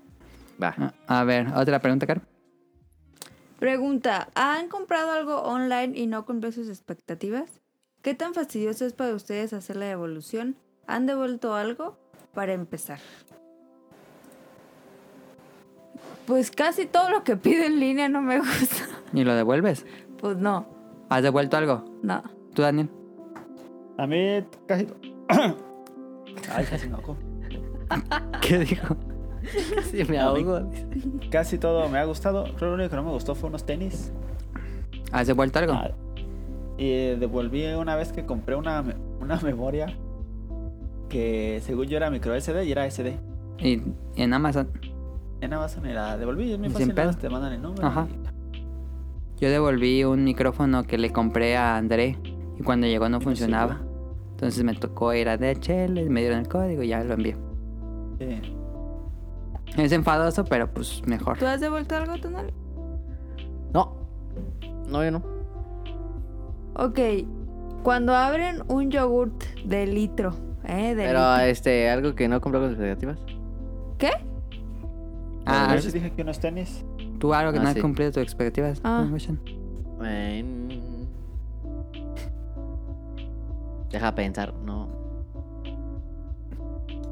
Va.
Ah, A ver, otra pregunta, Caro.
Pregunta, ¿han comprado algo online y no cumplió sus expectativas? ¿Qué tan fastidioso es para ustedes hacer la devolución? ¿Han devuelto algo? Para empezar. Pues casi todo lo que pido en línea no me gusta.
¿Y lo devuelves?
Pues no,
¿Has devuelto algo?
no.
¿Tú, Daniel?
A mí casi... Ay, casi me ahogo.
¿Qué dijo?
Sí, me
A mí
ahogo.
Casi todo me ha gustado. Creo que lo único que no me gustó fue unos tenis.
¿Has devuelto algo?
Ah, y eh, devolví una vez que compré una, me- una memoria que según yo era micro SD y era SD.
Y y en Amazon.
En Amazon me la devolví, es muy
Sin
fácil, nada
pedo.
más te mandan el número.
Ajá.
y-
Yo devolví un micrófono que le compré a André y cuando llegó no funcionaba. Entonces me tocó ir a DHL, me dieron el código y ya lo envié.
sí.
Es enfadoso, pero pues mejor.
¿Tú has devuelto algo, Tonal?
No. No, yo no.
Ok, cuando abren un yogurt de litro, ¿eh? De
Pero este, algo que no cumplió con sus expectativas.
litro. ¿Qué?
Ah,
yo les dije que unos tenis.
tú algo que
Ah,
no
sí.
has cumplido tus expectativas.
Ah.
Gushan?
Eh, mm. Deja pensar, no.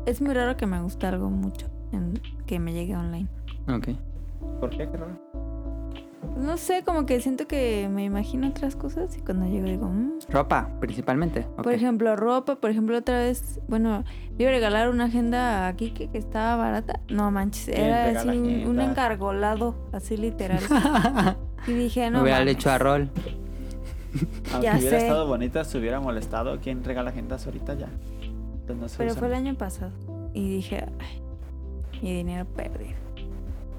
Es muy raro que me guste algo mucho en- que me llegue online.
Ok.
¿Por qué? Creo?
No sé, como que siento que me imagino otras cosas y cuando llego digo, "Mm".
Ropa, principalmente. Ok.
por ejemplo, ropa, por ejemplo, otra vez, bueno, le iba a regalar una agenda a Kike que estaba barata. No manches, era así
regala
un, un
agendas.
encargolado, así literal. y dije,
Me
no.
hubiera
mames".
hecho a Rol.
Aunque
Ya
hubiera
sé.
estado bonita, se hubiera molestado. ¿Quién regala agendas ahorita ya? Pues no se
Pero
usan.
fue el año pasado. Y dije, ay, mi dinero perdido.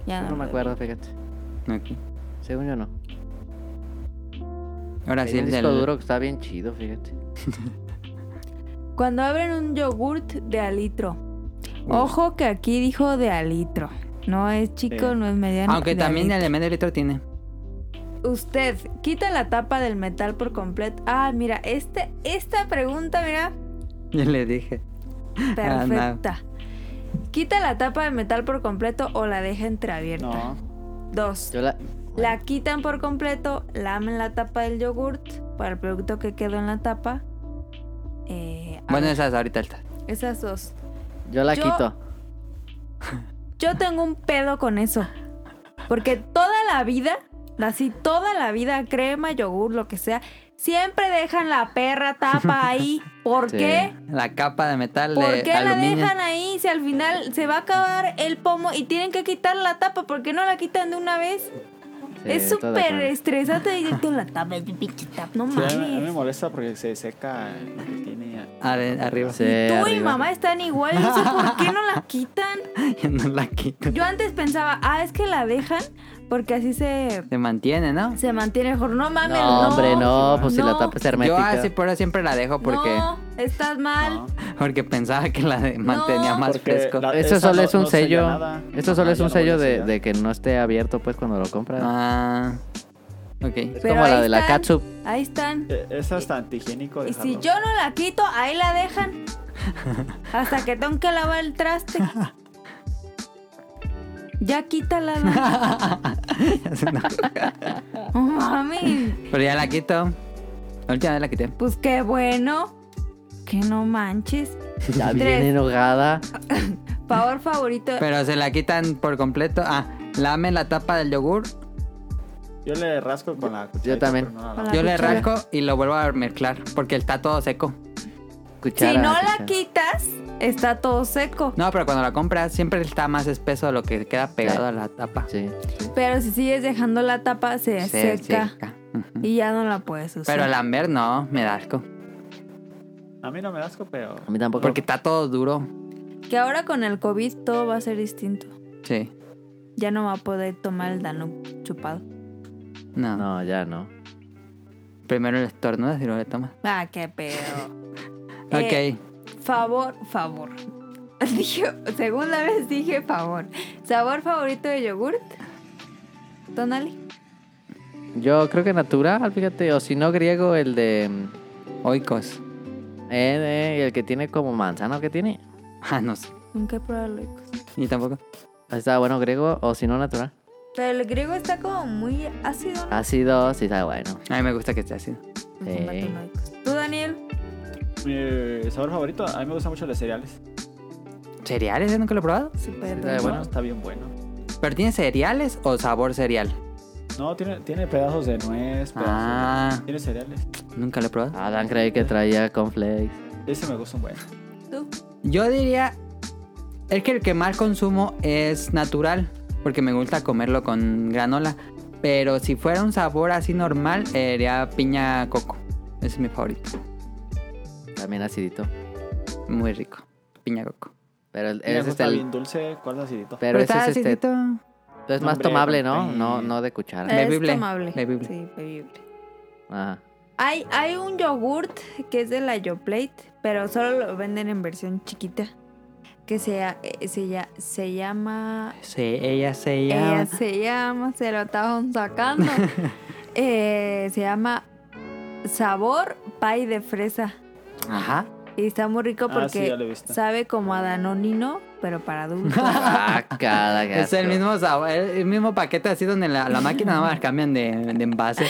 Ya no,
No me
lo-
acuerdo, fíjate.
Ok.
Según yo no.
Ahora sí,
Tenía
el
un
del...
disco duro que está bien chido, fíjate.
Cuando abren un yogurt de alitro. Ojo que aquí dijo de alitro. No es chico,
Sí.
no es mediano.
Aunque
de
también el
alitro.
de medio litro tiene.
Usted quita la tapa del metal por completo. Ah, mira, este, esta pregunta, mira,
Yo le dije. Ah, no.
perfecta. Quita la tapa del metal por completo o la deja entreabierta.
No.
Dos.
Yo la.
La quitan por completo, lamen la tapa del yogurt para el producto que quedó en la tapa. Eh,
Bueno, esas ahorita. altas.
Esas dos.
Yo la
Yo-
quito.
Yo tengo un pedo con eso. Porque toda la vida, así toda la vida, crema, yogur, lo que sea, siempre dejan la perra tapa ahí. ¿Por
Sí.
qué?
La capa de metal
¿Por
de
qué la
aluminio.
dejan ahí si al final se va a acabar el pomo y tienen que quitar la tapa? ¿Por qué no la quitan de una vez?
Sí,
es
estoy de
súper
acuerdo.
estresante directo la tapa, es mi pinche tapa, no
Sí, a, mí, a mí me
mames.
molesta porque se seca lo que tiene.
Are- Arriba.
Sí,
Tú y
arriba.
mamá están igual, no sé por qué no la quitan.
Yo no la quito.
Yo antes pensaba, ah, es que la dejan porque así se,
Se mantiene, ¿no?
se mantiene mejor. No mames,
No, hombre, no, pues si la
no,
tapa es
Yo
hermética.
ah,
así por eso siempre la dejo porque,
No, estás mal.
No,
porque pensaba que la de- mantenía más
porque
fresco.
la-
Eso
esa
Ah, solo
no-
es un
no sella
sello.
nada.
Eso solo
Ah,
es
ya
un
no
sello
vuelve a
de,
sellar.
de que no esté abierto pues cuando lo compras.
Ah, ok.
es
pero
como la
ahí
de la
están.
catsup.
Ahí están.
Eh, Es hasta antihigiénico
Y si
dejarlo.
yo no la quito, ahí la dejan. Hasta que tengo que lavar el traste. Ya quítala. la- Oh, mami.
Pero ya la quito. La última vez la quité.
Pues qué bueno. Que no manches.
Ya
Tres.
bien enojada.
Favor favorito.
Pero se la quitan por completo. Ah, lamen la tapa del yogur.
Yo le rasco con la cuchara.
también.
Con la
Yo le
cuchara.
arranco y lo vuelvo a mezclar porque está todo seco.
Cuchara,
Si no la
cuchara.
quitas, está todo seco.
No, pero cuando la compras siempre está más espeso de lo que queda pegado a la tapa.
Sí.
Pero si sigues dejando la tapa, se,
Se
seca.
seca. Ujú.
Y ya no la puedes usar.
Pero al amber no, me da asco.
A mí no me da asco, pero.
A mí tampoco.
Porque está todo duro.
Que ahora con el COVID todo va a ser distinto.
Sí.
Ya no va a poder tomar el Danube chupado.
No.
No, ya no.
Primero le estornudas y luego le tomas.
Ah, qué pedo. Eh,
ok.
Favor, favor. Dije, segunda vez dije favor. ¿Sabor favorito de yogurt? Tonali.
Yo creo que natural, fíjate. O si no, griego, el de. mm,
Oikos.
eh, eh, el que tiene como manzana, ¿qué tiene?
Ah, no sé.
Nunca he probado el oikos.
Ni tampoco.
Está bueno, griego, o si no, natural.
Pero el griego está como muy ácido. ¿no?
Ácido, sí, está bueno.
A mí me gusta que esté así.
Me combate un oikos. ¿Tú, Daniel?
Mi sabor favorito, a mí me gustan mucho los cereales.
¿Cereales? ¿Yo nunca lo he probado?
Súper
Está
No,
bueno.
Está bien bueno.
¿Pero tiene cereales o sabor cereal?
No, tiene, tiene pedazos de nuez, pedazos de-
Ah.
Tiene cereales.
Nunca lo he probado.
Adam creí que traía cornflakes.
Ese me gusta un buen.
¿Tú?
Yo diría. Es que el que más consumo es natural. Porque me gusta comerlo con granola. Pero si fuera un sabor así normal, sería piña coco. Ese es mi favorito.
También acidito.
Muy rico. Piña coco.
Pero el-
Ese
ese es
pues, está
el.
bien dulce, ¿cuál es acidito?
Pero ese
está
es este.
acidito.
Entonces es más
Hombre,
tomable, ¿no?
hombre.
No, no de cuchara.
Eh. Bebible.
Es tomable.
Bebible.
Sí, bebible.
Ajá.
Hay, hay un yogurt que es de la Yoplait, pero solo lo venden en versión chiquita. Que se, eh, se, ya- se llama.
Sí, ella se
Ella
llama.
se llama, se lo estaban sacando. Eh, se llama Sabor Pie de Fresa.
Ajá.
Y está muy rico
Ah, sí,
porque
ya lo he visto.
sabe como a Danonino, pero para adultos.
Ah, cada
Es el mismo sabor, el mismo paquete así donde la, la máquina nada más cambian de, de envase.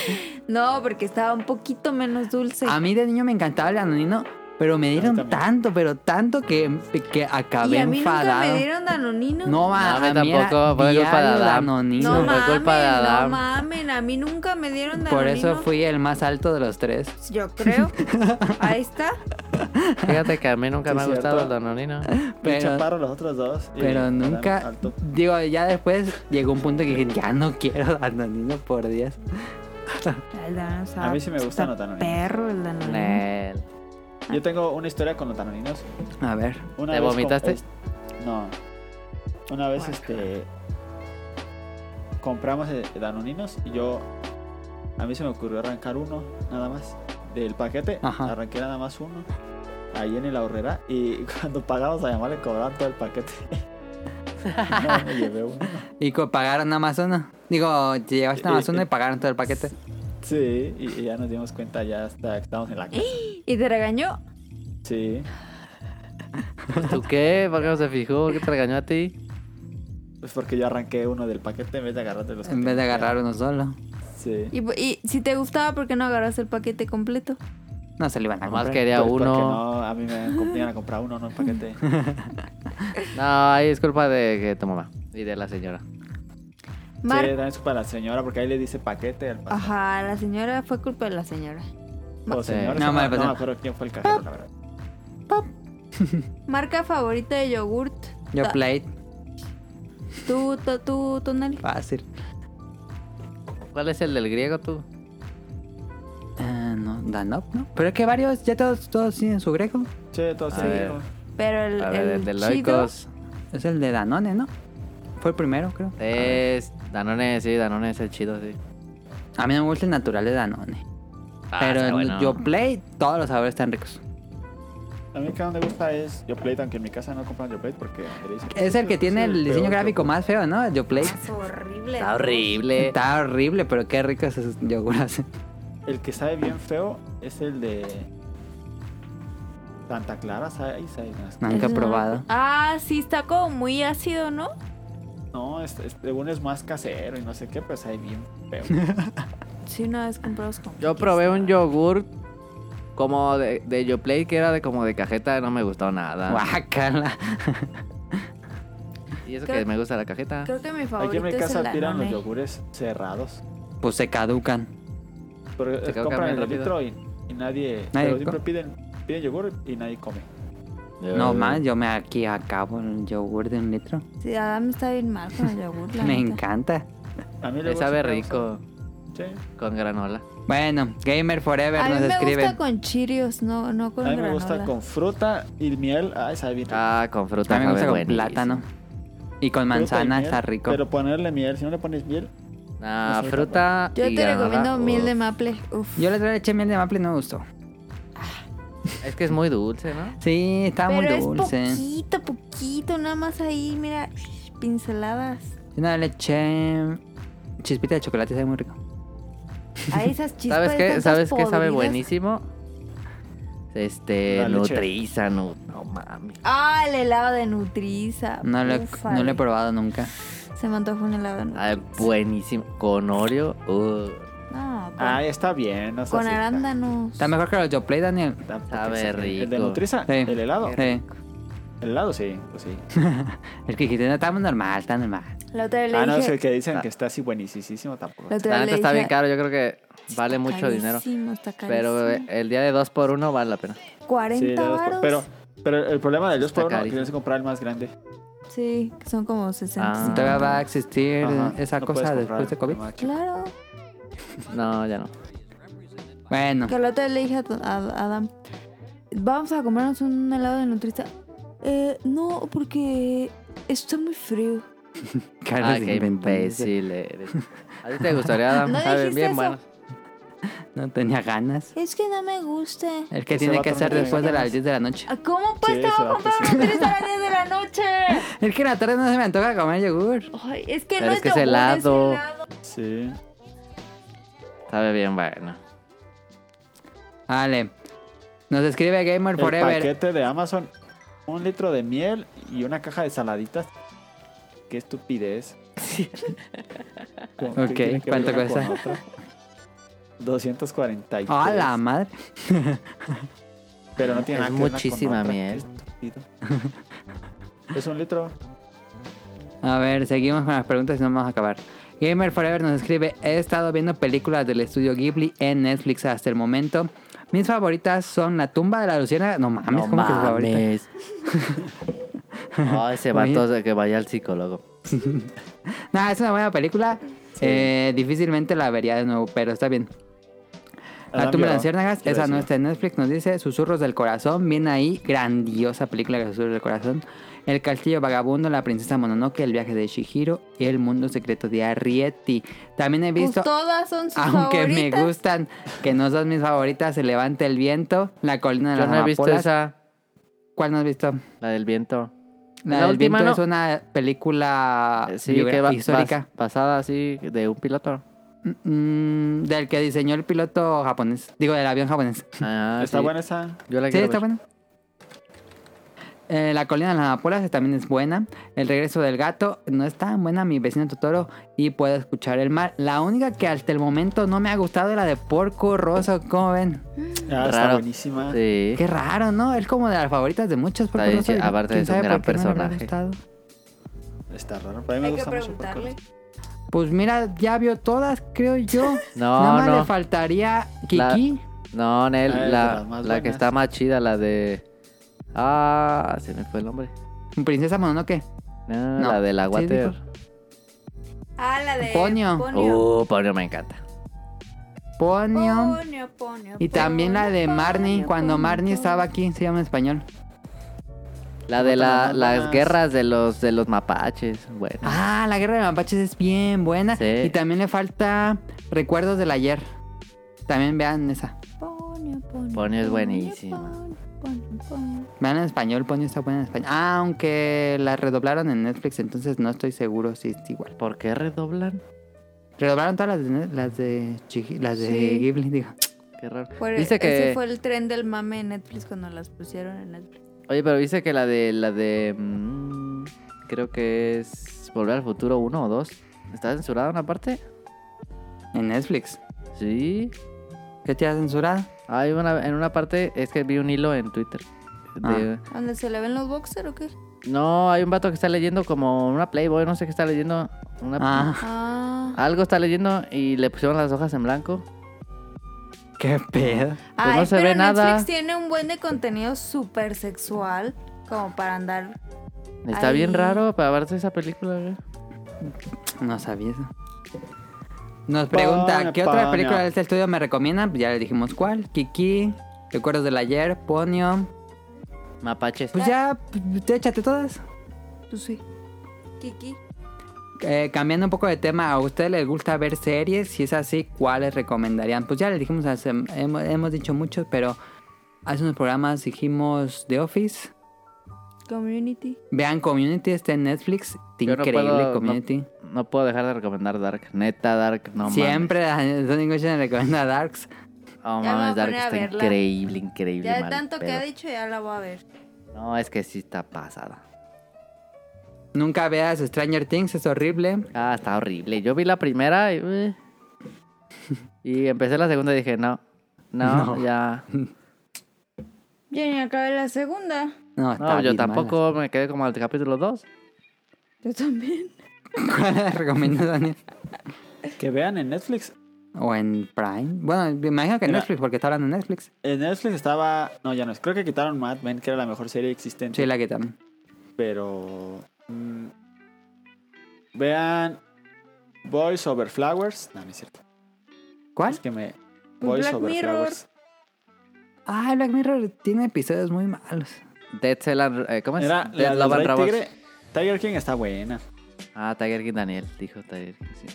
no, porque estaba un poquito menos dulce.
A mí de niño Ah, me encantaba el anonino, pero me dieron
también.
tanto, pero tanto que, que
y
acabé
a mí nunca me
enfadado.
dieron Danonino.
No,
No,
a,
a mí
a mí era
tampoco, fue culpa de
diario
Adam.
Danonino.
No
Por
mamen,
culpa de
no
Adam.
mamen, a mí nunca me dieron danonino.
Por eso fui el más alto de los tres.
Yo creo. Ahí está.
Fíjate que a mí nunca
Sí,
me ha
cierto.
gustado el danonino.
Bien
Pero,
chaparro los otros dos. y
pero
Adán
nunca,
alto.
digo, ya después llegó un punto que dije, ya no quiero danonino por días.
El danonino está-
A mí sí me gusta
está
los danoninos.
Perro el danonino.
Nel.
Yo tengo una historia con los tanoninos.
A ver,
Una
¿Te
vez
vomitaste?
com- es- No. Una vez este compramos eh, danoninos y yo a mí se me ocurrió arrancar uno nada más del paquete,
Ajá.
arranqué nada más uno ahí en el ahorrera y cuando pagamos a llamar le cobraron todo el paquete. no, me llevé uno.
¿y co- pagaron Amazona? Digo, te llevaste a
Eh,
Amazona
eh.
y pagaron todo el paquete.
Sí, y, y ya nos dimos cuenta ya hasta que estábamos en la casa.
¿Y te regañó?
Sí.
¿Tú qué? ¿Por qué no se fijó? ¿Por qué te regañó a ti?
Pues porque yo arranqué uno del paquete en vez de agarrar de los que
En vez de
tenía.
agarrar uno solo.
Sí.
¿Y, y si te gustaba, por qué no agarras el paquete completo?
No se lo iban a
Nomás
comprar.
quería
Pues, porque
uno.
no, a mí me comp- iban a comprar uno, no en paquete.
No, ahí es culpa de que tu mamá y de la señora.
Mar-
Sí, también es para la señora, porque ahí le dice paquete al pastor.
Ajá, la señora fue culpa de la señora.
O señora,
Sí.
no,
No,
me-
mal
no me
pastor.
acuerdo quién fue el cajero, la verdad.
Marca favorita de yogurt.
Yo
Ta-
Plate,
Tú, tú, tú, tú, Nelly.
fácil.
¿Cuál es el del griego tú?
Ah, no, Danop, ¿no? Pero es que varios, ya todos, todos tienen su greco.
Sí, todo
A
sí,
ver.
digo.
Pero el,
A ver,
el
el de
chido-
Loicos.
Es el de Danone, ¿no? Fue el primero, creo.
Es. Danone, sí, Danone es el chido, sí.
A mí no me gusta el natural de Danone.
Ah,
pero
está
el
bueno.
Yo Plate, todos los sabores están ricos.
A mí que no me gusta es Yoplait, aunque en mi casa no compran Yoplait porque le dicen,
Es el que tiene
"Sí,
el diseño
peor
gráfico
yogur".
más feo, ¿no? El Yo Plate.
Ah,
Es horrible.
Está horrible.
Está horrible, pero qué rico es esos yoguras.
El que sabe bien feo es el de Santa Clara, ¿sabe? Ahí sabe más.
Nunca he
Ese no lo-
probado.
Ah, sí, está como muy ácido, ¿no?
No, es, es- según es más casero y no sé qué, pero sabe bien feo.
Sí, una vez compramos con.
Yo probé un yogur como de, de Yoplait que era de como de cajeta, no me gustó nada.
Guácala.
Y eso
Creo-
que me gusta la cajeta.
Creo que mi
Aquí en
favorito
mi
es el
casa tiran los
Danone.
yogures cerrados.
Pues se caducan.
Pero eh,
caducan
compran
bien
el
rápido.
litro y, y nadie.
Nadie
pero
co-
siempre piden, piden yogur y nadie come.
No más, yo me aquí acabo el yogur de un litro.
Sí, Adam está bien mal con el yogur. la
Me
neta.
encanta.
A mí el
Me
yogur
sabe
siempre me
rico
gusta. Sí.
con granola.
Bueno, Gamer Forever
A mí
nos
me
escribe.
gusta con chirios, no, no con
A mí
granola.
me gusta con fruta y miel. Ay, sabe bien rico.
Ah, con fruta.
A mí me gusta
sabe
con
buenísimo.
plátano. Y con
Fruta y
manzana
miel,
está rico.
Pero ponerle miel, si no le pones miel,
Ah,
No sé,
fruta.
Yo
y
te
granola,
recomiendo miel de
uf.
maple. Uf.
Yo la otra vez eché miel de maple y no me gustó.
Es que es muy dulce, ¿no?
Sí, está muy
Pero
dulce.
es poquito, poquito, nada más ahí, mira, pinceladas.
Yo una vez le eché chispita de chocolate, sabe muy rico.
A esas chispas.
¿Sabes qué?
esas
¿Sabes qué sabe
podridas.
buenísimo? Este,
La leche.
nutriza, no, no mames.
Ah, el helado de Nutriza.
No lo, he-
Ufale.
no lo he probado nunca.
Se me antojó un helado de Nutriza.
Ah, buenísimo. Con Oreo. uh,
No, con,
ay, está bien. No sé
con
si está-
arándanos.
Está mejor que los Yoplait, Daniel.
tampoco
Sabe
exageren. ¿El de
rico.
Nutriza?
Sí.
¿El helado?
Sí.
El helado sí, pues sí.
El que dijiste, no, está muy normal, está normal.
La otra vez le
Ah, no, es
dije.
el que dicen que está así buenísimo tampoco.
La otra
La
vez
neta
le
está bien
dije,
caro, yo creo que vale
"Está
mucho dinero.
carísimo, Está carísimo.
Pero eh, el día de dos por uno vale la pena.
Sí, de
40
dos
varos.
por- Pero, pero el problema del 2
Está
por 1
carísimo.
tienes que comprar el más grande.
Sí, que son como 60.
Ah.
Todavía va a existir
Ajá,
esa
no puedes
cosa
comprar
después de COVID.
el más chico.
Claro.
No, ya no.
Bueno,
Que la otra vez le dije a, a- a Adam, vamos a comprarnos un helado de nutrista. Eh, no, porque está muy frío.
caras
Ah,
de
qué
inventarios.
imbécil eres. ¿A ti te gustaría, Adam?
¿No
Saben
dijiste
bien,
eso?
bueno.
No tenía ganas.
Es que no me gusta.
El que
Ese
tiene
vato
que
no
hacer
tiene
después de las
ganas.
10 de la noche.
Ah, ¿Cómo pues
Sí,
te
ese
va a
vato
comprar
sí.
un nutrista a las 10 de la noche?
Es que en la tarde no se me antoja comer yogur.
Ay, es que
Pero
no
es
es
que es
yogur,
helado.
Sí.
Sabe bien, bueno.
Vale. Nos escribe Gamer
El
Forever.
paquete de Amazon, un litro de miel y una caja de saladitas. Qué estupidez. ¿Con- qué
Ok,
tiene que ver
¿cuánto
una con
cuesta?
otra? 243.
¡A la madre!
Pero no tiene
Es
nada que ver una con
muchísima
otra, qué
miel.
estúpido. es un litro.
A ver, seguimos con las preguntas y no vamos a acabar. Gamer Forever nos escribe, he estado viendo películas del estudio Ghibli en Netflix hasta el momento. Mis favoritas son La tumba de la luciérnaga. No mames,
no
¿cómo que es favorita?
mames. No, ese vato de que vaya al psicólogo.
Nada, es una buena película. Eh, difícilmente la vería de nuevo, pero está bien. La
Adam
tumba de
lloró,
las ciérnagas,
quiero
esa no
decir.
está en Netflix, nos dice Susurros del Corazón, viene ahí, grandiosa película de Susurros del Corazón. El Castillo Vagabundo, La Princesa Mononoke, El Viaje de Shihiro y El Mundo Secreto de Arrietty. También he visto,
Pues todas son sus
aunque
favoritas.
me gustan, que no son mis favoritas, Se Levanta el Viento, La Colina de
Yo
las
no he visto
Amapolas.
esa,
¿Cuál no has visto?
la del viento.
La,
La
del
última,
Viento
¿no?
es una película
Eh, Sí,
biogra-
que va
Ah, histórica
bas- basada así de un piloto.
Mm, del que diseñó el piloto japonés, digo, del avión japonés.
Ah,
Está
sí.
buena esa.
Yo la
Sí,
quiero
está
ver.
bueno. Eh, la colina de las amapolas también es buena. El regreso del gato no es tan buena. Mi vecino Totoro y puedo escuchar el mar. La única que hasta el momento no me ha gustado es la de Porco Rosso. ¿Cómo ven?
Ah, está
Raro.
buenísima.
Sí.
Qué raro, ¿no? Es como de las favoritas de muchos.
Está
Porque
bien
no soy,
chido. Aparte
quién
es un
sabe
gran
por qué no le habrá
personaje.
gustado.
Está raro. Pero a mí me
Hay que
gusta mucho. Paco.
preguntarle.
Pues mira, ya vio todas, creo yo. Nada
No,
más le
no.
faltaría
La-
Kiki.
No, Nel,
Ah, es de
la,
las más
la que
buenas.
está más chida, la de. Ah, se me fue el nombre.
Princesa Mononoke.
No,
No,
la de la
sí,
Water.
dijo.
Ah, la de.
Ponio.
Ponio.
Uh, Ponyo me encanta.
Ponyo.
Ponio, Ponio,
Y también la de
Ponio,
Marnie,
Ponio,
cuando
Ponio,
Marnie
Ponio.
estaba aquí, se llama en español.
La de
Son
la-
las más
las
buenas.
guerras de los, de los mapaches. Bueno.
Ah, la guerra de mapaches es bien buena.
Sí.
Y también le falta Recuerdos del ayer. También vean esa.
Ponio, Ponio.
Ponio es
Ponio,
buenísima.
Ponio, Ponio, Ponio.
Vean en español, Ponyo está buena en español. Ah, aunque la redoblaron en Netflix, entonces no estoy seguro si es igual.
¿Por qué redoblan?
Redoblaron todas las de, Net- las de, Chihi- las de
Sí.
Ghibli, digo.
Qué raro.
Por-
Dice que.
Ese fue el tren del mame en Netflix cuando las pusieron en Netflix.
Oye, pero dice que la de. La de. mm, creo que es. Volver al futuro 1 o 2. ¿Está censurada una parte?
En Netflix.
Sí. Ah,
¿Qué te ha censurado?
Hay una, en una parte es que vi un hilo en Twitter.
Ah.
de-
¿Dónde se le ven los boxers o qué?
No, hay un vato que está leyendo como una Playboy, no sé qué está leyendo. Una...
Ah,
Ah.
Algo está leyendo y le pusieron las hojas en blanco.
qué pedo.
Pues no se
pero
ve nada.
Netflix tiene un buen de contenido súper sexual como para andar.
Está
Ay.
bien raro para ver esa película. güey.
No sabía eso. Nos
Pana,
pregunta, ¿qué otra
pana.
película de este estudio me recomiendan? Ya le dijimos cuál. Kiki, Recuerdos del Ayer, Ponyo.
Mapaches.
Pues ya, p- te échate todas.
Tú pues sí. Kiki.
Eh, cambiando un poco de tema, ¿a ustedes les gusta ver series? Si es así, ¿cuáles recomendarían? Pues ya les dijimos, hace- hemos, hemos dicho muchos, pero hace unos programas dijimos The Office.
Community.
Vean Community, está en Netflix. Está
Yo no
increíble
puedo- no-
Community.
No puedo dejar de recomendar Dark. Neta, Dark, no mames.
Siempre Sonic Ocean recomienda Darks.
Ya me
Oh,
voy a
mames, Dark
poner a
está
verla.
increíble, increíble.
Ya de
mal
tanto que
pedo.
ha dicho, ya la voy a ver.
No, es que sí está pasada.
Nunca veas Stranger Things, es horrible.
Ah, está horrible. Yo vi la primera y. eh. Y empecé la segunda y dije, no. No,
No.
ya.
Yo ni acabé la segunda.
No,
No,
está
yo
bien mala.
tampoco me quedé como al capítulo 2.
Yo también.
¿Cuál les recomiendas, Daniel?
Que vean en Netflix.
¿O en Prime? Bueno, me imagino que en
Mira.
Netflix, porque está hablando de Netflix.
En Netflix estaba. No, ya no es. Creo que quitaron Mad Men, que era la mejor serie existente.
Sí, la que también.
Pero. mm, vean. Boys Over Flowers. No, no es cierto.
¿Cuál?
Es que me.
Un
Boys
Black
Over
Mirror.
Flowers.
Ah, Black Mirror tiene episodios muy malos.
Dead Cell and- eh, ¿Cómo es?
Era
Dead
la, la
Love and
Rey
Robots.
Tigre. Tiger King está buena.
Ah, Tiger King Daniel, dijo Tiger King, sí.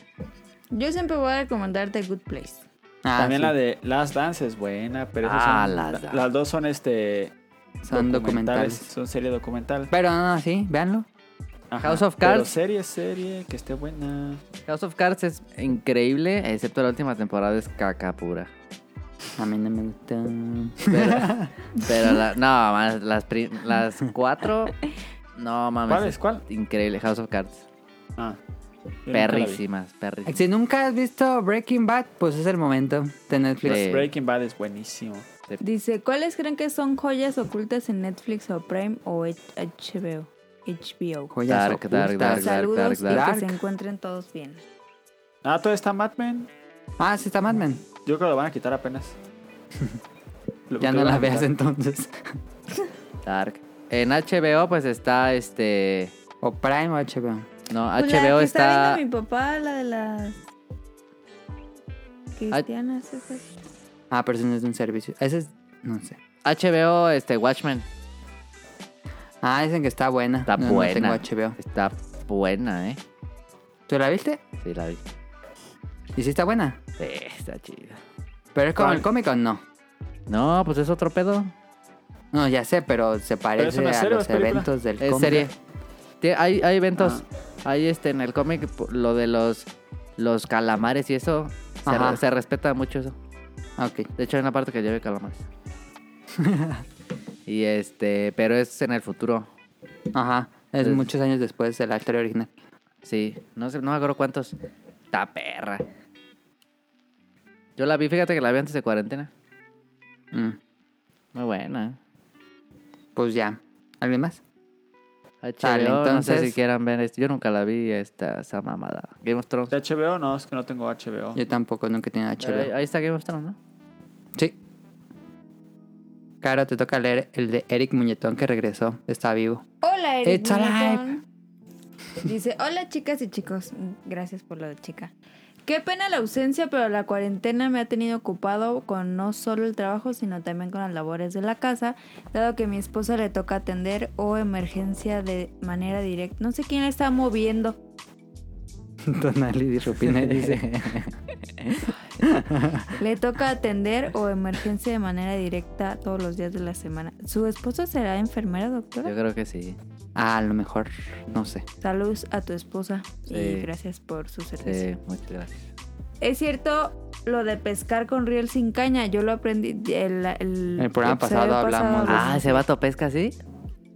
Yo siempre voy a recomendarte Good Place.
Ah,
También
sí,
la de Last Dance es buena, pero esas
Ah,
son-
Last
la-
Dance.
las dos son este
Son documentales.
son serie documental.
Pero no, sí, véanlo.
Ajá,
House of
pero
Cards.
serie, serie que esté buena.
House of Cards es increíble, excepto la última temporada es caca pura.
A mí no me gusta.
Pero, pero la- no, más las, pri- las cuatro, no mames.
¿Cuál es? ¿Cuál?
Increíble, House of Cards.
Ah, yo nunca la vi.
Perrísimas, perrísimas.
Si nunca has visto Breaking Bad, pues es el momento de Netflix.
Sí.
Breaking Bad es buenísimo.
Dice, ¿cuáles creen que son joyas ocultas en Netflix o Prime o H- HBO? HBO.
Joyas
Dark,
ocultas.
dark, dark, dark, dark,
Saludos y
dark.
dark.
que se encuentren todos bien.
Ah, todo está Mad Men.
Ah, sí está Mad Men.
Yo creo que lo van a quitar apenas. Lo-
Ya
lo
no
van a
la veas
quitar.
entonces.
Dark. En HBO pues está este...
O Prime o HBO.
No,
Pues la
HBO
que
está...
viendo mi papá, la de las cristianas esas.
Ah, pero eso no es de un servicio. Ese es. No sé.
HBO, este, Watchmen.
Ah, dicen que está buena.
Está
No, no
buena.
tengo HBO.
Está buena, ¿eh?
¿Tú la viste?
Sí, la vi.
¿Y sí está buena?
Sí, está chida.
¿Pero es como
¿Cuál?
el cómic o no?
No, pues es otro pedo.
No, ya sé, pero se parece
una
a
serie o
los
es película?
eventos del
Es
cómic.
serie. Tie- Hay, hay eventos. Hay este en el cómic po- lo de los los calamares y eso. Se, re-
Ajá.
se respeta mucho eso.
Ok.
De hecho hay una parte que lleve calamares. y este, pero es en el futuro.
Ajá. Es
Es-
muchos años después de la historia original.
Sí, no sé, no me acuerdo cuántos. Ta perra. Yo la vi, fíjate que la vi antes de cuarentena.
Mm,
Muy buena.
pues ya. ¿Alguien más?
HBO,
Sale,
no sé
entonces-
si quieran ver esto. Yo nunca la vi esta, esa mamada. Game of Thrones.
¿De HBO? No, es que no tengo HBO.
Yo tampoco, nunca he tenido
Pero ahí-
HBO.
ahí está Game of Thrones, ¿no?
Sí. Caro, te toca leer el de Eric Muñetón que regresó. Está vivo.
Hola, Eric.
It's alive.
Muñetón. Dice, hola chicas y chicos. Gracias por lo de chica. Qué pena la ausencia, pero la cuarentena me ha tenido ocupado con no solo el trabajo, sino también con las labores de la casa, dado que mi esposa le toca atender o emergencia de manera directa. No sé quién la está moviendo.
Tonali Di Rupina dice.
Le toca atender o emergencia de manera directa todos los días de la semana. ¿Su esposa será enfermera,
Yo
doctora?
creo que sí.
Ah, a lo mejor, no sé.
Saludos a tu esposa
Sí.
y gracias por su servicio.
Sí, eh, muchas gracias.
Es cierto lo de pescar con riel sin caña. Yo lo aprendí. El, el-
El programa
episodio
pasado hablamos de
Ah, ese vato pesca así.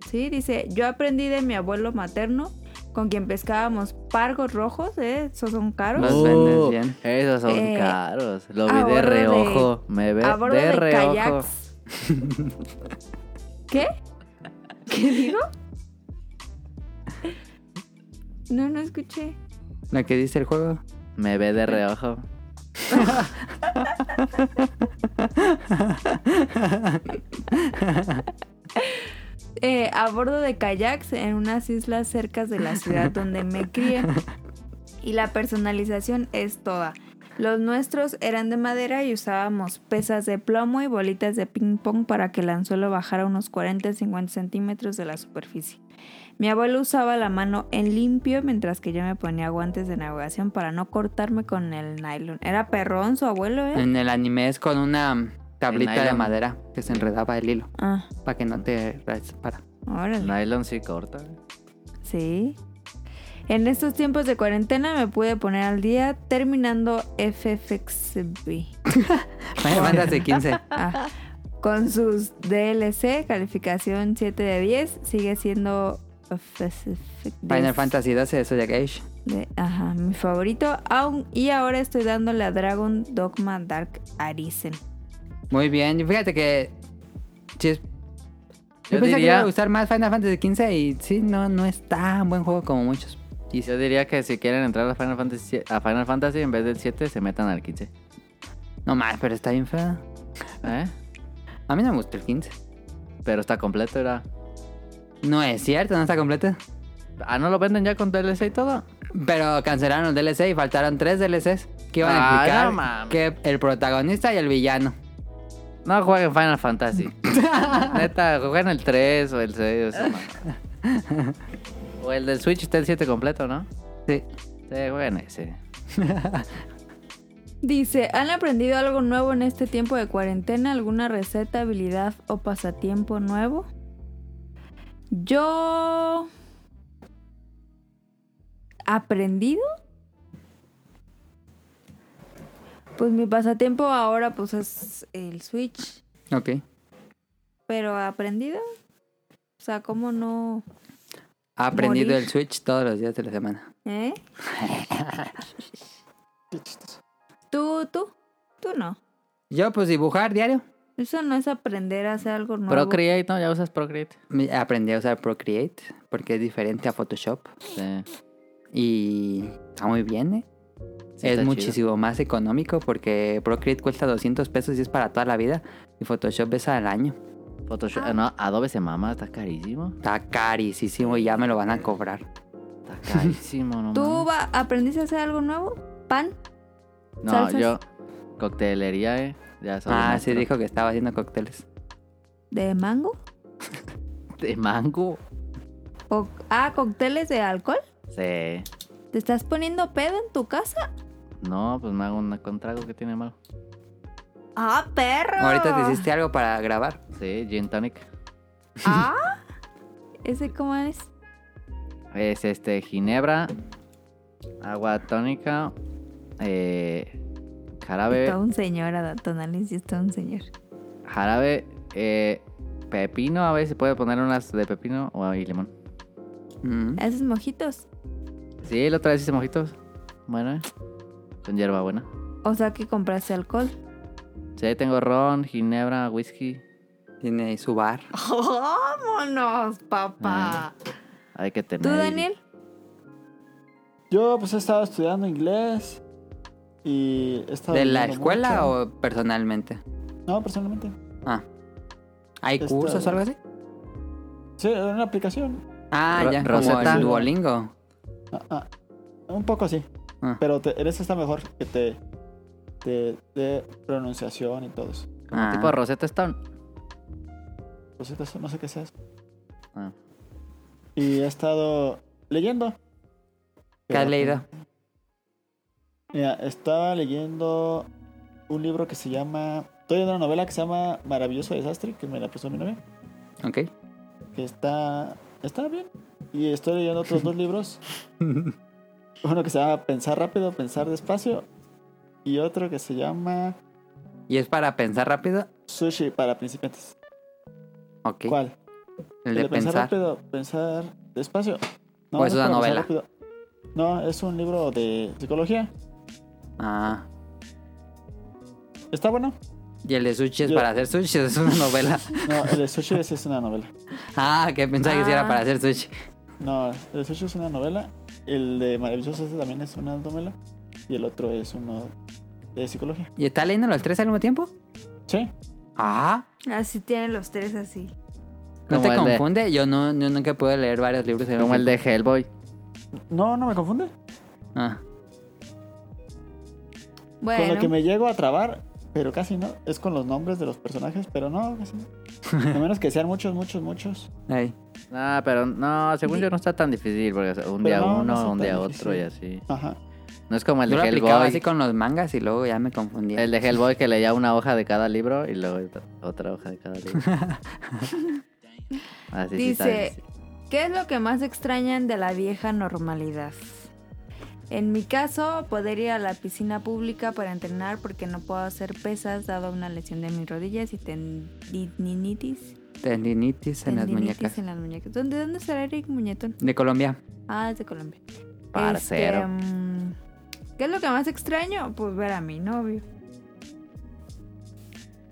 Sí, dice: Yo aprendí de mi abuelo materno, con quien pescábamos pargos rojos, ¿eh? Esos son caros.
Los
Oh,
vendes bien.
Esos son
Oh. Eh,
caros. Lo vi
a
de
bordo de-
reojo. Me ve
a bordo
de,
de,
reojo.
kayaks. ¿Qué? ¿Qué digo? No, no escuché.
¿La que dice el juego?
Me ve de reojo.
Eh, a bordo de kayaks en unas islas cercas de la ciudad donde me crié. Y la personalización es toda. Los nuestros eran de madera y usábamos pesas de plomo y bolitas de ping pong para que el anzuelo bajara unos 40-50 centímetros de la superficie. Mi abuelo usaba la mano en limpio mientras que yo me ponía guantes de navegación para no cortarme con el nylon. Era perrón su abuelo, ¿eh?
En el anime es con una tablita de
nylon.
madera que se enredaba el hilo
Ah,
para que no te para.
órale.
Nylon sí corta.
Sí. En estos tiempos de cuarentena me pude poner al día terminando FFXB
Vaya, mándase 15.
Ah, con sus DLC, calificación 7 de 10, sigue siendo FFXB.
Final Fantasy 12 de Soya Gage.
De- ajá, mi favorito. Aún, y ahora estoy dándole a Dragon Dogma Dark Arisen.
Muy bien, fíjate que. sí es- Yo,
Yo
pensé que
diría-
iba a gustar más Final Fantasy 15 y sí, no, no es tan buen juego como muchos.
Y yo diría que si quieren entrar a Final Fantasy, a Final Fantasy en vez del 7, se metan al 15.
No más, pero está bien feo.
¿Eh?
A mí no me gustó el 15.
Pero está completo, era.
No es cierto, no está completo.
Ah, ¿no lo venden ya con DLC y todo?
Pero cancelaron los DLC y faltaron tres DLCs que iban
Ah,
a
no
explicar
mames.
que el protagonista y el villano.
No jueguen Final Fantasy. Neta, jueguen el 3 o el 6. esa mamada. O el del Switch está el 7 completo, ¿no?
Sí.
Sí, jueguen ese.
Dice, ¿han aprendido algo nuevo en este tiempo de cuarentena? ¿Alguna receta, habilidad o pasatiempo nuevo? Yo... ¿Aprendido? Pues mi pasatiempo ahora pues es el Switch,
Ok.
pero ¿aprendido? O sea, ¿cómo no?
Ha aprendido
Morir.
el Switch todos los días de la semana.
¿Eh? ¿Tú, tú? Tú no.
Yo, pues dibujar diario.
Eso no es aprender a hacer algo nuevo.
Procreate, ¿no? Ya usas Procreate.
Me- Aprendí a usar Procreate porque es diferente a Photoshop.
Sí.
Y está muy bien, ¿eh?
Sí,
es
está
muchísimo más económico porque Procreate cuesta 200 pesos y es para toda la vida. Y Photoshop es al año.
chido. Photoshop.
Ah.
eh, No, Adobe se mama, está carísimo.
Está carísimo y ya me lo van a cobrar.
Está carísimo, no
¿Tú
mames.
va- aprendiste a hacer algo nuevo? ¿Pan?
No,
salsas?
yo. Coctelería, ¿eh? Ya soy
ah,
maestro.
sí, dijo que estaba haciendo cócteles.
¿De mango?
¿De mango?
O, ah, cócteles de alcohol.
Sí.
¿Te estás poniendo pedo en tu casa?
No, pues me hago un contrago que tiene malo.
¡Ah, perro!
Ahorita te hiciste algo para grabar.
Sí, Gin Tonic.
¡Ah! ¿Ese cómo es?
Es este, ginebra, agua tónica, eh, jarabe,
Está un señor, Tonali, sí está un señor.
jarabe, eh, pepino, a ver si puede poner unas de pepino o y limón.
Mm.
¿Haces mojitos?
Sí, la otra vez hice mojitos. Bueno, eh, con hierba buena.
O sea que compraste alcohol.
Sí, tengo ron, ginebra, whisky.
Tiene ahí su bar.
¡Vámonos,
Ah,
papá!
Hay que tener.
¿Tú, Daniel?
Yo pues he estado estudiando inglés y he estado
¿De la
leyendo
escuela
mucho.
o personalmente?
No, personalmente.
Ah. ¿Hay
Está
cursos o algo así?
Sí, en una aplicación.
Ah,
Ro-
ya, como
Rosetta.
el Duolingo.
Ah, ah, un poco así.
Ah.
Pero te, en esta está mejor que te te dé pronunciación y todo eso.
Ah,
Tipo Rosetta Stone.
Pues esto no sé qué sea eso.
Ah.
Y he estado leyendo.
¿Qué has leído?
Mira, estaba leyendo un libro que se llama. Estoy leyendo una novela que se llama Maravilloso Desastre, que me la puso mi novia.
Ok.
que está, está bien. Y estoy leyendo otros dos libros. Uno que se llama Pensar rápido, pensar despacio. Y otro que se llama
¿Y es para pensar rápido?
Sushi para principiantes.
Ok.
¿Cuál?
El de pensar.
rápido, pensar despacio.
¿O es
no
una
para
novela?
pensar rápido. No, es un libro de psicología.
Ah.
¿Está bueno?
¿Y el de sushi es
Yo-
para hacer sushi? ¿Es una novela?
No, el de sushi sí es una novela.
Ah, que pensaba que sí era para hacer sushi.
No, el de sushi es una novela. El de Maravilloso Desastre también es una novela. Y el otro es uno de psicología.
¿Y está leyendo los tres al mismo tiempo?
Sí.
Ah.
Así tienen los tres así.
¿No
Como
te
el de-
confunde? Yo, no, yo nunca pude leer varios libros. al
Como el
mismo
de Hellboy.
No, no me confunde.
tiempo. Ah.
Con
Bueno,
lo que me llego a trabar, pero casi no, es con los nombres de los personajes, pero no, casi no. A menos que sean muchos, muchos, muchos.
Ahí.
Ah, pero no, según yo no está tan difícil. Porque un
Pero
día
no, no
uno,
está
un
tan
día otro
difícil.
y así.
Ajá.
No es como el
Yo lo
de
aplicaba así
Hellboy.
con los mangas y luego ya me confundía.
El de Hellboy que leía una hoja de cada libro y luego otra- otra hoja de cada libro. Así sí está
Dice-
difícil.
¿qué es lo que más extrañan de la vieja normalidad? En mi caso, poder ir a la piscina pública para entrenar porque no puedo hacer pesas dado una lesión de mis rodillas y tendinitis.
Tendinitis en las
tendinitis
muñecas.
en las muñecas. ¿Dónde, dónde será Eric Muñetón?
De Colombia.
Ah, es de Colombia.
Parcero.
Este, mm, ¿Qué es lo que más extraño? Pues ver a mi novio.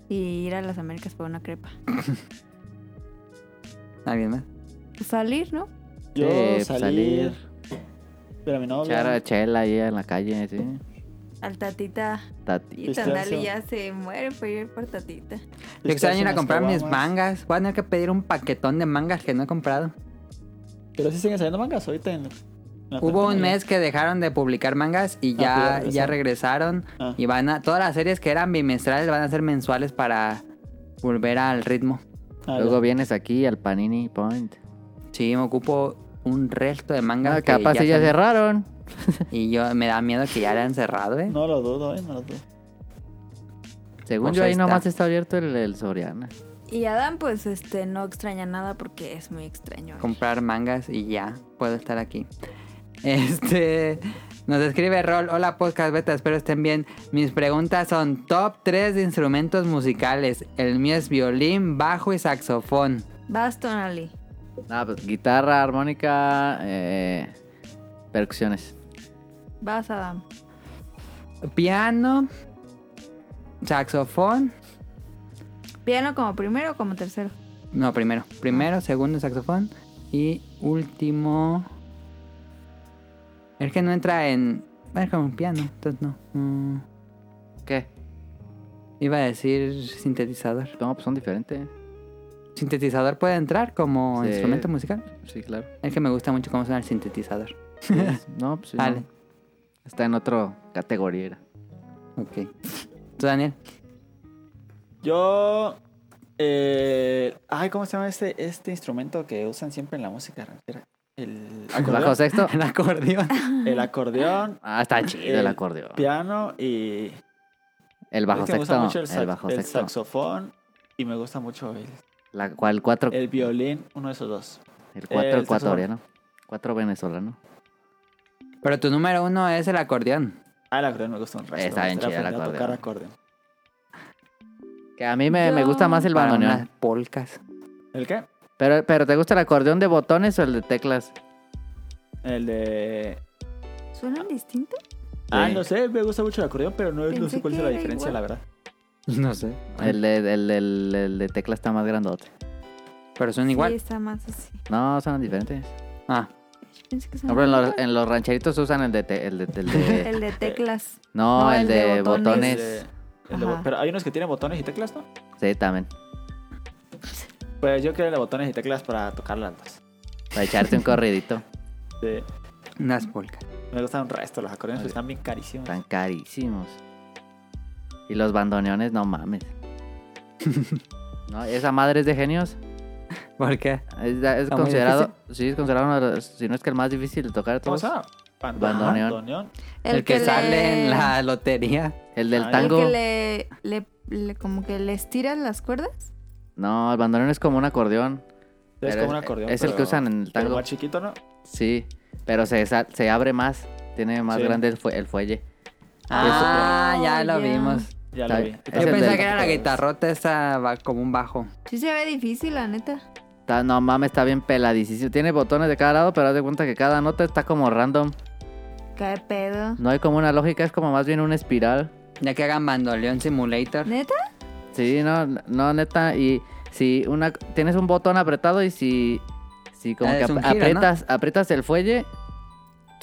Y ir a las Américas por una crepa.
¿Alguien más?
Salir, ¿no?
Yo
Sí, pues,
pues
salir,
salir.
pero mi novia.
Echar a chela ahí en la calle, sí.
Al tatita.
Tati.
Y Tandali
Pistacio.
ya se muere por ir por tatita.
Yo extraño ir a
unas
comprar mis
caguamas.
mangas. Voy a tener que pedir un paquetón de mangas que no he comprado.
Pero sí siguen saliendo mangas ahorita en. en la
Hubo un
pandemia.
mes que dejaron de publicar mangas y
Ah,
ya,
pues
ya
ya
regresaron.
Ah.
Y van a. Todas las series que eran bimestrales van a ser mensuales para volver al ritmo.
Ah,
Luego vienes aquí al Panini Point.
Sí, me ocupo un resto de mangas.
No,
que
capaz
ya
si ya
son-
cerraron.
Y yo me da miedo que ya la han cerrado, ¿eh?
No lo dudo, eh, no lo dudo.
Según
Pues
yo,
ahí
ahí
está.
nomás está abierto el, el Soriana.
Y Adam, pues, este, no extraña nada porque es muy extraño.
comprar mangas y ya puedo estar aquí. Este nos escribe Rol, hola podcast beta, espero estén bien. Mis preguntas son top 3 de instrumentos musicales. El mío es violín, bajo y saxofón.
Vas, Tonali.
Ah, pues guitarra, armónica, eh, percusiones.
Vas, Adam.
Piano, saxofón.
Piano como primero o como tercero.
No, primero. Primero, segundo saxofón y último. Es que no entra en. Bueno, como un piano, entonces no. Mm,
¿Qué?
iba a decir sintetizador.
No, pues son diferentes.
sintetizador puede entrar como
Sí.
instrumento musical.
Sí, claro.
Es que me gusta mucho cómo suena el sintetizador.
Sí, es- no, pues sí. no.
Vale.
Está en otra categoría.
Ok. ¿Tú, Daniel?
Yo. eh, Ay, ¿cómo se llama este, este instrumento que usan siempre en la música ranchera? El
Bajo
acordeón.
sexto.
El acordeón.
El acordeón,
Ah, está chido el
El
acordeón.
piano y.
El bajo
es que me gusta
sexto.
mucho el,
El
sax-
bajo
el
sexto.
saxofón y me gusta mucho el,
La cual cuatro.
el violín, uno de esos dos.
El cuatro
el
ecuatoriano. Cuatro venezolano.
Pero tu número uno es el acordeón.
Ah, el acordeón me gusta un resto.
Está bien
Estar
chido el
aprendiendo a
acordeón.
tocar acordeón.
Que a mí me, me
Yo-
gusta más el
Para
bandoneón.
unas polcas.
¿El qué?
Pero, pero ¿te gusta el acordeón de botones o el de teclas?
El de...
¿Suenan distintos?
Ah, no sé, me gusta mucho el acordeón, pero no, no
Pensé
sé cuál es
que
la
era
diferencia,
igual.
la verdad.
No sé.
El de, el, el- el de tecla está más grandote.
Pero son
Sí,
igual.
está más así.
No, son diferentes.
Ah,
Pensé que se
No, pero eh, en
llamaba-
los, en los rancheritos usan el de... te- el de, el de-
El de teclas.
no,
No,
el,
el
de,
de
botones.
botones.
Eh, el de bo-
Ajá.
pero hay unos que tienen botones y teclas, ¿no?
Sí, también.
Pues yo creo el de botones y teclas para tocar las dos.
Para echarte un corridito.
Sí,
unas polcas.
me gustan un resto, los acordeones
Vale.
están bien carísimos.
Están carísimos. Y los bandoneones, no mames. No, esa madre es de genios.
¿Por qué?
Es, es
¿Está muy
considerado, sí, es considerado uno de los, si no es que el más difícil de tocar de
¿Cómo
todos.
se llama? Pan-
Bandoneón.
Bandoneón.
El, que,
le-
sale en la lotería.
El del
Ah, ya.
tango.
El que le, le- le- Como que le estiran las cuerdas.
No, el bandoneón es como un acordeón.
Es
Pero
como un acordeón.
es el que
pero-
usan en el
pero
tango.
más chiquito, ¿no?
Sí, pero se, sa- se abre más. Tiene más
Sí.
grande el, fue- el fuelle.
Ah, ya
ya.
lo vimos.
Ya lo
Está
vi.
bien.
Yo
el
pensaba
del-
que era la guitarrota esa va- como un bajo.
Sí se ve difícil, la neta.
Está- no mames, está bien peladísimo. Tiene botones de cada lado, pero haz de cuenta que cada nota está como random.
Qué pedo.
No hay como una lógica, es como más bien una espiral.
Ya que hagan Bandoleón Simulator.
¿Neta?
Sí, no, no, neta. Y si una tienes un botón apretado y si, si como
Ah,
que
es un
ap-
giro, ¿no?
aprietas, aprietas el fuelle,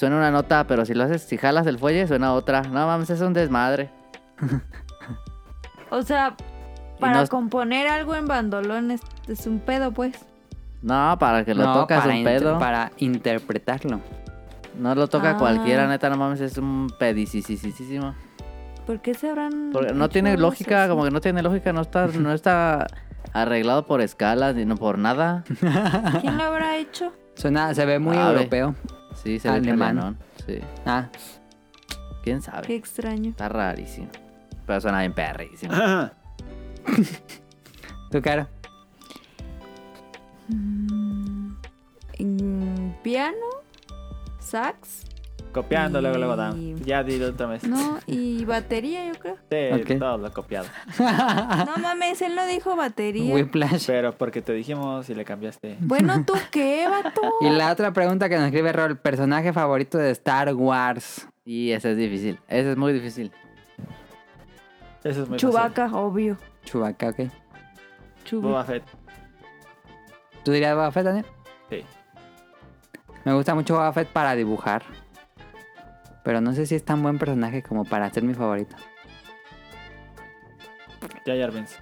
suena una nota, pero si lo haces, si jalas el fuelle, suena otra. No mames, es un desmadre.
O sea,
Y
para
no-
componer algo en bandolón es, es un pedo, pues.
No, para que lo
No,
tocas
para
un
inter-
pedo.
Para interpretarlo.
No lo toca
Ah.
cualquiera, neta, no mames, es un pedicicísimo.
¿Por qué se habrán.?
Porque no
hecho
tiene
eso?
lógica, como que no tiene lógica, no está, no está arreglado por escalas, ni no por nada.
¿Quién lo habrá hecho?
Suena, se ve muy
Sabe.
europeo.
Sí, se ve
Alemán.
italianón, Sí.
Ah,
¿Quién sabe?
Qué extraño.
Está rarísimo. Pero suena bien perrísimo.
tu cara.
Mm, Piano, sax,
Copiando, luego, luego, Dan.
Y-
Ya dilo otra vez.
¿no? Y batería, yo creo.
Sí,
Ok.
todo lo copiado.
No mames, él no dijo batería.
Whiplash.
Pero porque te dijimos y le cambiaste.
Bueno, ¿tú qué, vato?
Y la otra pregunta que nos escribe Rol, personaje favorito de Star Wars.
Y ese es difícil. Ese es muy difícil.
Eso es muy fácil.
Chubaca, obvio.
Chewbacca, ok.
Chubi.
Boba Fett.
¿Tú dirías Boba Fett, Daniel?
Sí.
Me gusta mucho Boba Fett para dibujar. Pero no sé si es tan buen personaje como para ser mi favorito.
Ya, Jarvins.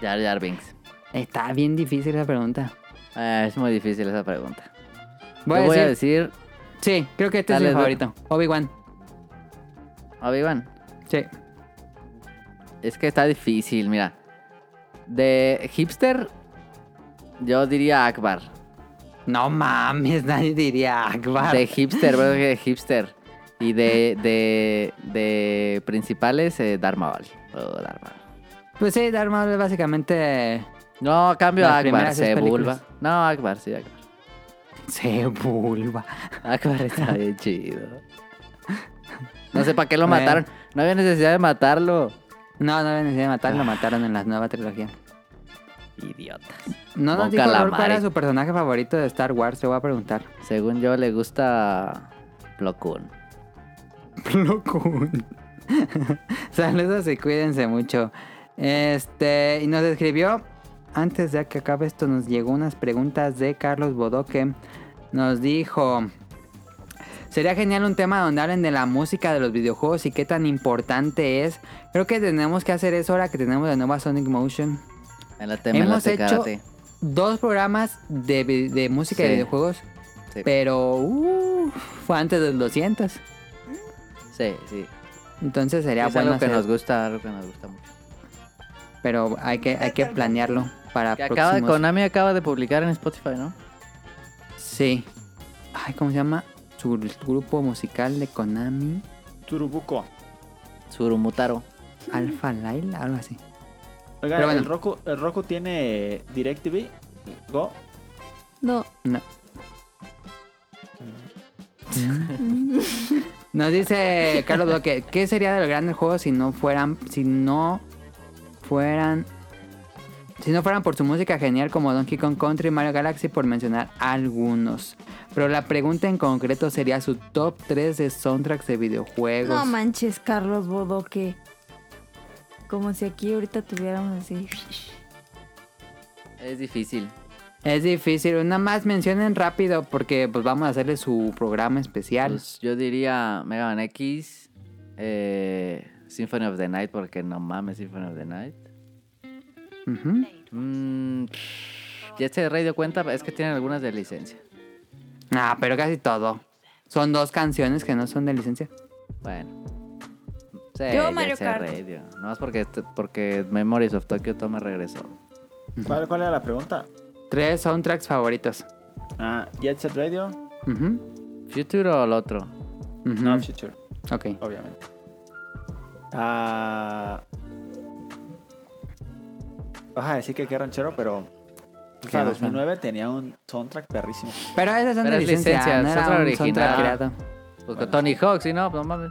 Jar Jar Binks.
Está bien difícil la pregunta.
Eh, es muy difícil esa pregunta.
Voy,
Yo
a,
voy
decir,
a decir
Sí, creo que este
Dale,
es mi
dale.
favorito. Obi-Wan.
Obi-Wan.
Sí.
Es que está difícil, mira. De hipster, yo diría Akbar.
No mames, nadie diría Akbar.
De hipster, bro, de hipster. Y de, de, de principales, eh, Darmaval. Oh, Darmaval.
Pues sí, Darth Maul es básicamente...
No, cambio
Las
a Akbar,
primeras
se
seis películas.
vulva. No, Akbar, sí, Akbar.
Se vulva.
Akbar está bien chido. No sé para qué lo
Bueno.
mataron. No había necesidad de matarlo.
No, no había necesidad de matarlo, mataron en la nueva trilogía.
Idiotas.
No
Mon
nos dijo Rol cuál
Calamari.
era su personaje favorito de Star Wars, te voy a preguntar.
Según yo, le gusta Plo Koon.
Plocun. Saludos y cuídense mucho. Este, y nos escribió, antes de que acabe esto, nos llegó unas preguntas de Carlos Bodoque. Nos dijo, sería genial un tema donde hablen de la música de los videojuegos y qué tan importante es. Creo que tenemos que hacer eso ahora que tenemos la nueva Sonic Motion.
En la tema
Hemos
la
hecho-
karate.
Dos programas de, vi- de música
Sí.
de videojuegos,
Sí.
pero uh, fue antes del 200.
sí, sí.
Entonces sería
es
bueno
algo que
hacer-
nos gusta, algo que nos gusta mucho.
Pero hay que, hay que planearlo para
Que acaba,
próximos...
Konami acaba de publicar en Spotify, ¿no?
Sí. Ay, ¿cómo se llama? Su grupo musical de Konami.
Turubuco.
Surumutaro.
Alpha Lail, algo así.
Oiga,
Pero bueno.
el, Roku, el Roku tiene DirecTV Go.
No,
No. Nos dice Carlos Bloque, ¿qué sería de los grandes juegos si no fueran, si no fueran, si no fueran por su música genial como Donkey Kong Country y Mario Galaxy, por mencionar algunos? Pero la pregunta en concreto sería su top 3 de soundtracks de videojuegos.
no manches, Carlos Bodoque.
Como si aquí ahorita tuviéramos así.
Es difícil.
Es difícil. Una más mencionen rápido porque pues vamos a hacerle su programa especial.
Pues yo diría Mega Man X, eh, Symphony of the Night, porque no mames Symphony of the Night.
Ujú.
Mm, ya se radio cuenta, es que tienen algunas de licencia.
Ah, pero casi todo. Son dos canciones que no son de licencia.
Bueno. Sí,
Yo,
ya
Mario
sé,
Kart.
Radio. No más porque, este, porque Memories of Tokyo Toma regresó.
¿Cuál, ¿Cuál era la pregunta?
Tres soundtracks favoritos.
Ah, Jet Set Radio,
Ujú,
¿Future o el otro?
ujú.
No Future,
Ok.
obviamente. Ah. Vas a decir que qué ranchero, pero.
Qué
Para
bacán.
2009 tenía un soundtrack perrísimo.
Pero esas son
Pero
de
es
licencia,
licencia,
no era
soundtrack
un
original.
soundtrack creado.
Pues con Tony Hawk, si no, pues no mames.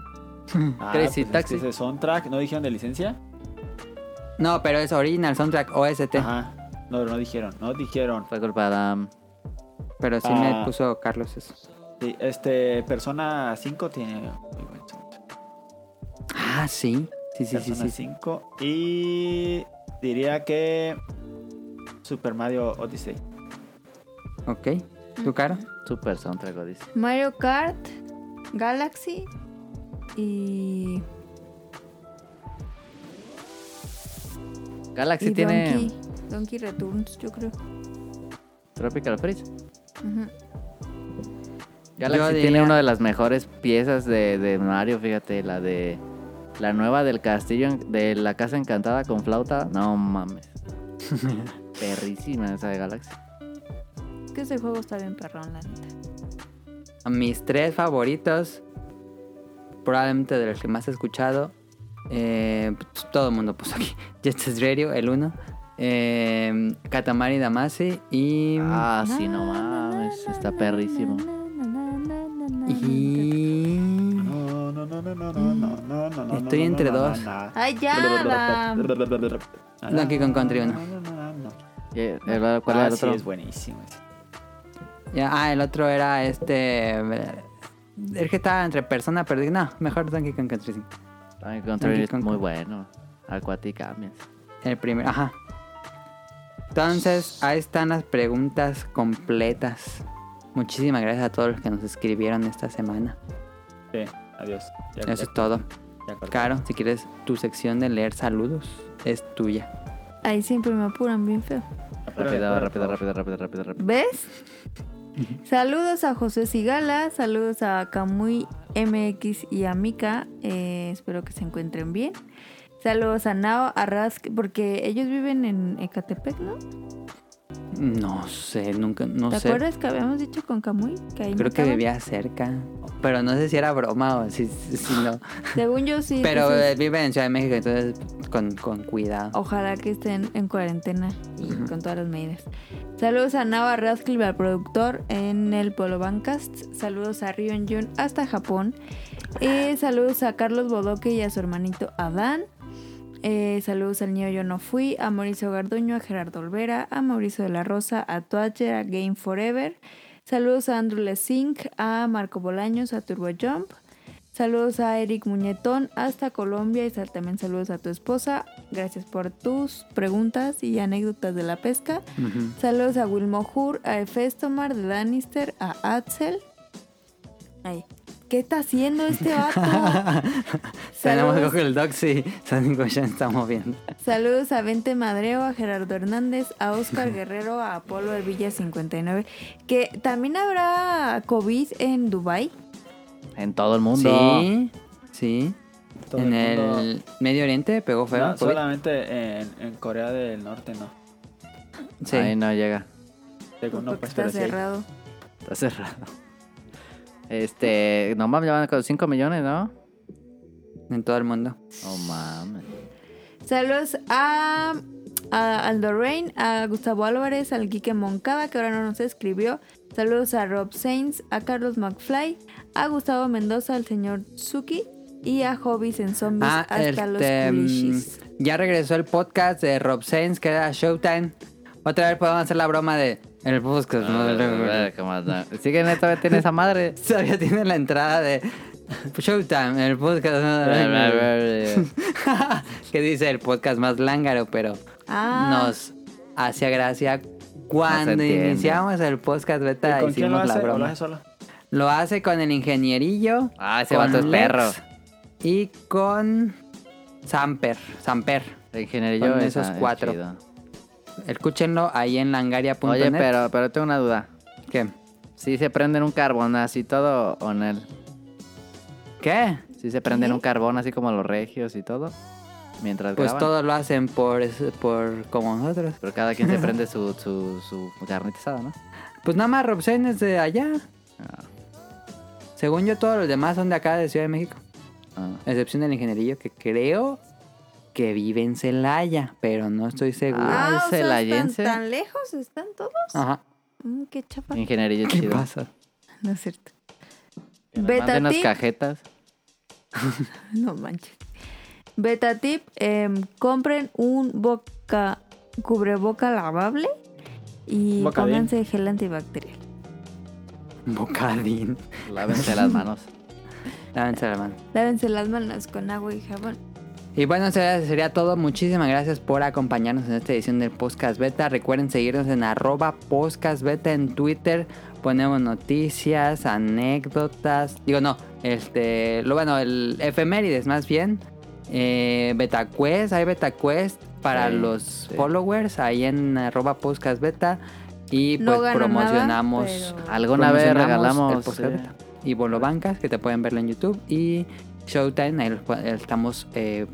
Ah,
Crazy
pues es
Taxi.
que Ese soundtrack, ¿no dijeron de licencia?
No, pero es original soundtrack OST.
Ajá. No, no dijeron, no dijeron.
Fue culpa de Adam.
Pero sí
Ah.
me puso Carlos eso.
Sí, este, Persona 5 tiene muy buen soundtrack.
Ah, sí. Sí, sí, sí,
Persona
sí. sí.
5 y diría que Super Mario Odyssey.
Ok. ¿Tu cara?
Super soundtrack, lo dice.
Mario Kart, Galaxy y.
Galaxy
y
tiene
Donkey. Donkey Returns, yo creo.
Tropical Freeze.
Ujú.
Galaxy
Yo
tiene
diría-
una de las mejores piezas de, de Mario, fíjate, la de. La nueva del castillo, en- de la casa encantada con flauta. No mames. Perrísima esa de Galaxy.
Es que ese juego está bien perrón, la neta.
Mis tres favoritos, probablemente de los que más he escuchado, eh, pues, todo el mundo puso aquí. Jet Set Radio, el uno. Eh, Katamari Damacy y...
Ah, sí, no
Na, na,
mames.
na,
Está
na,
perrísimo.
na, na, na, na, na, na,
y...
No, no, no, no, no, no, no, no, no, no,
Estoy
no,
entre
no, no,
dos.
no.
Ay, ya, Adam.
Donkey Kong Country uno.
No, no, no, no.
Y el- el- Eh, ¿Cuál
Ah,
era el
sí,
otro?
es buenísimo. ese.
Ya, ah, el otro era este... El que estaba entre persona, pero dije, no, mejor Donkey Kong Country. sí.
Donkey Kong Country es
Kong.
Ah, muy bueno. Aquatic cambias.
El primero, ajá. Entonces, ahí están las preguntas completas. Muchísimas gracias a todos los que nos escribieron esta semana.
Sí, adiós. Ya- ya-
Eso es todo.
ya corté.
Caro, si quieres, tu sección de leer saludos es tuya.
Ahí siempre me apuran bien feo.
Apúrale,
Rápido,
apúrale,
rápido,
por favor.
rápido, rápido, rápido, rápido.
¿Ves? Saludos a José Sigala, saludos a Kamui MX y a Mika. eh, espero que se encuentren bien. Saludos a Nao, a Rask, porque ellos viven en Ecatepec, ¿no?
No sé, nunca, no
¿Te
sé.
acuerdas que habíamos dicho con Kamui? Que ahí
Creo que
mataban?
vivía cerca. Pero no sé si era broma o si, si- si no.
Según yo sí.
Pero
entonces,
él vive en Ciudad de México, entonces con, con cuidado.
Ojalá que estén en cuarentena y con todas las medidas. Saludos a Nava Radcliffe, al productor en el Polo Bancast. Saludos a Rion Jun hasta Japón. Eh, saludos a Carlos Bodoque y a su hermanito Adán. Eh, saludos al niño Yo No Fui, a Mauricio Garduño, a Gerardo Olvera, a Mauricio de la Rosa, a Twatcher, a Game Forever. Saludos a Andrew Lesink, a Marco Bolaños, a Turbo Jump. Saludos a Eric Muñetón hasta Colombia y sal- también saludos a tu esposa. Gracias por tus preguntas y anécdotas de la pesca.
Ujú.
Saludos a Wilmo Hur, a Efestomar de Danister, a Axel. Ay, ¿qué está haciendo este vato?
Tenemos
Saludos.
Google Docs y Sonic Ocean estamos viendo.
Saludos a Vente Madreo, a Gerardo Hernández, a Oscar Guerrero, a Apolo Hervilla 59. Que también habrá COVID en Dubai.
En todo el mundo.
Sí, sí.
Todo
en
el
el,
mundo-
Medio Oriente pegó feo.
No,
COVID.
solamente en, en Corea del Norte, no.
Sí.
Ahí no llega.
Según no,
porque
pues,
está
pero sí.
cerrado.
Está cerrado. Este, no mames, ya van con 5 millones, ¿no?
En todo el mundo.
Pues
No mames.
Saludos a, a Aldo Rain, a Gustavo Álvarez, al Quique Moncada, que ahora no nos escribió. Saludos a Rob Sainz, a Carlos McFly, a Gustavo Mendoza, al señor Tsuki y a Hobbies en Zombies
Ah,
hasta los
este,
Kulishis.
mm, ya regresó el podcast de Rob Sainz, que era Showtime. Otra vez podemos hacer la broma de el
Ah,
podcast. Pues ¿no?
¿Qué más da? Sí que neta todavía tiene esa madre.
Todavía tiene la entrada de Showtime, el podcast más que dice el podcast más lángaro, pero
Ah,
nos hacía gracia
No
cuando
se entiende.
iniciamos el podcast beta
¿Y ¿Con quién lo
hicimos la
hace? ¿O lo
broma.
hace solo?
Lo hace con el ingenierillo.
Ah, ese
con
vato es
Lex
perro.
Y con Samper, Samper.
El ingenierillo
Son
es
esos
ah, es
cuatro.
chido.
Escúchenlo ahí en langaria.net.
Oye, pero, pero tengo una duda.
¿Qué?
Si se prenden un carbón así todo o en él.
¿Qué?
Si se prenden un carbón así como los regios y todo. Mientras
Pues
graban.
todos lo hacen por, por como nosotros.
Pero cada quien se prende su, su, su carnita asada, ¿no? Ah.
Pues nada más Robson es de allá. Según yo, todos los demás son de acá, de Ciudad de México.
Ah.
A excepción del ingenierillo, que creo que vive en Celaya, pero no estoy seguro.
Ah,
ah,
es
o sea, ¿están
celayense.
tan lejos? ¿Están todos?
Ah.
Ajá.
Mm, qué chapa.
Ingenierillo
¿Qué
chido.
pasa?
No es cierto.
Manden unas
Betatín.
cajetas.
No manches. Beta tip, em, compren un boca cubreboca lavable y
Bocadín.
pónganse gel antibacterial.
Bocadín.
Lávense las manos.
Lávense la mano.
Lávense las manos con agua y jabón.
Y bueno, eso sería, sería todo. Muchísimas gracias por acompañarnos en esta edición del Podcast Beta. Recuerden seguirnos en arroba Podcast Beta en Twitter. Ponemos noticias, anécdotas. Digo, no, este, lo bueno, el efemérides más bien. Eh, beta Quest, hay Beta Quest para
Sí,
los
sí.
followers ahí en arroba Podcast Beta. Y
No
pues
gana nada,
promocionamos.
pero-
Alguna vez
Promocionamos
regalamos.
el podcast
sí.
beta. y Bolo Bancas, que te pueden verlo en YouTube. Y Showtime, ahí lo- ahí estamos eh,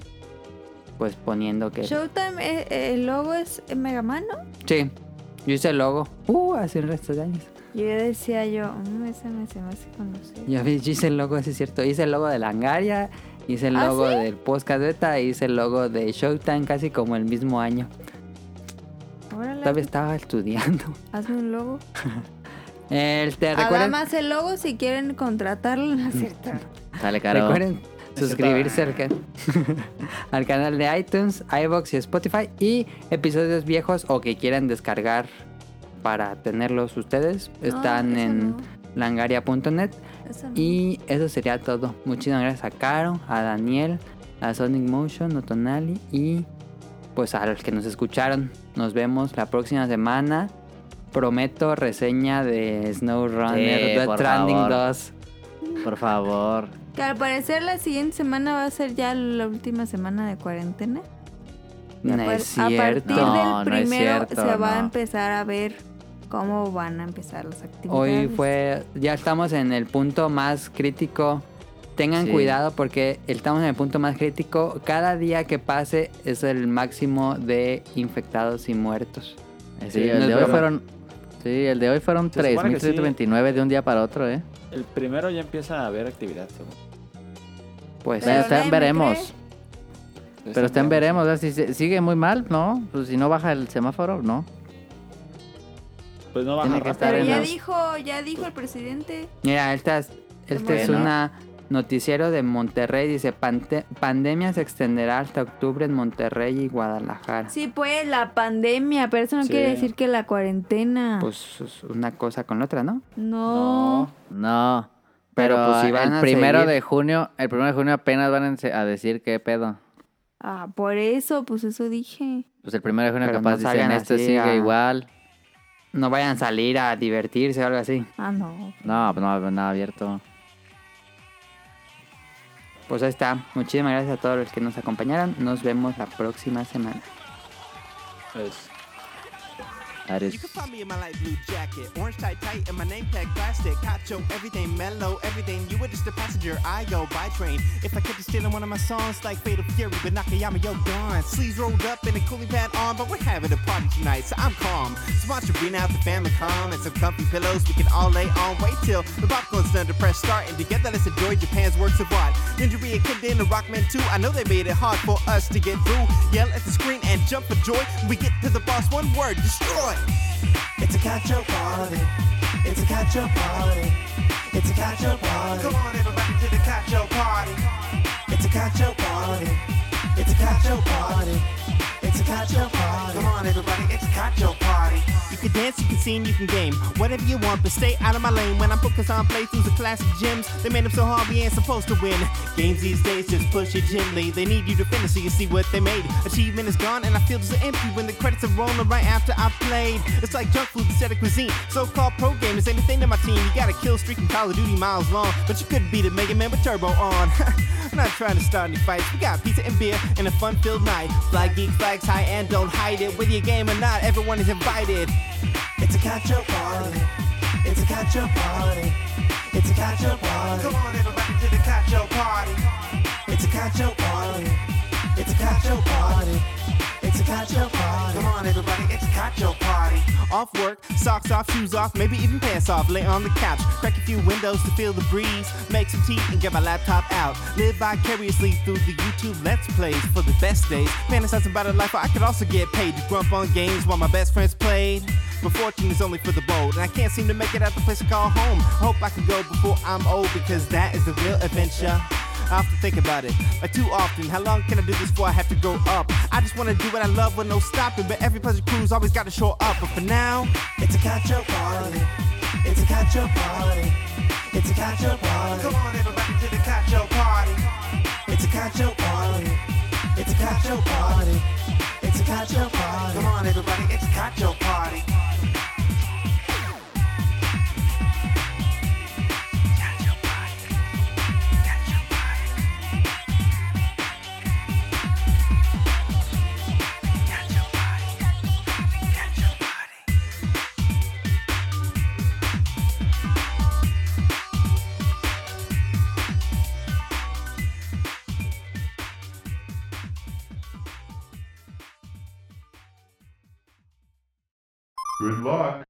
pues poniendo que...
Showtime, eh, eh, el logo es Megaman, ¿no?
sí, yo hice el logo. Uh, hace un resto de años.
Yo decía yo, "Mm, ese me se me hace conocido".
Ya ves, yo hice el logo, sí es cierto. Hice el logo de Langaria, hice el
¿Ah,
logo del Podcast Beta, hice el logo de Showtime casi como el mismo año.
Órale,
Todavía estaba estudiando.
hazme un logo.
El, te
Nada
recuerden, Mm,
más el logo si quieren contratarlo, no es cierto.
Sale caro.
recuerden suscribirse al, ca- al canal de iTunes, iBox y Spotify y episodios viejos o que quieran descargar para tenerlos ustedes están
eso
en
no.
langaria.net
Eso no.
y eso sería todo. Muchísimas gracias a Caro, a Daniel, a Sonic Motion, Otonali y pues a los que nos escucharon. Nos vemos la próxima semana. Prometo reseña de SnowRunner
Sí,
Death
por
Stranding
favor.
2.
Por favor.
Que al parecer la siguiente semana va a ser ya la última semana de cuarentena. Y a
No
par-
es
A
cierto.
partir
No,
del
no es
primero
cierto,
se va a
no.
empezar a ver cómo van a empezar las actividades.
Hoy fue, ya estamos en el punto más crítico. Tengan
Sí.
cuidado porque estamos en el punto más crítico. Cada día que pase es el máximo de infectados y muertos.
Sí,
Sí, no
el
es
de hoy
broma.
fueron. Sí, el de hoy fueron
Se supone que sí.
3.129 de un día para otro, ¿eh?
El primero ya empieza a haber actividad, según.
Pues
Pero está
nadie
en
me
veremos.
Entonces,
Pero está en
ya-
veremos. o sea, Si se- sigue muy mal, ¿no? Pues si no baja el semáforo, ¿no?
Pues no baja
Tiene que
rápido.
estar
Pero
en
ya
los-
dijo, ya dijo el presidente.
mira, esta es, esta es
Bueno.
una noticiero de Monterrey. Dice, "Pante- pandemia se extenderá hasta octubre en Monterrey y Guadalajara.
Sí, pues la pandemia, pero eso no
Sí.
quiere decir que la cuarentena.
Pues es una cosa con la otra, ¿no?
no.
No.
No.
Pero,
Pero,
pues, si van a
el primero
seguir-
de junio, el primero de junio apenas van a ense- a decir qué pedo.
Ah, por eso, pues eso dije.
Pues el primero de junio
Pero
capaz
no
dicen,
salgan
este
así,
sigue
ah.
igual.
No vayan a salir a divertirse o algo así.
Ah, no.
No, pues no, nada abierto.
Pues ahí está. Muchísimas gracias a todos los que nos acompañaron. Nos vemos la próxima semana.
Pues,
Ares.
You can find me in my light blue jacket, orange tie tight, and my name tag plastic. Cacho, everything mellow, everything. You were just a passenger, I go by train. If I catch you stealing one of my songs, like Fatal Fury, but Nakayama, yo, gone. Sleeves rolled up and a cooling pad on, but we're having a party tonight, so I'm calm. So why don't you bring out the family calm and some comfy pillows we can all lay on. Wait till the popcorn's done to press start, and together let's enjoy Japan's works of art. Ninja Ryu Kid and the Rockman too. I know they made it hard for us to get through. Yell at the screen and jump for joy. When we get to the boss, one word, destroy. It's a cacho party. It's a cacho party. It's a cacho party. Come on, everybody, to the cacho party. It's a cacho party. It's a cacho party. It's a
It's a Cacho party. Come on, everybody, it's a Cacho party. You can dance, you can sing, you can game. Whatever you want, but stay out of my lane. When I'm focused on playthroughs of classic gyms, they made them so hard we ain't supposed to win. Games these days just push it gently. They need you to finish so you see what they made. Achievement is gone, and I feel just empty when the credits are rolling right after I played. It's like junk food instead of cuisine. So called pro gamers ain't a thing to my team. You got a kill streak in Call of Duty miles long, but you could be the Mega Man with Turbo on. I'm not trying to start any fights. We got pizza and beer and a fun filled night. Fly geek flags high and don't hide it. Whether you game or not, everyone is invited. It's a Cacho party. It's a Cacho party. It's a Cacho party. Come on, everybody, to the Cacho party. It's a Cacho party. It's a Cacho party. It's a Cacho party. Come on, everybody, it's a Cacho party. Off work, socks off, shoes off, maybe even pants off. Lay on the couch, crack a few windows to feel the breeze. Make some tea and get my laptop out. Live vicariously through the YouTube Let's Plays for the best days. Fantasizing about a life where I could also get paid to grump on games while my best friends played. But fortune is only for the bold, and I can't seem to make it out the place I call home. Hope I can go before I'm old because that is the real adventure. I often think about it, but too often. How long can I do this before I have to grow up? I just wanna do what I love with no stopping, but every pleasure cruise always gotta show up. But for now, it's a cacho party. It's a cacho party. It's a cacho party. Come on, everybody, to the cacho party. It's a cacho party. It's a cacho party. It's a cacho party. Come on, everybody, it's a cacho party.
Good luck.